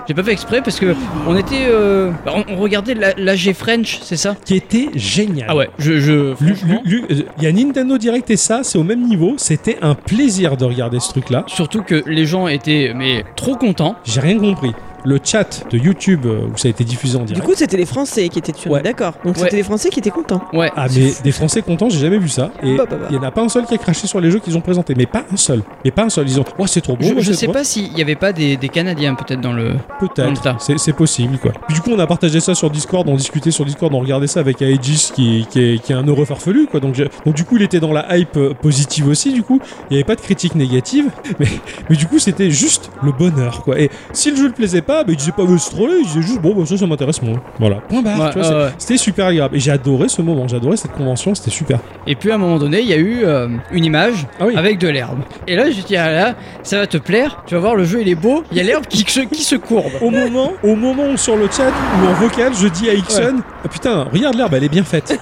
S3: J'ai pas fait exprès parce que on était, euh, bah, on, on regardait la, la G French, c'est ça
S2: Qui était génial.
S3: Ah ouais, je, je
S2: Lu-
S3: franchement,
S2: lu- lu- euh, Il y a Nintendo Direct et ça, c'est au même niveau. C'était un plaisir de regarder ce truc-là.
S3: surtout que les gens étaient mais trop contents.
S2: J'ai rien compris. Le chat de YouTube euh, où ça a été diffusé en
S1: Du
S2: direct.
S1: coup, c'était les Français qui étaient tués,
S2: Ouais.
S1: d'accord. Donc
S3: Ouais.
S1: c'était les Français qui étaient contents.
S3: Ouais.
S2: Ah mais des Français contents, j'ai jamais vu ça. Et
S1: Bah, bah, bah.
S2: il y en a pas un seul qui a craché sur les jeux qu'ils ont présentés, mais pas un seul. Mais pas un seul. Ils ont, oh c'est trop beau.
S3: Je,
S2: moi,
S3: je
S2: c'est
S3: sais
S2: trop-
S3: pas s'il y avait pas des, des Canadiens peut-être dans le. dans le tas.
S2: Peut-être. C'est- C'est possible quoi. Puis du coup on a partagé ça sur Discord, on discutait sur Discord, on regardait ça avec Aegis qui, qui, est, qui est un heureux farfelu quoi. Donc, je- donc du coup il était dans la hype euh, positive aussi du coup. Il y avait pas de critique négative, mais, mais du coup c'était juste le bonheur quoi. Et si le jeu le plaisait pas, bah, il disait pas mais c'est trop laid, il disait juste bon bah, ça ça m'intéresse moins. Voilà. Point barre.
S3: Ouais,
S2: tu
S3: ouais,
S2: vois, c'est-
S3: ouais.
S2: C'était super agréable et j'ai adoré ce moment, j'ai adoré cette convention, c'était super.
S3: Et puis à un moment donné, il y a eu euh, une image
S2: Ah oui.
S3: avec de l'herbe. Et là, je dis ah là, ça va te plaire. Tu vas voir, le jeu il est beau. Il y a l'herbe qui, se- qui se courbe.
S2: au moment, au moment où sur le chat ou en vocal, je dis à Ixon, Ah, putain, regarde l'herbe, elle est bien faite.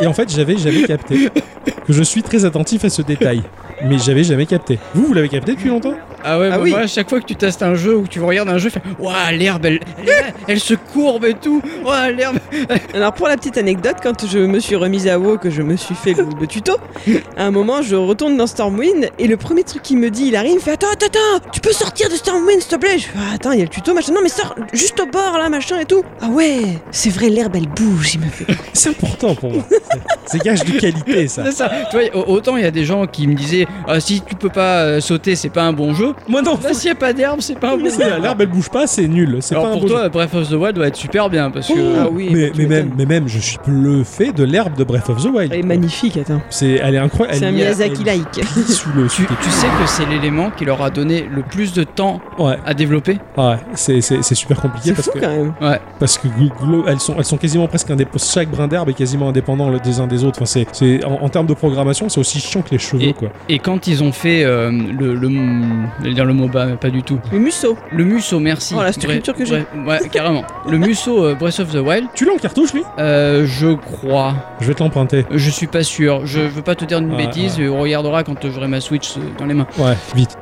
S2: Et en fait, j'avais jamais capté que je suis très attentif à ce détail, mais j'avais jamais capté. Vous, vous l'avez capté depuis longtemps
S3: Ah ouais,
S1: Ah
S3: bah
S1: oui.
S3: moi, à chaque fois que tu testes un jeu ou que tu regardes un jeu, fais Ouah, l'herbe, elle, elle, elle se courbe et tout. Ouah, l'herbe.
S1: Alors pour la petite anecdote, quand je me suis remise à WoW, que je me suis fait le, le tuto, à un moment je retourne dans Stormwind et le premier truc qu'il me dit, il arrive, il fait attends, attends, attends, tu peux sortir de Stormwind s'il te plaît Je fais Ah, attends, il y a le tuto machin, non mais sors juste au bord là machin et tout. Ah ouais, c'est vrai l'herbe elle bouge, il me fait.
S2: C'est important pour moi. C'est- C'est gage de qualité, ça.
S3: C'est ça. Tu vois, au- autant il y a des gens qui me disaient Ah, si tu peux pas euh, sauter, c'est pas un bon jeu.
S2: Moi, non.
S3: Là, s'il n'y a pas d'herbe, c'est pas un bon
S2: C'est-
S3: jeu.
S2: L'herbe, elle bouge pas, c'est nul. C'est
S3: Alors
S2: pas un
S3: pour
S2: beau
S3: toi, Breath of the Wild doit être super bien parce que.
S1: Ah oui,
S2: mais,
S1: tu
S2: mais même,
S1: m'étonnes.
S2: mais même, je suis bluffé de l'herbe de Breath of the Wild.
S1: Elle est magnifique, attends.
S2: C'est, elle est incroyable.
S1: C'est un
S2: Elle y a-
S1: Miyazaki
S2: elle
S1: like.
S2: plie sous le
S3: Tu,
S2: sous
S3: tu sais que c'est l'élément qui leur a donné le plus de temps
S2: Ouais,
S3: à développer
S2: ouais, c'est, c'est, c'est super compliqué
S1: C'est
S2: parce
S1: fou
S2: que,
S1: quand même.
S2: parce que glo- glo- elles sont, elles sont quasiment presque indépendantes. Chaque brin d'herbe est quasiment indépendant le- des uns des autres. Enfin, c'est, c'est en, en termes de programmation, c'est aussi chiant que les cheveux,
S3: Et-
S2: quoi.
S3: Et quand ils ont fait euh, le, le, j'allais dire le MOBA, mais pas du tout.
S1: Le musso.
S3: Le Musso, merci.
S1: Oh, la structure que j'ai.
S3: Ouais, ouais, carrément. Le Musso euh, Breath of the Wild,
S2: Tu l'as en cartouche, lui
S3: euh, je crois.
S2: Je vais te l'emprunter.
S3: Je suis pas sûr. Je veux pas te dire une
S2: Ouais,
S3: bêtise. On regardera quand j'aurai ma Switch euh, dans les mains.
S2: Ouais, vite.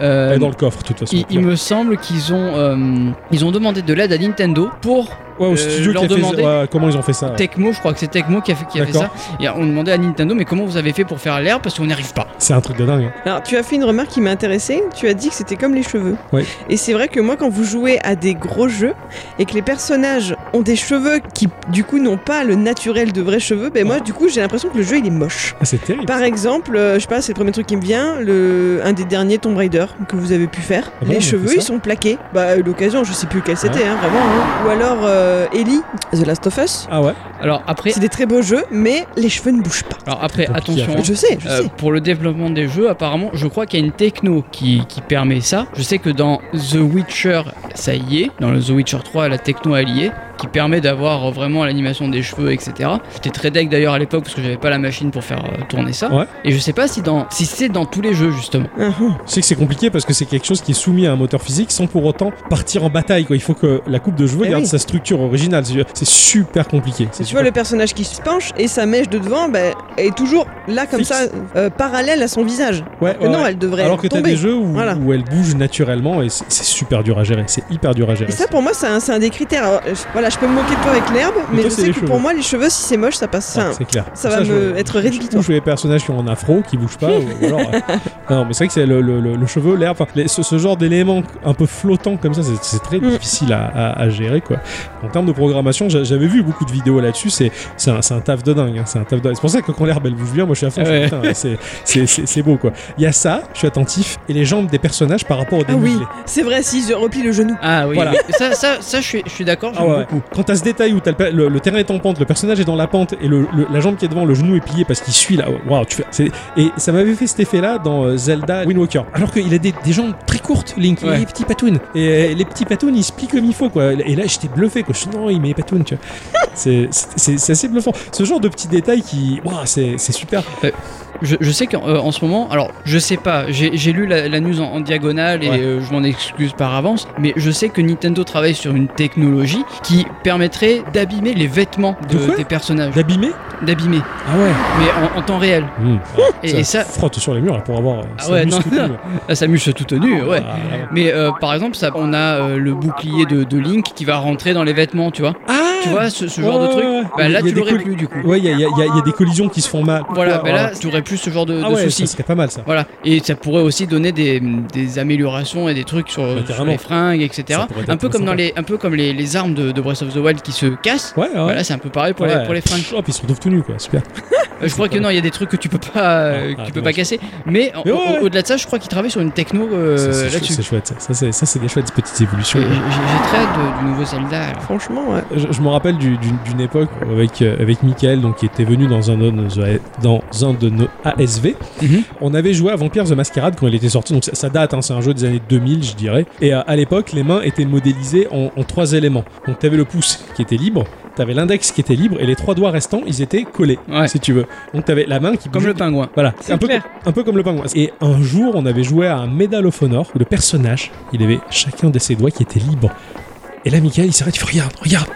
S3: Euh,
S2: Elle est dans le coffre, de toute façon.
S3: il, il me semble qu'ils ont, euh, ils ont demandé de l'aide à Nintendo pour
S2: Ouais, au
S3: euh,
S2: studio
S3: leur
S2: qui a fait
S3: demander-
S2: ouais, comment ils ont fait ça. ouais.
S3: Tecmo. Je crois que c'est Tecmo qui a fait, qui a fait ça.
S2: D'accord.
S3: Et on demandait à Nintendo, mais comment vous avez fait pour faire l'herbe Parce qu'on n'y arrive pas.
S2: C'est un truc de dingue. hein.
S1: Alors, tu as fait une remarque qui m'a intéressée. Tu as dit que c'était comme les cheveux.
S2: Ouais.
S1: Et c'est vrai que moi, quand vous jouez à des gros jeux et que les personnages ont des cheveux qui, du coup, n'ont pas le naturel de vrais cheveux, ben moi, du coup, j'ai l'impression que le jeu, il est moche.
S2: Ah, c'est terrible.
S1: Par exemple, euh, je sais pas, c'est le premier truc qui me vient, le, un des derniers Tomb Raider que vous avez pu faire.
S2: Ah bon, on a
S1: les
S2: fait
S1: cheveux,
S2: ça
S1: ils sont plaqués. Bah, à l'occasion, je sais plus quel c'était,
S2: Ouais.
S1: hein, vraiment. hein. Ou alors euh, Ellie, The Last of Us.
S2: Ah ouais
S3: Alors après,
S1: C'est des très beaux jeux, mais les cheveux ne bougent pas.
S3: alors après,
S2: C'est compliqué à
S3: attention. hein.
S1: Je sais, je
S3: Euh,
S1: sais.
S3: pour le développement des jeux, apparemment, je crois qu'il y a une techno qui, qui permet ça. Je sais que dans The Witcher, ça y est. Dans le The Witcher 3, la techno elle y est, qui permet d'avoir euh, vraiment l'animation des cheveux, etc. J'étais très deck d'ailleurs à l'époque parce que j'avais pas la machine pour faire euh, tourner ça.
S2: Ouais.
S3: Et je sais pas si dans si c'est dans tous les jeux justement.
S1: Ah, ah.
S2: Je sais que c'est compliqué parce que c'est quelque chose qui est soumis à un moteur physique sans pour autant partir en bataille. Quoi. Il faut que la coupe de cheveux
S1: Eh
S2: garde
S1: oui.
S2: sa structure originale. C'est c'est super compliqué. C'est
S1: Tu vois
S2: super-
S1: le personnage qui se penche et sa mèche de devant ben, est toujours là comme
S2: Fixe.
S1: ça, euh, parallèle à son visage.
S2: Ouais,
S1: Que
S2: ouais,
S1: non,
S2: ouais.
S1: elle devrait
S2: Alors que t'as
S1: tomber.
S2: des jeux où,
S1: Voilà.
S2: où elle bouge naturellement et c'est c'est super dur à gérer. C'est hyper dur à gérer.
S1: Et ça pour moi c'est un, c'est un des critères. Alors, euh, voilà, je peux me moquer de toi avec l'herbe, mais
S2: toi,
S1: je
S2: c'est
S1: sais
S2: les
S1: que pour
S2: cheveux.
S1: moi les cheveux si c'est moche ça passe.
S2: Ah,
S1: Enfin,
S2: c'est clair.
S1: ça
S2: Pour
S1: va
S2: je-
S1: me être
S2: Ou
S1: rédhibitoire.
S2: je les personnages qui ont un afro qui bougent pas. ou alors, euh, non, mais c'est vrai que c'est le, le- le- le cheveu, l'herbe, enfin, les- ce, ce genre d'éléments un peu flottants comme ça, c'est- c'est très
S1: Mm.
S2: difficile à, à- à gérer quoi. En termes de programmation, j'a- j'avais vu beaucoup de vidéos là-dessus. C'est c'est un, c'est un taf de dingue. hein, c'est un taf de. C'est pour ça que quand l'herbe elle bouge bien, moi je suis à fond. je
S3: Ouais.
S2: suis, putain, C'est c'est- c'est- c'est beau quoi. Il y a ça, je suis attentif, et les jambes des personnages par rapport au
S1: Ah
S2: dénivelé.
S1: oui, c'est vrai si je replie le genou.
S3: Ah oui.
S2: Voilà.
S3: oui. ça ça ça je suis je suis d'accord.
S2: Ah
S3: j'aime
S2: ouais. Quand t'as ce détail où t'as le, pe- le- le terrain est en pente, le personnage est dans la pente et le, le- la jambe qui est devant, le genou est plié parce qu'il suit là. oh, Waouh, tu fais. c'est- Et ça m'avait fait cet effet-là dans euh, Zelda Wind Walker. Alors qu'il a des, des jambes très courtes, Link. Il
S3: Ouais.
S2: est petit patoun. Et euh, les petits patounes, ils se plient comme il faut quoi. Et là, j'étais bluffé quoi. Je me suis dit, non, il met patoun, tu vois. C'est- C'est c'est- c'est assez bluffant. Ce genre de petits détails qui. Waouh, c'est c'est super.
S3: Je, je sais qu'en euh, en ce moment, alors je sais pas, j'ai j'ai lu la, la news en, en diagonale et
S2: Ouais.
S3: euh, je m'en excuse par avance, mais je sais que Nintendo travaille sur une technologie qui permettrait d'abîmer les vêtements de-
S2: De quoi
S3: des personnages.
S2: D'abîmer
S3: D'abîmer,
S2: Ah ouais.
S3: mais en, en temps réel.
S2: Mmh.
S3: Et-
S2: ça,
S3: et ça-
S2: Frotte sur les murs là, pour avoir. euh,
S3: Ah
S2: ça
S3: ouais,
S2: muscle
S3: non,
S2: tout, là.
S3: Là, ça mûche tout tenu, ouais.
S2: Ah, là, là.
S3: Mais euh, par exemple, ça, on a euh, le bouclier de, de Link qui va rentrer dans les vêtements, tu vois.
S2: Ah
S3: Tu vois, ce, ce genre de
S2: Ouais,
S3: truc.
S2: ouais, ouais.
S3: Bah, là,
S2: Il y a
S3: tu
S2: des
S3: l'aurais
S2: coups-
S3: plus du coup.
S2: Ouais, il y, a- y a- y a des collisions qui se font mal.
S3: Voilà,
S2: Ouais,
S3: bah, là,
S2: ouais.
S3: tu aurais plus ce genre de, de
S2: ah ouais,
S3: soucis.
S2: ça serait pas mal ça.
S3: Voilà, et ça pourrait aussi donner des, des améliorations et des trucs sur, sur
S2: carrément.
S3: les fringues, etc.
S2: Ça pourrait être
S3: Un peu, comme dans
S2: sympa.
S3: les, un peu comme les, les armes de, de Breath of the Wild qui se cassent.
S2: Ah Ouais, ouais.
S3: Bah là, c'est un peu pareil pour, les,
S2: Ouais.
S3: pour les fringues.
S2: Hop, ils se retrouvent tout nus quoi, super.
S3: Euh, je crois que
S2: pas-
S3: non, il y a des trucs que tu peux pas, euh, que
S2: Ah,
S3: tu
S2: ah,
S3: peux
S2: non,
S3: pas
S2: je-
S3: casser. Mais,
S2: Mais
S3: au-
S2: ouais,
S3: au-
S2: ouais.
S3: au-delà de ça, je crois qu'ils travaillent sur une techno euh, Mm-hmm.
S2: Ça, c'est chou-
S3: là-dessus.
S2: c'est chouette ça. Ça, c'est- ça, c'est des chouettes petites évolutions.
S3: J'ai j'ai- j'ai très hâte de- du nouveau Zelda. alors.
S1: Franchement, ouais.
S2: Je, je me rappelle du- d'une d'une époque avec, euh, avec Michael, donc, qui était venu dans un de nos, dans un de nos ASV.
S3: Mhm.
S2: On avait joué à Vampire the Masquerade quand il était sorti, donc ça, ça date, hein, c'est un jeu des années 2000, je dirais. Et euh, à l'époque, les mains étaient modélisées en, en trois éléments. Donc t'avais le pouce qui était libre, t'avais l'index qui était libre, et les trois doigts restants, ils étaient collés,
S3: Ouais.
S2: si tu veux. Donc t'avais la main qui
S3: Comme
S2: bougeait-
S3: le pingouin.
S2: Voilà,
S1: C'est
S2: un peu,
S1: clair.
S2: un peu comme le pingouin. Et un jour, on avait joué à un Medal of Honor où le personnage, il avait chacun de ses doigts qui était libre. Et là, Michael, il s'arrête, il fait Regarde, regarde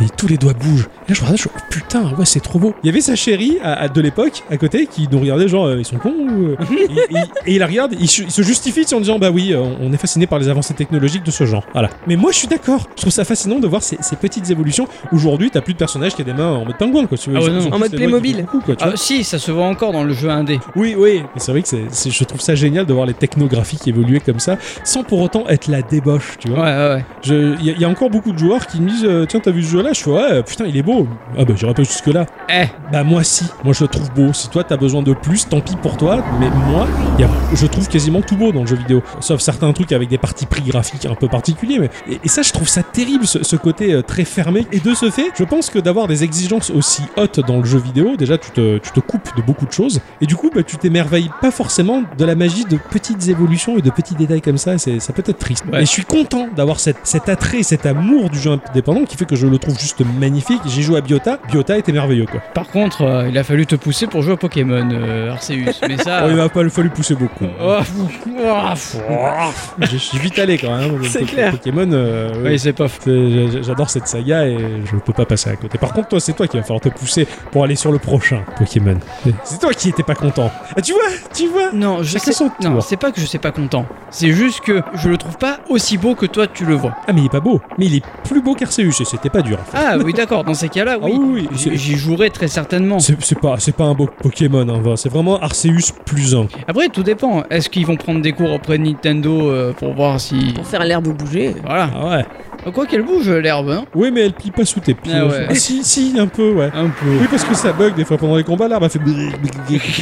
S2: mais tous les doigts bougent. Et là, je regardais, je suis putain, ouais, c'est trop beau. Il y avait sa chérie à, à- de l'époque à côté qui nous regardait, genre, euh, ils sont cons ou, euh et, et- et il la regarde, il, se- il se justifie en disant, bah oui, euh, on est fasciné par les avancées technologiques de ce genre. Voilà. Mais moi, je suis d'accord. Je trouve ça fascinant de voir ces, ces petites évolutions. Aujourd'hui, t'as plus de personnages qui a des mains en mode pingouin, quoi. si tu veux.
S3: Ah ouais,
S2: Ils ont-
S3: non.
S2: ils ont
S1: En
S2: tous
S1: mode
S2: les doigts qui
S1: Playmobil.
S2: bougent beaucoup, quoi, tu
S3: Ah,
S2: vois.
S3: si, ça se voit encore dans le jeu indé.
S2: Oui, oui. Mais c'est vrai que c'est- c'est- je trouve ça génial de voir les technographies qui évoluer comme ça, sans pour autant être la débauche, tu vois.
S3: Ouais, ouais, ouais.
S2: Il y, a- y a encore beaucoup de joueurs qui me disent euh, Tiens, t'as vu ce jeu-là Je fais Ouais, euh, putain, il est beau. Ah, bah, j'irai pas jusque-là.
S3: Eh,
S2: Bah, moi, si. Moi, je le trouve beau. Si toi, t'as besoin de plus, tant pis pour toi. Mais moi, y a- je trouve quasiment tout beau dans le jeu vidéo. Sauf certains trucs avec des parties pris graphiques un peu particuliers. Mais... Et, et ça, je trouve ça terrible, ce, ce côté euh, très fermé. Et de ce fait, je pense que d'avoir des exigences aussi hautes dans le jeu vidéo, déjà, tu te, tu te coupes de beaucoup de choses. Et du coup, bah, tu t'émerveilles pas forcément de la magie de petites évolutions et de petits détails comme ça. C'est, ça peut être triste.
S3: Ouais.
S2: Et je suis content d'avoir cette- cet attrait, cet amour du jeu indépendant qui fait que je le trouve juste magnifique. J'ai joué à Biota. Biota était merveilleux, quoi.
S3: par contre, euh, il a fallu te pousser pour jouer à Pokémon, euh, Arceus. Mais ça.
S2: Oh, il m'a pas fallu pousser beaucoup. hein.
S3: Oh, pff, oh, pff.
S2: Je suis vite allé quand même.
S1: C'est
S2: Po-
S1: clair.
S2: Pokémon, euh, oui.
S3: Ouais, c'est pas fou.
S2: C'est- j'a- J'adore cette saga et je peux pas passer à côté. Par contre, toi, c'est toi qui va falloir te pousser pour aller sur le prochain Pokémon. C'est toi qui étais pas content. Ah, tu vois, tu vois.
S3: Non, je
S2: Chacun
S3: sais.
S2: son
S3: Non,
S2: tour.
S3: c'est pas que je sais pas content. C'est juste que je le trouve pas aussi beau que toi tu le vois.
S2: Ah, mais il est pas beau. Mais il est plus beau qu'Arceus et c'était pas dur. en fait.
S3: Ah oui, d'accord. Dans ces cas-là,
S2: Ah
S3: oui.
S2: oui, oui,
S3: J'y
S2: c'est-
S3: j'y jouerai très certainement.
S2: C'est c'est pas, c'est pas un beau Pokémon, hein, va. c'est vraiment Arceus plus un.
S3: Après, tout dépend. Est-ce qu'ils vont prendre des cours auprès de Nintendo euh, pour voir si.
S1: Pour faire l'herbe bouger.
S3: Voilà.
S2: Ah ouais.
S3: Quoi qu'elle bouge, l'herbe, hein
S2: Oui, mais elle plie pas sous tes pieds.
S3: Ah ouais.
S2: si, si, un peu, ouais.
S3: Un peu.
S2: Oui, parce que ça bug des fois pendant les combats. L'arbre a fait. comme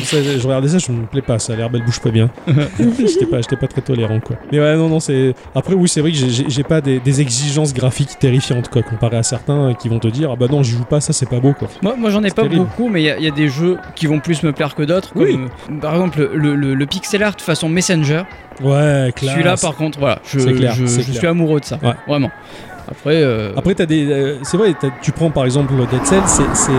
S2: ça, je regardais ça, je me plais pas. Ça, l'herbe elle bouge pas bien. j'étais pas, j'étais pas très tolérant quoi. Mais ouais, non, non, c'est. Après, oui, c'est vrai que j'ai- j'ai j'ai pas des, des exigences graphiques terrifiantes quoi, comparé à certains qui vont te dire ah bah non, j'y joue pas, ça c'est pas beau quoi.
S3: Moi, moi j'en ai
S2: C'est
S3: pas
S2: terrible.
S3: beaucoup, mais il y a- il y, a des jeux qui vont plus me plaire que d'autres.
S2: Oui.
S3: comme, euh, par exemple, le, le- le pixel art façon Messenger.
S2: Ouais, classe.
S3: Celui-là, par contre, voilà, je,
S2: C'est clair,
S3: je,
S2: c'est
S3: je
S2: clair.
S3: suis amoureux de ça.
S2: Ouais.
S3: Vraiment. Après, euh,
S2: Après, t'as des. euh, c'est vrai, t'as- tu prends par exemple Dead Cell, c'est. c'est...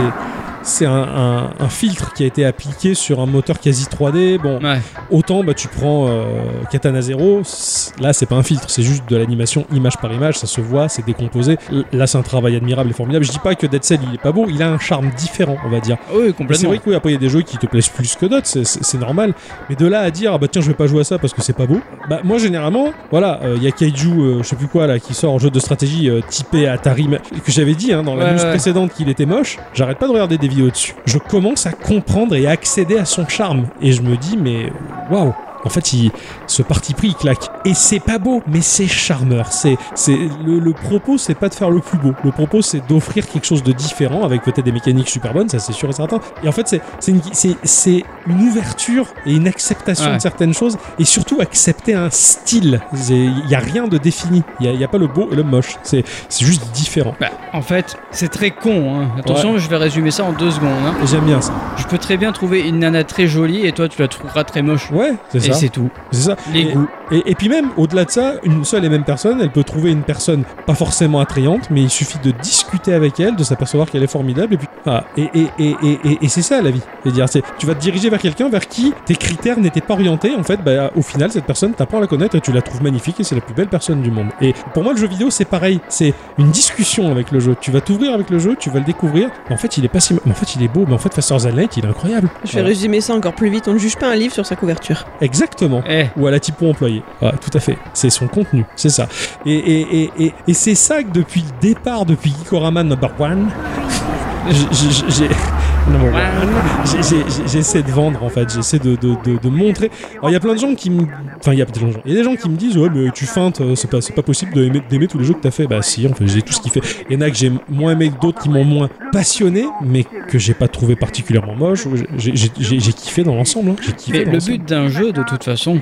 S2: c'est un, un- un filtre qui a été appliqué sur un moteur quasi 3D. Bon,
S3: ouais.
S2: autant bah, tu prends euh, Katana Zero, c- là c'est pas un filtre, c'est juste de l'animation image par image, ça se voit, c'est décomposé. Euh, Là c'est un travail admirable et formidable. Je dis pas que Dead Cell il est pas beau, il a un charme différent, on va dire.
S3: Ah oui,
S2: Mais C'est
S3: complètement.
S2: vrai que oui, après il y a des jeux qui te plaisent plus que d'autres, c'est- c'est c'est normal. Mais de là à dire, ah bah tiens, je vais pas jouer à ça parce que c'est pas beau. Bah moi généralement, voilà, euh, il y a Kaiju, euh, je sais plus quoi là, qui sort en jeu de stratégie euh, typé Atari, mais- que j'avais dit hein, dans la
S3: Ouais,
S2: news
S3: ouais.
S2: précédente qu'il était moche. J'arrête pas de regarder des vidéos dessus. Je commence à comprendre et à accéder à son charme. Et je me dis, mais waouh! En fait, il, ce parti pris, il claque. Et c'est pas beau, mais c'est charmeur. C'est, c'est le, le propos, c'est pas de faire le plus beau. Le propos, c'est d'offrir quelque chose de différent avec peut-être des mécaniques super bonnes, ça c'est sûr et certain. Et en fait, c'est, c'est, une, c'est, c'est une ouverture et une acceptation
S3: Ouais.
S2: de certaines choses, et surtout accepter un style. Il y a rien de défini. Il y a, y a pas le beau et le moche. C'est, c'est juste différent.
S3: Bah, en fait, c'est très con. hein. Attention, je vais résumer ça en deux secondes. hein.
S2: Et j'aime bien ça.
S3: Je peux très bien trouver une nana très jolie et toi, tu la trouveras très moche.
S2: Ouais, c'est
S3: et
S2: ça.
S3: c'est tout.
S2: C'est ça.
S3: Les
S2: Et-
S3: goûts.
S2: Et, et puis même, au-delà de ça, une seule et même personne, elle peut trouver une personne pas forcément attrayante, mais il suffit de discuter avec elle, de s'apercevoir qu'elle est formidable, et puis ah, et, et, et, et, et, et c'est ça la vie. C'est-à-dire, c'est tu vas te diriger vers quelqu'un vers qui tes critères n'étaient pas orientés. En fait, bah, au final, cette personne, t'apprends à la connaître, et tu la trouves magnifique, et c'est la plus belle personne du monde. Et pour moi, le jeu vidéo, c'est pareil. C'est une discussion avec le jeu. Tu vas t'ouvrir avec le jeu, tu vas le découvrir. Mais en fait, il est pas si, mais en fait, il est beau. Mais en fait, Faster's Than Light, il est incroyable.
S1: Je vais
S2: Voilà.
S1: résumer ça encore plus vite. On ne juge pas un livre sur sa couverture.
S2: Exactement
S3: Eh,
S2: ou à la typo employée. Ouais, tout à fait. C'est son contenu, c'est ça. Et, et, et, et, et c'est ça que depuis le départ, depuis Gikorama Number One, j- j- j'ai. number one, j'ai- j'ai- j'ai- J'essaie de vendre en fait, j'essaie de, de, de, de montrer. Alors il y a plein de gens qui me. Enfin, il y a plein de gens. Il y a des gens qui me disent Ouais, mais tu feintes, euh, c'est pas, c'est pas possible de aimer- d'aimer tous les jeux que t'as fait. Bah si, en fait, j'ai tout ce qu'il fait. Il y en a que j'ai moins aimé que d'autres qui m'ont moins passionné, mais que j'ai pas trouvé particulièrement moche. J'ai j'ai- j'ai- j'ai kiffé dans l'ensemble. hein. J'ai kiffé.
S3: mais
S2: dans
S3: le
S2: l'ensemble.
S3: but d'un jeu, de toute façon,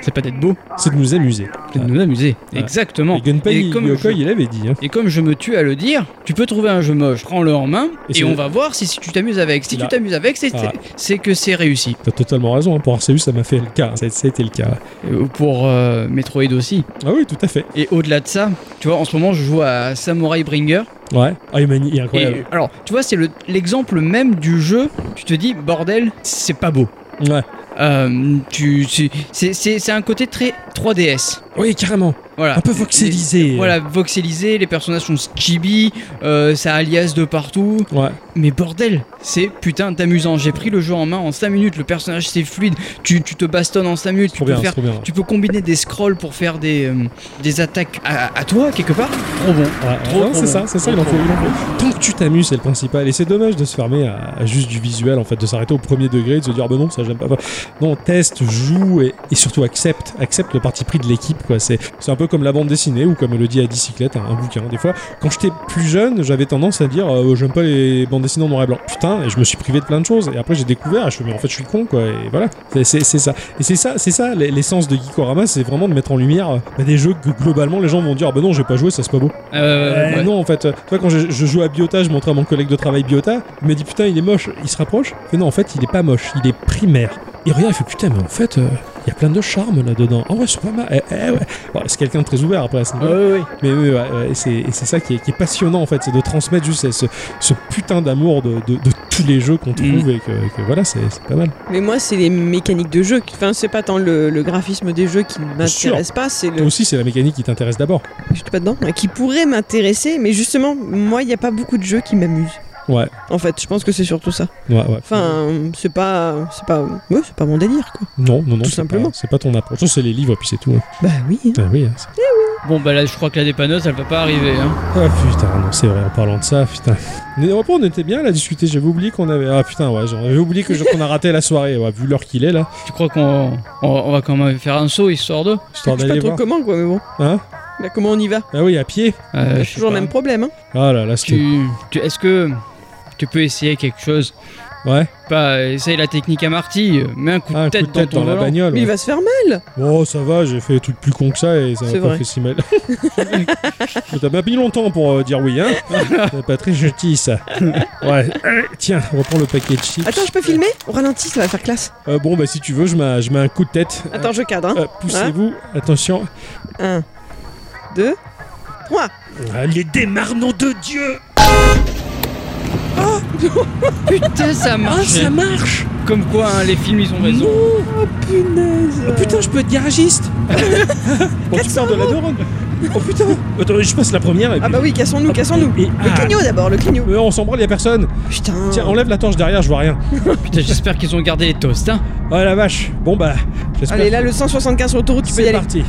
S3: c'est pas d'être beau,
S2: c'est de nous amuser.
S3: c'est de nous amuser.
S2: Ouais.
S3: Exactement.
S2: Et Gunpei
S3: Et comme
S2: Yokoi,
S3: je-
S2: il avait dit. Hein.
S3: Et comme je me tue à le dire, tu peux trouver un jeu moche, prends-le en main
S2: Et
S3: et,
S2: c'est-
S3: on va voir si, si tu t'amuses avec. Si
S2: Là.
S3: tu t'amuses avec, c'est
S2: Ah.
S3: c'est que c'est réussi.
S2: T'as totalement raison. hein. Pour Arceus, ça m'a fait le cas. Ça, ça a été le cas.
S3: Euh, Pour euh, Metroid aussi.
S2: Ah oui, tout à fait.
S3: Et au-delà de ça, tu vois, en ce moment, je joue à Samurai Bringer.
S2: Ouais. Ah, il est magnifique, il est
S3: Et euh,
S2: incroyable.
S3: alors, tu vois, c'est le- l'exemple même du jeu. Tu te dis, bordel, c'est pas beau.
S2: Ouais.
S3: Euh, tu, tu- c'est- c'est c'est un côté très 3DS.
S2: Oui, carrément.
S3: Voilà.
S2: Un peu voxelisé.
S3: Ah. Voilà, voxelisé, les personnages sont chibi, euh, ça alias de partout.
S2: Ouais.
S3: Mais bordel, c'est putain d'amusant. J'ai pris le jeu en main en 5 minutes, le personnage c'est fluide, tu, tu te bastonnes en 5 minutes, tu
S2: Trop
S3: peux,
S2: bien,
S3: faire,
S2: trop bien.
S3: tu peux combiner des scrolls pour faire des, euh, des attaques à, à toi quelque part. Trop bon.
S2: Ouais,
S3: Trop,
S2: ouais,
S3: trop
S2: c'est
S3: bon.
S2: ça, c'est ça, il
S3: Trop,
S2: en faut,
S3: trop
S2: il en faut. Tant que tu t'amuses, c'est le principal. Et c'est dommage de se fermer à, à juste du visuel, en fait, de s'arrêter au premier degré, de se dire, bah non, ça j'aime pas. Enfin, non, teste, joue et, et surtout accepte. Accepte le parti pris de l'équipe, quoi. C'est c'est un peu comme la bande dessinée ou comme le dit à bicyclette, un, un bouquin. Des fois, quand j'étais plus jeune, j'avais tendance à dire, euh, j'aime pas les bandes dessinées en noir et blanc. Putain, et je me suis privé de plein de choses. Et après, j'ai découvert, et je me mais en fait, je suis con, quoi. Et voilà, C'est- c'est c'est ça. Et c'est ça, c'est ça, l'e- l'essence de Geekorama, c'est vraiment de mettre en lumière euh, bah, des jeux que globalement les gens vont dire, ah bah non, j'ai pas joué, ça c'est pas beau.
S3: Euh,
S2: Euh,
S3: ouais.
S2: Non, en fait, euh, tu vois, quand je, je joue à Biota, je montrais à mon collègue de travail Biota, il m'a dit putain, il est moche, il se rapproche. Mais non, en fait, il est pas moche, il est primaire. Il regarde, il fait putain, mais en fait, euh, il y a plein de charme là-dedans. Ah ouais, c'est pas mal. Eh, eh, ouais. Bon, c'est quelqu'un de très ouvert après à ce niveau-là.
S3: Ouais, ouais, ouais.
S2: Mais oui, ouais, ouais, et c'est et c'est ça qui est, qui est passionnant en fait, c'est de transmettre juste ce, ce putain d'amour de, de- de tous les jeux qu'on
S1: Mm.
S2: trouve et que, que voilà, c'est c'est pas mal.
S1: Mais moi, c'est les mécaniques de jeu. qui- Enfin, c'est pas tant le, le graphisme des jeux qui m'intéresse pas, c'est
S2: Toi
S1: le.
S2: aussi, c'est la mécanique qui t'intéresse d'abord.
S1: Je suis pas dedans. hein, Qui pourrait m'intéresser, mais justement, moi, il n'y a pas beaucoup de jeux qui m'amusent.
S2: Ouais.
S1: En fait, je pense que c'est surtout ça.
S2: Ouais, ouais.
S1: Enfin, c'est pas. C'est pas. Ouais, c'est pas mon délire, quoi.
S2: non, non, non,
S1: tout
S2: c'est pas-
S1: simplement.
S2: C'est pas, ton approche. C'est les livres, puis c'est tout. hein.
S1: Bah oui. hein.
S2: Ah oui, hein, c'est-
S3: Bon, bah là, je crois que la dépanneuse, elle va pas arriver. Hein.
S2: Ah putain, non, c'est vrai, en parlant de ça, putain. Mais au repas, on était bien là, discuter, j'avais oublié qu'on avait. Ah putain, ouais, j'avais oublié que qu'on a raté la soirée, ouais, vu l'heure qu'il est là.
S3: Tu crois qu'on on, on va quand même faire un saut histoire euh, d'eux
S2: Histoire
S1: je sais pas
S2: d'aller
S1: trop
S2: voir.
S1: comment, quoi, mais bon.
S2: Hein
S1: Bah, comment on y va
S2: Ah oui, à pied
S3: Euh, je sais
S1: Toujours le
S3: pas.
S1: même problème, hein.
S2: Ah là là, c'était.
S3: Tu, tu- Est-ce que tu peux essayer quelque chose
S2: Ouais,
S3: Pas euh, essaye la technique à Marty, euh, mets un coup de
S2: ah, un coup
S3: tête
S2: de tête
S3: dans
S2: dans,
S3: ton
S2: la
S3: volant.
S2: bagnole.
S1: Mais il
S2: ouais.
S1: va se faire mal.
S2: Oh, ça va, j'ai fait des trucs plus cons que ça et ça m'a
S1: C'est
S2: pas
S1: vrai.
S2: fait si mal. Mais T'as pas mis longtemps pour euh, dire oui, hein C'est pas très gentil ça. ouais, Euh, tiens, reprends le paquet de chips.
S1: Attends, je peux filmer Au ralenti, ça va faire classe.
S2: Euh, bon, bah si tu veux, je mets, un- je mets un coup de tête.
S1: Attends, je cadre, hein.
S2: Euh, Poussez-vous, attention.
S1: Un, deux, trois.
S2: Allez, démarre, nom de Dieu
S3: Putain, Ah, ça marche
S2: marche
S3: Comme quoi, hein, les films, ils ont raison.
S1: Oh punaise
S2: Oh putain, je peux être garagiste Bon, tu pars de la Doronne Oh putain Attends, je passe la première et puis...
S1: Ah bah oui, cassons-nous, cassons-nous
S2: Et-
S1: Le
S2: ah.
S1: clignot d'abord, le clignot
S2: Mais on s'en branle, y a personne
S1: Putain
S2: Tiens, enlève la torche derrière, je vois rien.
S3: Putain, j'espère qu'ils ont gardé les toasts. Hein.
S2: Oh la vache Bon bah, j'espère...
S1: Allez, là, le 175 sur l'autoroute, tu peux y
S2: c'est
S1: aller.
S2: parti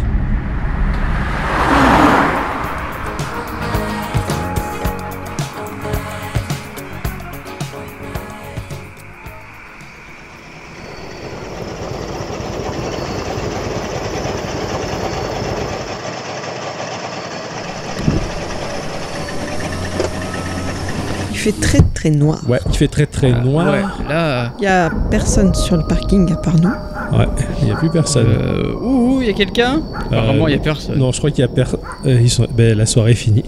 S1: Il fait très très noir.
S2: Ouais, il fait très très
S3: Ah,
S2: noir.
S3: ouais, Là,
S1: Il y a personne sur le parking à part nous.
S2: Ouais, il y a plus personne.
S3: euh, ouh, ouh, y a quelqu'un Apparemment, y a personne.
S2: Euh, Non, je crois qu'il y a personne. ils sont... ben, la soirée est finie.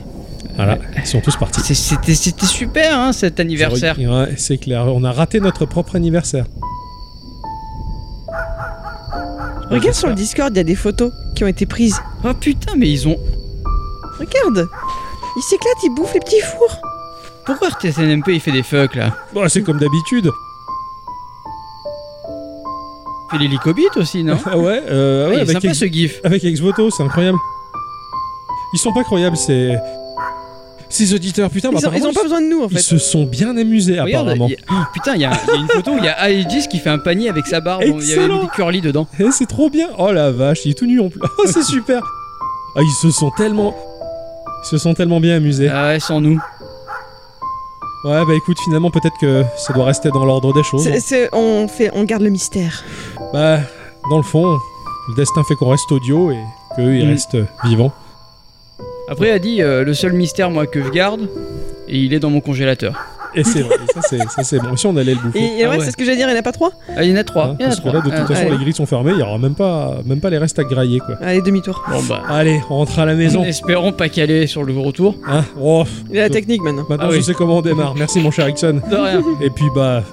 S2: Voilà, ils sont tous partis.
S3: C'est- C'était c'était super hein, cet anniversaire.
S2: Ouais, c'est clair. On a raté notre propre anniversaire.
S1: Regarde sur le Discord, il y a des photos qui ont été prises.
S3: Oh putain, mais ils ont.
S1: Regarde Il s'éclate, il bouffe les petits fours
S3: Pourquoi RTSNMP il fait des fucks là
S2: Bon, Bah, c'est comme d'habitude.
S3: Il fait l'hélicobite aussi, non
S2: Ah ouais, euh,
S3: Ah,
S2: ouais,
S3: Il est
S2: avec
S3: sympa
S2: Ex-
S3: ce gif.
S2: Avec Exvoto, c'est incroyable. Ils sont pas croyables, c'est. Ces auditeurs, putain, bah,
S1: ils ont, ils
S2: apparemment,
S1: ont pas besoin de nous en
S2: ils
S1: fait.
S2: se sont bien amusés,
S3: Regarde,
S2: apparemment.
S3: il y a- oh, putain, il y, a il y a une photo où il y a Aegis qui fait un panier avec sa barbe. Il y avait
S2: Excellent.
S3: des curly dedans.
S2: Eh, c'est trop bien. Oh la vache, il est tout nu en plus. Oh, c'est super. Ah, ils se sont tellement. Ils se sont tellement bien amusés.
S3: Ah ouais, sans nous.
S2: Ouais, bah écoute, finalement, peut-être que ça doit rester dans l'ordre des choses.
S1: C'est- c'est- on, fait, on garde le mystère.
S2: Bah, dans le fond, le destin fait qu'on reste audio et qu'eux, ils
S3: Mm.
S2: restent vivants.
S3: Après, a dit euh, le seul mystère moi que je garde, et il est dans mon congélateur.
S2: Et c'est vrai, ça c'est- ça c'est bon. Si on allait le bouffer.
S1: Et, et
S3: Ah
S1: ouais,
S3: ouais.
S1: c'est ce que j'allais dire, il n'y en a pas trois
S3: Ah, il y en a trois.
S2: Hein,
S3: il y en a
S2: parce que
S3: trois.
S2: là, de toute
S3: Ah,
S2: façon,
S1: ouais.
S2: les grilles sont fermées, il y aura même pas, même pas les restes à grailler, quoi.
S1: Allez, demi-tour.
S3: Bon bah.
S2: Allez, on rentre à la maison.
S3: Espérons pas qu'elle est sur le retour.
S2: Hein oh,
S1: Il a la technique maintenant.
S2: maintenant
S3: Ah
S2: je
S3: oui.
S2: sais comment on démarre. Merci mon cher Ericsson.
S3: De rien.
S2: Et puis bah.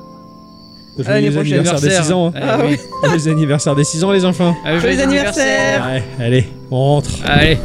S2: Joyeux
S1: Allez, prochain
S2: anniversaire des 6 ans. hein.
S1: Ah
S3: oui.
S2: Joyeux anniversaire des 6 ans, les enfants.
S3: Allez,
S1: Joyeux anniversaire.
S2: Ouais, allez, on rentre.
S3: Allez,